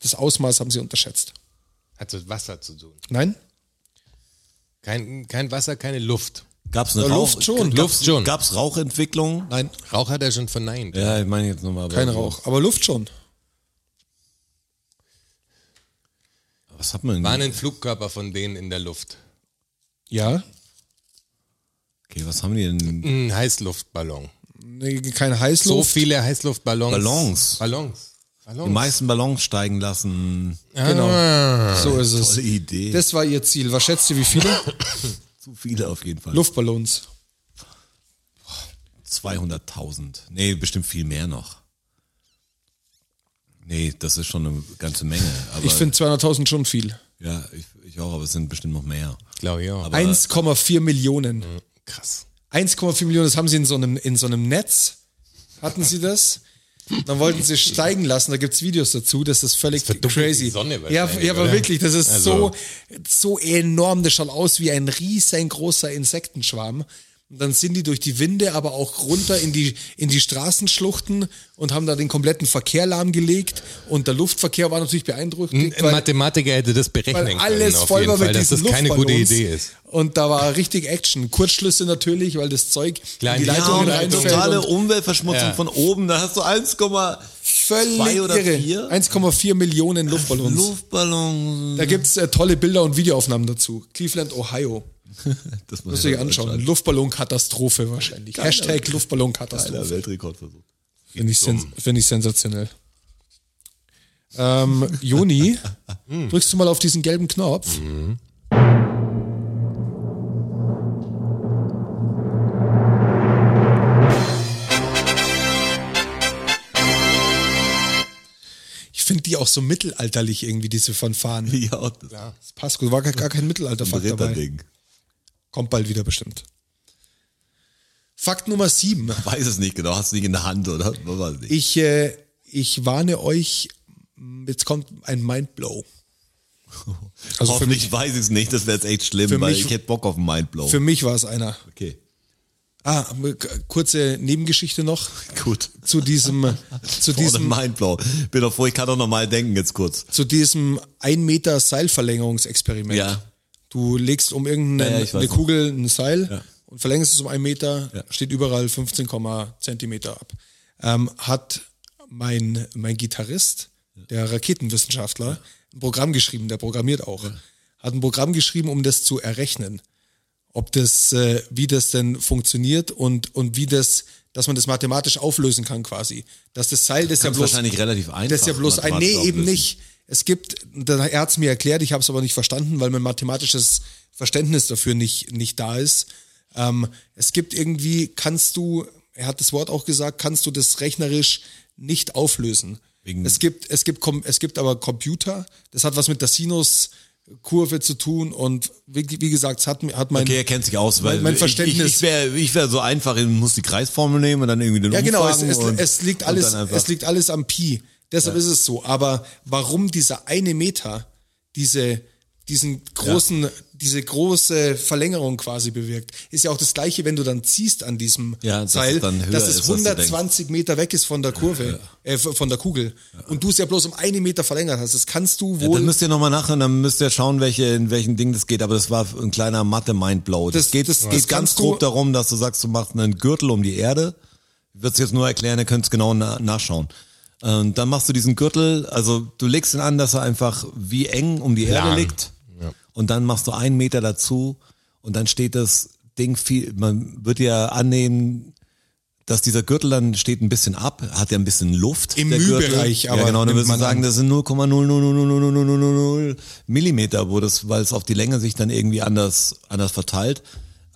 Speaker 2: das Ausmaß haben sie unterschätzt.
Speaker 3: Hat mit Wasser zu tun.
Speaker 2: Nein?
Speaker 3: Kein, kein Wasser, keine Luft.
Speaker 4: Gab's eine
Speaker 2: Ja,
Speaker 4: Rauch
Speaker 2: Luft schon.
Speaker 4: Gab's,
Speaker 3: Luft schon.
Speaker 4: Gab's Rauchentwicklung?
Speaker 2: Nein,
Speaker 3: Rauch hat er schon verneint.
Speaker 4: Ja, ich meine jetzt nochmal. aber-
Speaker 2: kein Rauch. Aber Luft schon.
Speaker 4: Was hat man
Speaker 3: War
Speaker 4: denn?
Speaker 3: ein Flugkörper von denen in der Luft.
Speaker 2: Ja.
Speaker 4: Okay, was haben die denn?
Speaker 3: Ein Heißluftballon.
Speaker 2: Nee, kein
Speaker 3: So
Speaker 2: Heißluft.
Speaker 3: viele Heißluftballons.
Speaker 4: Ballons.
Speaker 3: Ballons.
Speaker 4: Die meisten Ballons steigen lassen.
Speaker 2: Genau. So ist es.
Speaker 4: Tolle Idee.
Speaker 2: Das war ihr Ziel. Was schätzt ihr, wie viele?
Speaker 4: Zu viele auf jeden Fall.
Speaker 2: Luftballons.
Speaker 4: 200.000. Nee, bestimmt viel mehr noch. Nee, das ist schon eine ganze Menge. Aber
Speaker 2: Ich finde 200.000 schon viel.
Speaker 4: ja, ich, ich auch, aber es sind bestimmt noch mehr.
Speaker 3: Glaube ich auch.
Speaker 2: 1,4 Millionen.
Speaker 3: Hm, krass.
Speaker 2: 1,4 Millionen, das haben sie in so einem, in so einem Netz. Hatten sie das? Dann wollten sie steigen lassen, da gibt's Videos dazu, das ist völlig
Speaker 3: verdunkelt
Speaker 2: crazy.
Speaker 3: die Sonne
Speaker 2: ja,
Speaker 3: wahrscheinlich,
Speaker 2: ja, aber
Speaker 3: oder?
Speaker 2: wirklich, das ist
Speaker 3: Also-
Speaker 2: so, so enorm, das schaut aus wie ein riesengroßer Insektenschwarm. Und dann sind die durch die Winde, aber auch runter in die, in die Straßenschluchten und haben da den kompletten Verkehr lahmgelegt. Und der Luftverkehr war natürlich beeindruckt.
Speaker 3: Ein Mathematiker hätte das berechnen
Speaker 2: Weil
Speaker 3: können.
Speaker 2: alles
Speaker 3: auf
Speaker 2: voll
Speaker 3: jeden
Speaker 2: war
Speaker 3: Fall,
Speaker 2: mit
Speaker 3: dass
Speaker 2: diesen
Speaker 3: das keine gute
Speaker 2: Luftballons.
Speaker 3: Idee ist.
Speaker 2: Und da war richtig Action. Kurzschlüsse natürlich, weil das Zeug
Speaker 3: Kleine
Speaker 2: in die
Speaker 3: Ja,
Speaker 2: Leitungen
Speaker 3: und
Speaker 2: reinfällt.
Speaker 4: totale
Speaker 2: und
Speaker 4: Umweltverschmutzung
Speaker 3: Ja.
Speaker 4: von oben. Da hast du 1,
Speaker 2: völlig
Speaker 4: zwei oder
Speaker 2: irre.
Speaker 4: vier?
Speaker 2: 1,4 Millionen Luftballons.
Speaker 4: Luftballons.
Speaker 2: Da gibt's äh, tolle Bilder und Videoaufnahmen dazu. Cleveland, Ohio.
Speaker 4: Das
Speaker 2: Müsst
Speaker 3: Also,
Speaker 2: ihr euch anschauen. Luftballonkatastrophe wahrscheinlich. Hashtag
Speaker 4: Einer
Speaker 2: Luftballonkatastrophe.
Speaker 4: Weltrekordversuch.
Speaker 2: Finde ich, sens find ich sensationell. Ähm, Joni,
Speaker 4: Hm.
Speaker 2: drückst du mal auf diesen gelben Knopf? Ich finde die auch so mittelalterlich irgendwie, diese Fanfaren.
Speaker 4: Ja, das
Speaker 2: Das passt gut, war gar, gar kein Mittelalterfakt dabei.
Speaker 4: Ritterding.
Speaker 2: Kommt bald wieder bestimmt. Fakt Nummer sieben.
Speaker 4: Weiß es nicht genau, hast du nicht in der Hand, oder? Man Weiß nicht.
Speaker 2: Ich, äh, ich warne euch, jetzt kommt ein Mindblow.
Speaker 4: Also Hoffentlich weiß ich es nicht, das wäre jetzt echt schlimm,
Speaker 2: für
Speaker 4: weil
Speaker 2: mich-
Speaker 4: ich hätte Bock auf einen Mindblow.
Speaker 2: Für mich war es einer.
Speaker 4: Okay,
Speaker 2: Ah, k- kurze Nebengeschichte noch
Speaker 4: gut.
Speaker 2: zu diesem, äh, zu
Speaker 4: Diesem
Speaker 2: diesem,
Speaker 4: Mindblow. Bin doch froh, ich kann doch normal denken jetzt kurz.
Speaker 2: zu diesem 1 Meter Seilverlängerungsexperiment.
Speaker 4: Ja.
Speaker 2: Du legst um irgendeine
Speaker 4: Ja, ja, ich weiß
Speaker 2: eine
Speaker 4: noch.
Speaker 2: Kugel ein Seil
Speaker 4: Ja.
Speaker 2: und verlängerst es um einen Meter, steht überall 15, Zentimeter ab. Ähm, hat mein, mein Gitarrist, der Raketenwissenschaftler, ein Programm geschrieben, der programmiert auch. Hat ein Programm geschrieben, um das zu errechnen. Ob das, äh, wie das denn funktioniert und, und wie das, dass man das mathematisch auflösen kann quasi. Dass das Seil, das ja
Speaker 4: Kannst
Speaker 2: bloß...
Speaker 4: wahrscheinlich relativ einfach.
Speaker 2: Das ist ja bloß ein, nee,
Speaker 4: mathematisch
Speaker 2: eben
Speaker 4: auflösen.
Speaker 2: nicht. Es gibt, da- er hat's mir erklärt, ich habe es aber nicht verstanden, weil mein mathematisches Verständnis dafür nicht, nicht da ist. Ähm, es gibt irgendwie, kannst du, er hat das Wort auch gesagt, kannst du das rechnerisch nicht auflösen. es gibt, es gibt, kom- es gibt aber Computer, das hat was mit der Sinuskurve zu tun und wie, wie gesagt, es hat, mir- hat mein,
Speaker 4: Okay, er kennt sich aus, weil
Speaker 2: Mein- mein
Speaker 4: ich-
Speaker 2: Verständnis-
Speaker 4: Ich, ich wäre ich wär so einfach, ich muss die Kreisformel nehmen und dann irgendwie den
Speaker 2: Ja, genau, es,
Speaker 4: umfragen
Speaker 2: es,
Speaker 4: und,
Speaker 2: es, liegt
Speaker 4: und
Speaker 2: alles,
Speaker 4: dann einfach-
Speaker 2: es liegt alles am Pi. Deshalb ist es so. Aber warum dieser eine Meter diese, diesen großen, diese große Verlängerung quasi bewirkt, ist ja auch das Gleiche, wenn du dann ziehst an diesem
Speaker 4: Ja, dass
Speaker 2: Seil,
Speaker 4: es dann höher
Speaker 2: dass es
Speaker 4: ist, als du
Speaker 2: 120 Meter weg ist von der Kurve, äh, von der Kugel. Und du es ja bloß um einen Meter verlängert hast. Das kannst du
Speaker 4: Ja,
Speaker 2: wohl.
Speaker 4: dann müsst ihr nochmal nachhören, dann müsst ihr schauen, welche, in welchen Ding das geht. Aber das war ein kleiner Mathe-Mindblow. Das,
Speaker 2: Das-
Speaker 4: geht,
Speaker 2: das-
Speaker 4: das,
Speaker 2: das
Speaker 4: geht ganz
Speaker 2: kannst du-
Speaker 4: grob darum, dass du sagst, du machst einen Gürtel um die Erde. Ich würde es jetzt nur erklären, ihr könnt es genau na nachschauen. Ähm, dann machst du diesen Gürtel, also du legst ihn an, dass er einfach wie eng um die
Speaker 3: Plan.
Speaker 4: Erde liegt. Und dann machst du einen Meter dazu und dann steht das Ding viel, man wird ja annehmen, dass dieser Gürtel dann steht ein bisschen ab, hat ja ein bisschen Luft.
Speaker 2: Im
Speaker 4: der Gürtel.
Speaker 2: Mühbereich, aber
Speaker 4: Ja, genau, dann
Speaker 2: nimmt
Speaker 4: würdest du
Speaker 2: man an.
Speaker 4: sagen, das sind 0,0000000 Millimeter, wo das, weil es auf die Länge sich dann irgendwie anders, anders verteilt.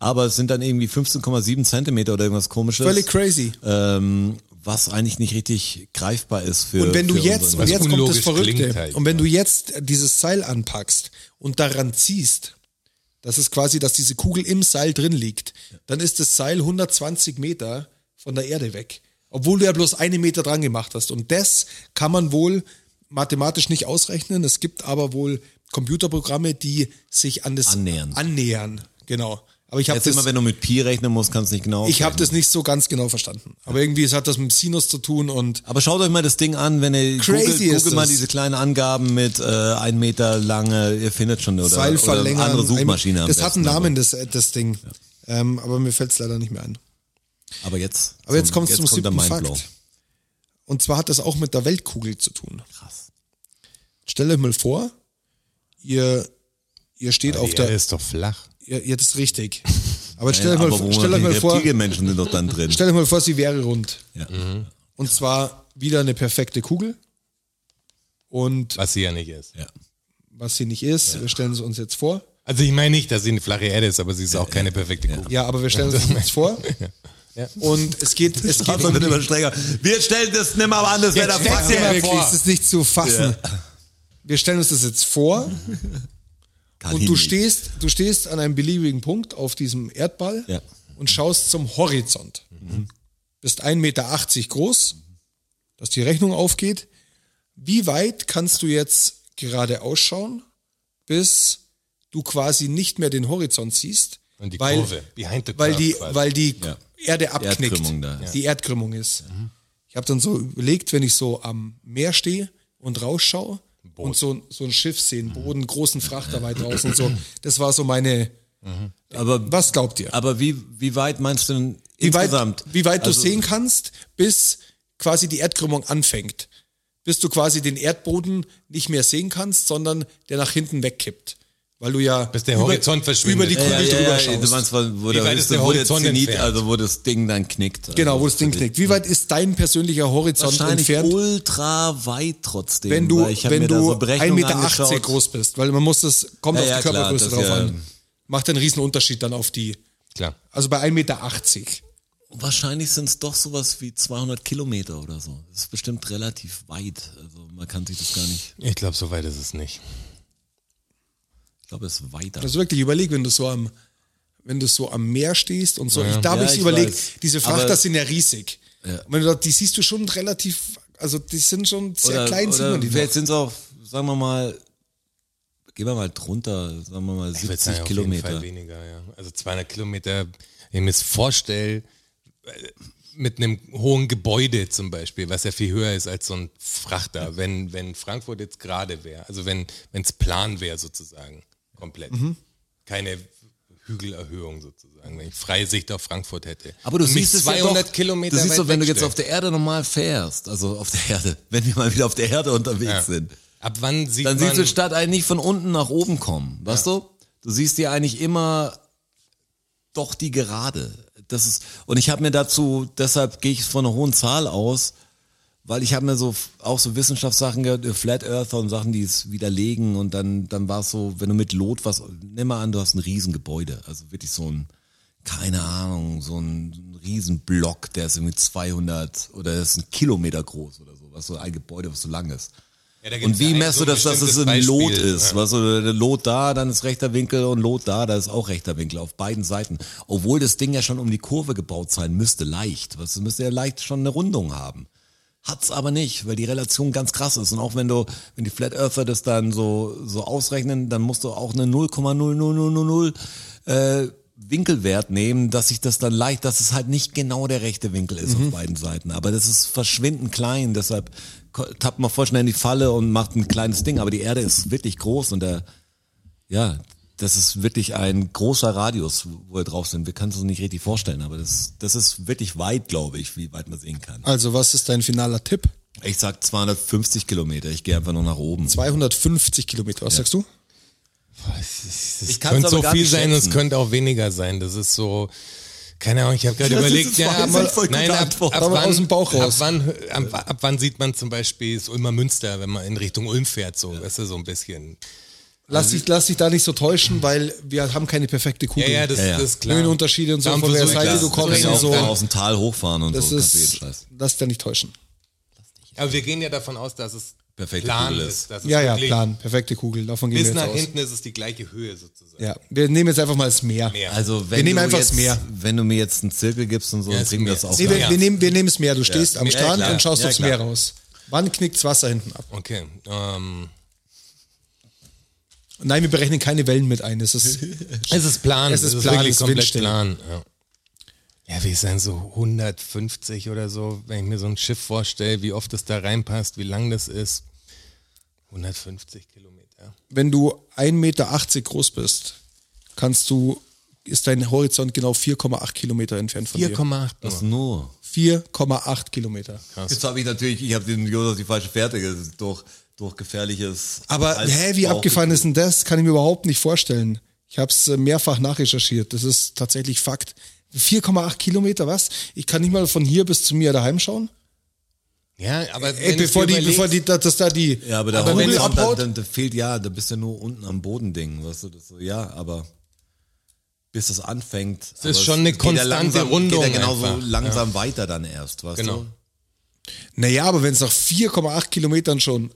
Speaker 4: Aber es sind dann irgendwie 15,7 Zentimeter oder irgendwas komisches.
Speaker 2: Völlig crazy.
Speaker 4: Ähm, was eigentlich nicht richtig greifbar ist für.
Speaker 2: Und wenn du
Speaker 4: für
Speaker 2: jetzt,
Speaker 4: unseren-
Speaker 2: und
Speaker 3: was
Speaker 2: jetzt kommt das
Speaker 3: unlogisch
Speaker 2: Verrückte,
Speaker 3: klingt halt,
Speaker 2: und wenn du jetzt dieses Seil anpackst und daran ziehst, das ist quasi, dass diese Kugel im Seil drin liegt, dann ist das Seil 120 Meter von der Erde weg. Obwohl du ja bloß einen Meter dran gemacht hast. Und das kann man wohl mathematisch nicht ausrechnen. Es gibt aber wohl Computerprogramme, die sich an das
Speaker 4: Annähern.
Speaker 2: annähern. Genau. Aber ich habe
Speaker 4: Jetzt immer,
Speaker 2: das,
Speaker 4: wenn du mit Pi rechnen musst, kannst du nicht genau.
Speaker 2: ich hab
Speaker 4: aufrechnen.
Speaker 2: das nicht so ganz genau verstanden. Aber irgendwie, es hat das mit dem Sinus zu tun und
Speaker 4: Aber schaut euch mal das Ding an, wenn ihr
Speaker 2: Crazy
Speaker 4: googelt,
Speaker 2: ist
Speaker 4: googelt mal
Speaker 2: das.
Speaker 4: diese kleinen Angaben mit äh, ein Meter lange, ihr findet schon oder,
Speaker 2: Seil
Speaker 4: oder
Speaker 2: verlängern.
Speaker 4: andere Suchmaschine. am
Speaker 2: Das hat einen
Speaker 4: besten,
Speaker 2: Namen, das, das Ding. Ähm, aber mir fällt es leider nicht mehr ein.
Speaker 4: Aber, aber jetzt.
Speaker 2: Aber jetzt kommt's zum
Speaker 4: kommt der
Speaker 2: siebten
Speaker 4: Mindblow.
Speaker 2: Fakt. Und zwar hat das auch mit der Weltkugel zu tun. Krass. Stellt euch mal vor, ihr, ihr steht auf
Speaker 3: Die
Speaker 2: der.
Speaker 3: Erde ist doch flach.
Speaker 2: Ihr, ihr das ist richtig. Aber
Speaker 4: Ja,
Speaker 2: stellt euch
Speaker 4: aber
Speaker 2: mal,
Speaker 4: wo
Speaker 2: stellt
Speaker 4: man-
Speaker 2: euch mal
Speaker 4: die
Speaker 2: vor,
Speaker 4: Reptilienmenschen sind doch dann drin.
Speaker 2: stellt euch mal vor, sie wäre rund.
Speaker 4: Ja.
Speaker 2: Und zwar wieder eine perfekte Kugel. Und
Speaker 3: Was sie ja nicht ist.
Speaker 4: Ja.
Speaker 2: was sie nicht ist, wir stellen es uns jetzt vor.
Speaker 3: Also ich meine nicht, dass sie eine flache Erde ist, aber sie ist auch keine perfekte Kugel.
Speaker 2: Ja, aber wir stellen es uns jetzt vor. Und es geht, es geht
Speaker 4: Also
Speaker 2: um
Speaker 4: wird immer strenger. Wir stellen das nimmer mal an, das wäre der
Speaker 3: stellen
Speaker 4: Fakt.
Speaker 3: Sie mal
Speaker 2: Wirklich,
Speaker 3: vor.
Speaker 2: es ist nicht zu fassen. Wir stellen uns das jetzt vor
Speaker 4: Kann
Speaker 2: und
Speaker 4: hin
Speaker 2: du
Speaker 4: nicht.
Speaker 2: stehst, du stehst an einem beliebigen Punkt auf diesem Erdball
Speaker 4: Ja.
Speaker 2: und schaust zum Horizont.
Speaker 3: Mhm.
Speaker 2: Bist 1,80 Meter groß, dass die Rechnung aufgeht. Wie weit kannst du jetzt gerade ausschauen, bis du quasi nicht mehr den Horizont siehst?
Speaker 3: Und die
Speaker 2: weil,
Speaker 3: Kurve, behind the
Speaker 2: weil
Speaker 3: curve
Speaker 2: die,
Speaker 3: quasi.
Speaker 2: weil die Erde abknickt,
Speaker 4: Erdkrümmung da ist.
Speaker 2: die Erdkrümmung ist. Ich habe dann so überlegt, wenn ich so am Meer stehe und rausschaue und so, so ein Schiff
Speaker 4: Mhm.
Speaker 2: sehen, Boden, großen Frachter weit draußen und so. Das war so meine.
Speaker 4: Aber,
Speaker 2: Was glaubt ihr?
Speaker 4: aber wie, wie weit meinst du denn
Speaker 2: wie weit,
Speaker 4: insgesamt?
Speaker 2: wie weit
Speaker 4: Also-
Speaker 2: du sehen kannst, bis quasi die Erdkrümmung anfängt. Bis du quasi den Erdboden nicht mehr sehen kannst, sondern der nach hinten wegkippt. Weil du ja
Speaker 3: Bis der
Speaker 2: über,
Speaker 3: Horizont verschwindet.
Speaker 2: über die Kugel
Speaker 4: Ja, ja,
Speaker 2: drüber
Speaker 4: ja, ja,
Speaker 2: schaust.
Speaker 4: du meinst, wo, wo
Speaker 3: Wie
Speaker 4: der,
Speaker 3: weit
Speaker 4: höchste-
Speaker 3: ist der
Speaker 4: wo der
Speaker 3: Horizont
Speaker 4: Zenit,
Speaker 3: entfernt?
Speaker 4: also wo das Ding dann knickt. Also
Speaker 2: genau, wo das Ding knickt. Wie weit ist dein persönlicher Horizont
Speaker 4: Wahrscheinlich
Speaker 2: entfernt?
Speaker 4: ultra weit trotzdem.
Speaker 2: wenn du,
Speaker 4: weil ich hab
Speaker 2: wenn
Speaker 4: mir da
Speaker 2: du
Speaker 4: so
Speaker 2: 1,80
Speaker 4: Berechnungen
Speaker 2: Meter
Speaker 4: angeschaut.
Speaker 2: groß bist, weil man muss das, kommt
Speaker 4: Ja,
Speaker 2: auf
Speaker 4: ja,
Speaker 2: die
Speaker 4: klar,
Speaker 2: Körpergröße
Speaker 4: das
Speaker 2: drauf
Speaker 4: ja-
Speaker 2: an. Macht einen riesen Unterschied dann auf die,
Speaker 3: Klar.
Speaker 2: also bei 1,80 Meter.
Speaker 4: Wahrscheinlich sind es doch sowas wie 200 Kilometer oder so. Das ist bestimmt relativ weit. Also man kann sich das gar nicht.
Speaker 3: Ich glaube, so weit ist es nicht.
Speaker 4: Ich glaube, es ist weiter.
Speaker 2: Also wirklich, überleg, wenn du so am, wenn du so am Meer stehst und so. Ich, da habe ich überlegt,
Speaker 4: weiß.
Speaker 2: diese Frachter sind ja riesig. Und wenn du dort, die siehst du schon relativ, also die sind schon sehr
Speaker 4: oder,
Speaker 2: klein, sieht
Speaker 4: oder
Speaker 2: man die
Speaker 4: vielleicht
Speaker 2: noch.
Speaker 4: sind es auch, sagen wir mal, gehen wir mal drunter, sagen wir mal
Speaker 3: würd
Speaker 4: 70
Speaker 3: auf jeden Fall
Speaker 4: Kilometer.
Speaker 3: weniger, ja. Also 200 Kilometer, wenn ich mir das vorstelle, äh, mit einem hohen Gebäude zum Beispiel, was ja viel höher ist als so ein Frachter, wenn, wenn Frankfurt jetzt gerade wäre, also wenn es plan wäre sozusagen, komplett.
Speaker 4: Mhm.
Speaker 3: Keine Hügelerhöhung sozusagen, wenn ich freie Sicht auf Frankfurt hätte.
Speaker 4: Aber du
Speaker 3: Und mich
Speaker 4: siehst es
Speaker 3: 200
Speaker 4: ja doch,
Speaker 3: Kilometer
Speaker 4: Du siehst
Speaker 3: weit
Speaker 4: doch, wenn du jetzt
Speaker 3: wegstellen.
Speaker 4: auf der Erde normal fährst, also auf der Erde, wenn wir mal wieder auf der Erde unterwegs
Speaker 3: Ja.
Speaker 4: sind,
Speaker 3: Ab wann sieht
Speaker 4: dann
Speaker 3: man,
Speaker 4: siehst du die Stadt eigentlich nicht von unten nach oben kommen, weißt du? Du siehst die eigentlich immer doch die Gerade. Das ist und ich habe mir dazu deshalb gehe ich von einer hohen Zahl aus, weil ich habe mir so auch so Wissenschaftssachen gehört, äh, Flat Earther und Sachen, die es widerlegen und dann dann war es so, wenn du mit Lot was, nimm mal an, du hast ein Riesengebäude, also wirklich so ein keine Ahnung, so ein Riesenblock, der ist irgendwie 200 oder der ist ein Kilometer groß oder so, was so ein Gebäude, was so lang ist.
Speaker 3: Ja, da gibt's
Speaker 4: Und wie
Speaker 3: ja ein
Speaker 4: messt
Speaker 3: so
Speaker 4: du das, dass es
Speaker 3: bestimmtes
Speaker 4: ein
Speaker 3: Beispiel. ne?
Speaker 4: Lot ist?
Speaker 3: Ja.
Speaker 4: Was, oder Lot da, dann ist rechter Winkel und Lot da, da ist auch rechter Winkel auf beiden Seiten. Obwohl das Ding ja schon um die Kurve gebaut sein müsste, leicht. Was, es müsste ja leicht schon eine Rundung haben. Hat's aber nicht, weil die Relation ganz krass ist. Und auch wenn du, wenn die Flat Earther das dann so, so ausrechnen, dann musst du auch eine 0,0000 äh, Winkelwert nehmen, dass sich das dann leicht, dass es halt nicht genau der rechte Winkel ist auf beiden Seiten. Aber das ist verschwindend klein, deshalb ko- tappt man voll schnell in die Falle und macht ein kleines Ding. Aber die Erde ist wirklich groß und der, ja, das ist wirklich ein großer Radius, wo wir drauf sind. Wir können es uns nicht richtig vorstellen, aber das, das ist wirklich weit, glaube ich, wie weit man sehen kann.
Speaker 2: Also was ist dein finaler Tipp?
Speaker 4: Ich sag 250 Kilometer, ich gehe einfach nur nach oben.
Speaker 2: 250 Kilometer, was sagst du?
Speaker 3: Es
Speaker 4: kann's
Speaker 3: könnte
Speaker 4: aber
Speaker 3: so
Speaker 4: gar
Speaker 3: viel
Speaker 4: nicht
Speaker 3: sein, und es
Speaker 4: schätzen.
Speaker 3: könnte auch weniger sein. Das ist so, keine Ahnung, ich habe gerade
Speaker 4: Das ist
Speaker 3: überlegt,
Speaker 4: jetzt
Speaker 3: ja,
Speaker 4: voll-
Speaker 2: halt
Speaker 3: aber,
Speaker 4: voll gute
Speaker 3: nein, ab,
Speaker 4: Antwort.
Speaker 3: ab,
Speaker 2: Aber
Speaker 3: wann,
Speaker 2: aus dem Bauch
Speaker 3: ab
Speaker 2: raus.
Speaker 3: wann, ab, ab wann sieht man zum Beispiel das Ulmer Münster, wenn man in Richtung Ulm fährt, so, weißt du, so ein bisschen.
Speaker 2: Lass dich, lass dich da nicht so täuschen, weil wir haben keine perfekte
Speaker 3: Ja,
Speaker 2: Kugel.
Speaker 3: ja, das,
Speaker 4: Also Ja, ja.
Speaker 3: das ist klar.
Speaker 2: Höhenunterschiede und so,
Speaker 3: Dann
Speaker 2: von der
Speaker 3: versuch ich
Speaker 2: Seite
Speaker 3: das.
Speaker 2: du
Speaker 4: Du
Speaker 2: kommst
Speaker 4: kannst
Speaker 3: Ja,
Speaker 2: und
Speaker 4: auch
Speaker 2: so.
Speaker 4: aus dem Tal hochfahren und
Speaker 2: Das
Speaker 4: so. kannst du jeden
Speaker 2: ist,
Speaker 4: Scheiß.
Speaker 2: lass dich da nicht täuschen.
Speaker 3: Aber wir gehen ja davon aus, dass es
Speaker 4: Perfekte
Speaker 3: Plan
Speaker 4: Kugel
Speaker 3: ist.
Speaker 4: ist.
Speaker 3: dass es
Speaker 2: Ja, ja,
Speaker 3: wirklich-
Speaker 2: Plan, perfekte Kugel, davon gehen
Speaker 3: Bis
Speaker 2: wir
Speaker 3: nach
Speaker 2: jetzt aus.
Speaker 3: hinten ist es die gleiche Höhe sozusagen.
Speaker 2: Ja, wir nehmen jetzt einfach mal das Meer.
Speaker 3: Meer.
Speaker 4: Also wenn
Speaker 2: Wir nehmen
Speaker 4: du
Speaker 2: einfach
Speaker 4: jetzt,
Speaker 2: das Meer.
Speaker 4: Wenn du mir jetzt einen Zirkel gibst und so, dann
Speaker 3: ist
Speaker 4: kriegen wir
Speaker 3: mehr.
Speaker 4: das auch.
Speaker 2: Nee,
Speaker 4: hin.
Speaker 2: wir, wir, nehmen, wir nehmen das Meer. Du stehst am
Speaker 4: Ja,
Speaker 2: Strand
Speaker 4: klar.
Speaker 2: und schaust
Speaker 4: Ja,
Speaker 2: aufs
Speaker 4: klar.
Speaker 2: Meer raus. Wann knickt das Wasser hinten ab?
Speaker 3: Okay. Ähm,
Speaker 2: Nein, wir berechnen keine Wellen mit ein. Es ist,
Speaker 3: Es ist Plan,
Speaker 2: Es
Speaker 3: es
Speaker 2: ist
Speaker 3: ist,
Speaker 2: Plan,
Speaker 3: wirklich
Speaker 2: es ist
Speaker 3: komplett
Speaker 2: windstill.
Speaker 3: Plan. Ja, ja wie sein so 150 oder so, wenn ich mir so ein Schiff vorstelle, wie oft es da reinpasst, wie lang das ist. 150 Kilometer.
Speaker 2: wenn du 1,80 Meter groß bist, kannst du, ist dein Horizont genau 4,8 Kilometer entfernt von dir.
Speaker 3: 4,8
Speaker 4: Das
Speaker 3: nur.
Speaker 4: nur.
Speaker 2: 4,8 Kilometer.
Speaker 4: Jetzt habe ich natürlich, ich habe den Jonas die falsche Fährte ges- durch, durch gefährliches.
Speaker 2: Aber
Speaker 4: Hals-
Speaker 2: hä, wie
Speaker 4: Bauch-
Speaker 2: abgefahren ist denn das? Kann ich mir überhaupt nicht vorstellen. Ich habe es mehrfach nachrecherchiert. Das ist tatsächlich Fakt. 4,8 Kilometer, was? Ich kann nicht mal von hier bis zu mir daheim schauen?
Speaker 3: Ja, aber
Speaker 2: Ey, bevor die, bevor die, dass dass da die
Speaker 4: Ja, aber, da
Speaker 2: aber
Speaker 4: wenn
Speaker 2: Kugel
Speaker 4: dann,
Speaker 2: abhaut,
Speaker 4: dann, dann, dann fehlt ja, da bist du nur unten am Boden Ding, weißt du, das so, ja, aber bis das anfängt. aber Es
Speaker 3: ist schon eine
Speaker 4: geht
Speaker 3: konstante
Speaker 4: langsam,
Speaker 3: Rundung
Speaker 4: Geht ja genauso
Speaker 3: einfach.
Speaker 4: langsam weiter dann erst, weißt
Speaker 3: Genau.
Speaker 4: du?
Speaker 2: Naja, aber wenn es nach 4,8 Kilometern schon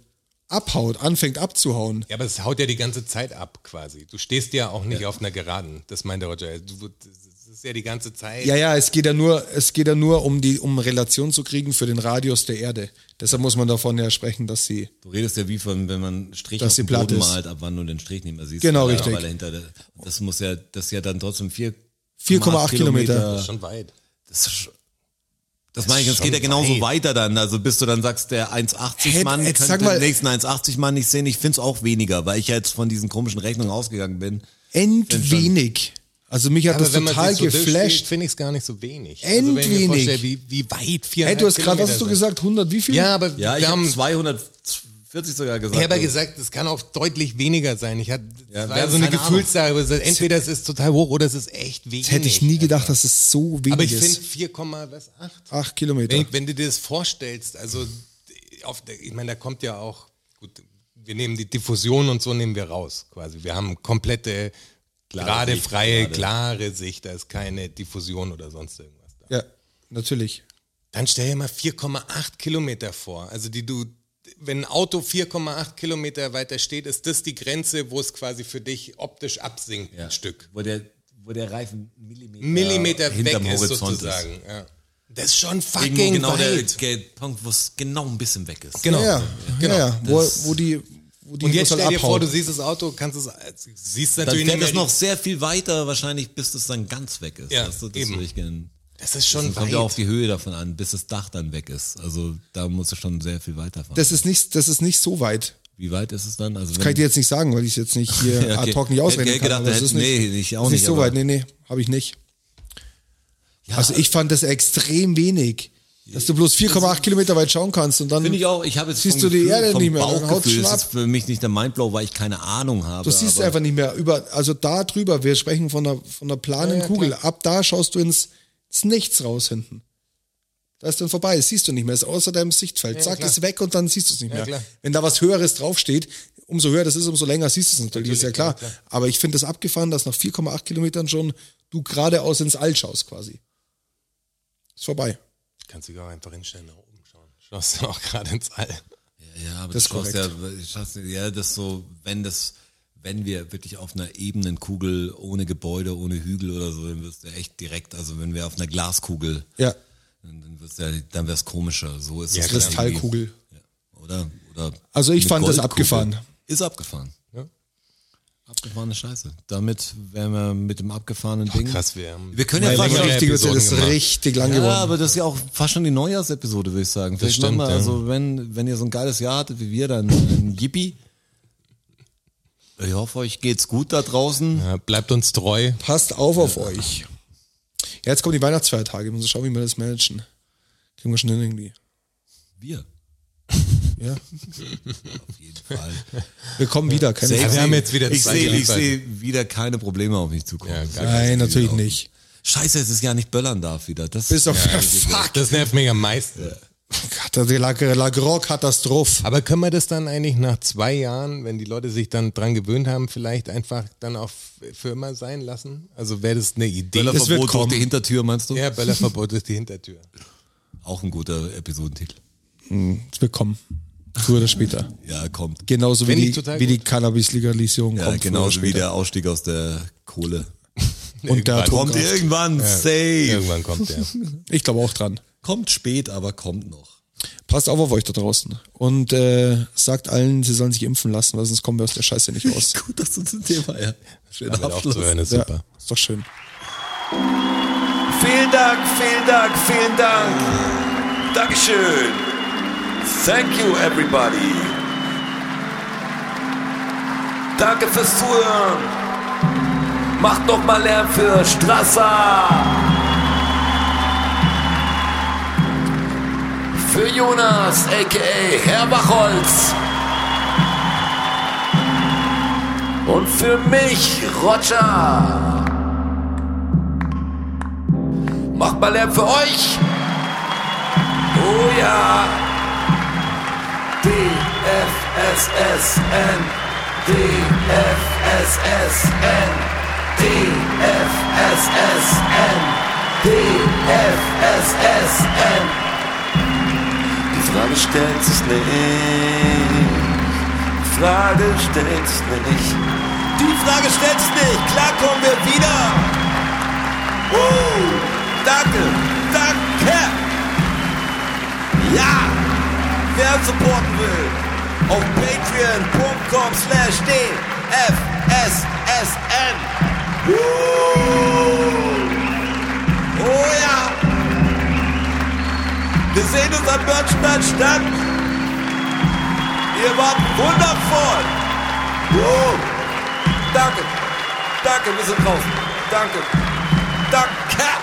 Speaker 2: abhaut, anfängt abzuhauen.
Speaker 3: ja, aber es haut ja die ganze Zeit ab quasi. Du stehst ja auch nicht auf einer Geraden. Das meinte Roger. Also, Du, das ist ja die ganze Zeit.
Speaker 2: Ja, ja, es geht ja nur, es geht ja nur um die, um Relation zu kriegen für den Radius der Erde. Deshalb muss man davon ja sprechen, dass sie.
Speaker 4: Du redest ja wie von, wenn man einen Strich
Speaker 2: Dass
Speaker 4: auf
Speaker 2: sie
Speaker 4: den
Speaker 2: platt
Speaker 4: Boden
Speaker 2: ist.
Speaker 4: malt, ab wann du den Strich nicht mehr siehst.
Speaker 2: Genau,
Speaker 4: Weil
Speaker 2: richtig.
Speaker 4: weil dahinter der- Das muss ja, das ist ja dann trotzdem 4,
Speaker 2: 4,8
Speaker 3: Das
Speaker 2: Kilometer.
Speaker 3: ist schon weit.
Speaker 4: Das, ist sch- das meine ich, das
Speaker 3: schon
Speaker 4: geht ja genauso
Speaker 3: weit.
Speaker 4: weiter dann. Also bis du dann sagst, der 1,80-Mann
Speaker 2: Hey, jetzt
Speaker 4: könnte
Speaker 2: sag mal-
Speaker 4: den nächsten 1,80-Mann nicht sehen. Ich find's auch weniger, weil ich ja jetzt von diesen komischen Rechnungen ausgegangen bin.
Speaker 2: Endwenig. Also mich hat das
Speaker 3: wenn man
Speaker 2: total
Speaker 3: sich so
Speaker 2: geflasht.
Speaker 3: finde ich es gar nicht so wenig. Also, wenn ich
Speaker 2: Endwenig.
Speaker 3: mir vorstelle, wie, wie weit vier
Speaker 2: Hey, du hast gerade, was hast du gesagt? 100 wie viel?
Speaker 3: Ja, aber
Speaker 4: Ja, ich
Speaker 3: wir
Speaker 4: habe
Speaker 3: haben
Speaker 4: 240 sogar gesagt.
Speaker 3: Ich habe ja gesagt, es kann auch deutlich weniger sein. Ich hatte
Speaker 4: Ja,
Speaker 3: es
Speaker 4: wir
Speaker 3: war
Speaker 4: haben
Speaker 3: so eine
Speaker 4: keine
Speaker 3: Gefühlssache. aber es ist- Entweder es ist total hoch oder es ist echt wenig.
Speaker 2: Das hätte ich nie gedacht, dass es so wenig
Speaker 3: Aber ich
Speaker 2: ist.
Speaker 3: finde 4,8.
Speaker 2: 8 Kilometer.
Speaker 3: Wenn, wenn du dir das vorstellst, also auf, der- ich meine, da kommt ja auch, gut, wir nehmen die Diffusion und so nehmen wir raus quasi. Wir haben komplette, gerade
Speaker 4: Sicht,
Speaker 3: freie,
Speaker 4: gerade.
Speaker 3: klare Sicht. Da ist keine Diffusion oder sonst irgendwas da.
Speaker 2: Ja, natürlich.
Speaker 3: Dann stell dir mal 4,8 Kilometer vor. Also die du, wenn ein Auto 4,8 Kilometer weiter steht, ist das die Grenze, wo es quasi für dich optisch absinkt ein Stück.
Speaker 4: Wo, der, wo der Reifen einen Millimeter,
Speaker 3: Millimeter
Speaker 4: hinterm
Speaker 3: weg ist
Speaker 4: Horizont
Speaker 3: sozusagen. Ja. Das ist schon
Speaker 4: Irgendwo
Speaker 3: fucking
Speaker 4: genau der,
Speaker 3: weit.
Speaker 4: der Punkt, wo es genau ein bisschen weg ist.
Speaker 3: genau.
Speaker 2: Ja,
Speaker 3: genau.
Speaker 2: ja, ja. Wo, wo die, wo die
Speaker 3: Und jetzt
Speaker 2: Wurzel
Speaker 3: stell dir vor,
Speaker 2: abhaut.
Speaker 3: du siehst das Auto, kannst es, äh, siehst
Speaker 4: Dann
Speaker 3: natürlich
Speaker 4: fährt
Speaker 3: nicht
Speaker 4: es
Speaker 3: mehr
Speaker 4: noch sehr viel weiter wahrscheinlich, bis es dann ganz weg ist.
Speaker 3: Ja,
Speaker 4: weißt du? Das
Speaker 3: eben.
Speaker 4: würde ich gerne.
Speaker 3: Das ist schon
Speaker 4: Kommt
Speaker 3: weit.
Speaker 4: ja auch auf die Höhe davon an, bis das Dach dann weg ist. Also da musst du schon sehr viel weiterfahren.
Speaker 2: Das ist nicht, das ist nicht so weit.
Speaker 4: Wie weit ist es dann? Also wenn,
Speaker 2: Kann ich dir jetzt nicht sagen, weil ich es jetzt nicht hier
Speaker 4: Ja, okay.
Speaker 2: ad hoc nicht ausrechnen
Speaker 4: Hätte
Speaker 2: kann.
Speaker 4: gedacht,
Speaker 2: aber es
Speaker 4: hätte-
Speaker 2: ist
Speaker 4: nee, ich auch
Speaker 2: ist nicht
Speaker 4: nicht,
Speaker 2: so weit.
Speaker 4: aber-
Speaker 2: Nee, nee, habe ich nicht.
Speaker 4: ja,
Speaker 2: Also ich fand das extrem wenig. Dass du bloß 4,8 Kilometer weit schauen kannst und dann.
Speaker 4: Finde ich auch. Ich habe jetzt
Speaker 2: Siehst
Speaker 4: vom
Speaker 2: du die
Speaker 4: Gefühl-
Speaker 2: Erde
Speaker 4: vom
Speaker 2: nicht mehr, dann haut's
Speaker 4: Bauchgefühl.
Speaker 2: schon
Speaker 4: Das
Speaker 2: ab.
Speaker 4: ist für mich nicht der Mindblow, weil ich keine Ahnung habe.
Speaker 2: Du siehst
Speaker 4: aber
Speaker 2: einfach nicht mehr. Über, also da drüber, wir sprechen von einer, von einer planen Kugel. Ab da schaust du ins, ins Nichts raus hinten. Da ist dann vorbei, das siehst du nicht mehr, ist außer deinem Sichtfeld. Zack, ist weg und dann siehst du es nicht mehr.
Speaker 3: klar.
Speaker 2: Wenn da was Höheres draufsteht, umso höher das ist, umso länger siehst du es natürlich, ist ja klar. Aber ich finde das abgefahren, dass nach 4,8 Kilometern schon du geradeaus ins All schaust quasi. Ist vorbei.
Speaker 3: Kannst du dich auch einfach hinstellen, nach oben schauen. Schaust du auch gerade ins All.
Speaker 4: Ja, aber
Speaker 2: Das
Speaker 4: das,
Speaker 2: ist
Speaker 4: schaust ja, schaust, ja, das so, wenn das, wenn wir wirklich auf einer ebenen Kugel ohne Gebäude, ohne Hügel oder so, dann wirst du echt direkt, also wenn wir auf einer Glaskugel,
Speaker 2: Ja,
Speaker 4: dann, dann wirst du ja, dann wär's komischer. So ist es irgendwie.
Speaker 2: Kristallkugel.
Speaker 4: Oder, oder
Speaker 2: Also ich
Speaker 4: eine
Speaker 2: fand das
Speaker 4: Goldkugel.
Speaker 2: abgefahren.
Speaker 4: Ist abgefahren. Abgefahrene Scheiße. Damit wären wir mit dem abgefahrenen Ding.
Speaker 3: Krass, wir haben.
Speaker 4: Wir können ja
Speaker 2: Das
Speaker 4: fast
Speaker 2: war
Speaker 3: längere
Speaker 2: richtig, das
Speaker 3: Episoden
Speaker 2: ist
Speaker 3: gemacht.
Speaker 2: richtig lang geworden.
Speaker 4: Ja, aber das ist ja auch fast schon die Neujahrsepisode, würde ich sagen. Vielleicht
Speaker 3: stimmt,
Speaker 4: machen wir,
Speaker 3: ja.
Speaker 4: also wenn, wenn ihr so ein geiles Jahr hattet wie wir, dann ein Yippie. Ich hoffe, euch geht's gut da draußen.
Speaker 3: Ja, bleibt uns treu.
Speaker 2: Passt auf auf euch. Ja, jetzt kommen die Weihnachtsfeiertage. Wir müssen schauen, wie wir das managen. Kriegen wir schon hin irgendwie.
Speaker 4: Wir.
Speaker 2: Ja.
Speaker 4: Auf jeden Fall.
Speaker 2: Wir kommen wieder, keine
Speaker 4: Safe.
Speaker 2: Frage.
Speaker 3: wir haben jetzt wieder
Speaker 4: Ich
Speaker 3: zwei
Speaker 4: sehe ich
Speaker 3: geliefert.
Speaker 4: seh wieder keine Probleme auf mich zukommen.
Speaker 3: Ja, gar
Speaker 2: Nein, natürlich
Speaker 3: Genau.
Speaker 2: nicht.
Speaker 4: Scheiße, es ist ja nicht böllern darf wieder. Das
Speaker 2: Bis auf
Speaker 3: Fuck. Das nervt mich am meisten. also
Speaker 2: Lagro-Katastrophe.
Speaker 3: Aber können wir das dann eigentlich nach zwei Jahren, wenn die Leute sich dann dran gewöhnt haben, vielleicht einfach dann auch für immer sein lassen? Also wäre das eine Idee?
Speaker 2: Das wird
Speaker 4: Böllerverbot durch
Speaker 2: kommen.
Speaker 4: die Hintertür, meinst du?
Speaker 3: ja, Böllerverbot ist die Hintertür.
Speaker 4: Auch ein guter Episodentitel.
Speaker 2: Wir kommen. Früher oder später.
Speaker 4: Ja, kommt.
Speaker 2: Genauso wie
Speaker 3: Finde
Speaker 2: die,
Speaker 3: ich total
Speaker 2: wie die
Speaker 3: gut.
Speaker 2: Cannabis-Legalisierung
Speaker 4: Ja,
Speaker 2: Genau, kommt. früher
Speaker 4: genauso
Speaker 2: oder
Speaker 4: wie
Speaker 2: später.
Speaker 4: der Ausstieg aus der Kohle.
Speaker 2: Und der
Speaker 4: Kommt
Speaker 2: Atomkraft.
Speaker 4: irgendwann, safe.
Speaker 3: Irgendwann kommt der.
Speaker 2: Ich glaube auch dran.
Speaker 4: Kommt spät, aber kommt noch.
Speaker 2: Passt auf auf euch da draußen. Und äh, sagt allen, sie sollen sich impfen lassen, weil sonst kommen wir aus der Scheiße nicht raus.
Speaker 4: Gut, dass du zum Thema, ja. Schöner
Speaker 3: Damit
Speaker 4: Abschluss.
Speaker 3: aufzuhören ist
Speaker 2: ja,
Speaker 3: super.
Speaker 2: ist doch schön.
Speaker 7: Vielen Dank, vielen Dank, vielen Dank. Dankeschön. Thank you, everybody. Danke fürs Zuhören. Macht noch mal Lärm für Strasser. Für Jonas, a.k.a. Herr Wachholz. Und für mich, Roger. Macht mal Lärm für euch. Oh ja. DFSSN. DFSSN. DFSSN. DFSSN. Die Frage stellt sich nicht. Die Frage stellt sich nicht. Die Frage stellt sich nicht. Klar kommen wir wieder. Uh, danke, danke. Ja, wer uns supporten will, auf patreon.com slash dfssn. Uh, oh ja. Wir sehen uns am Börnstein statt. Ihr wart wundervoll. Uh, danke, danke, wir sind draußen. Danke. Danke.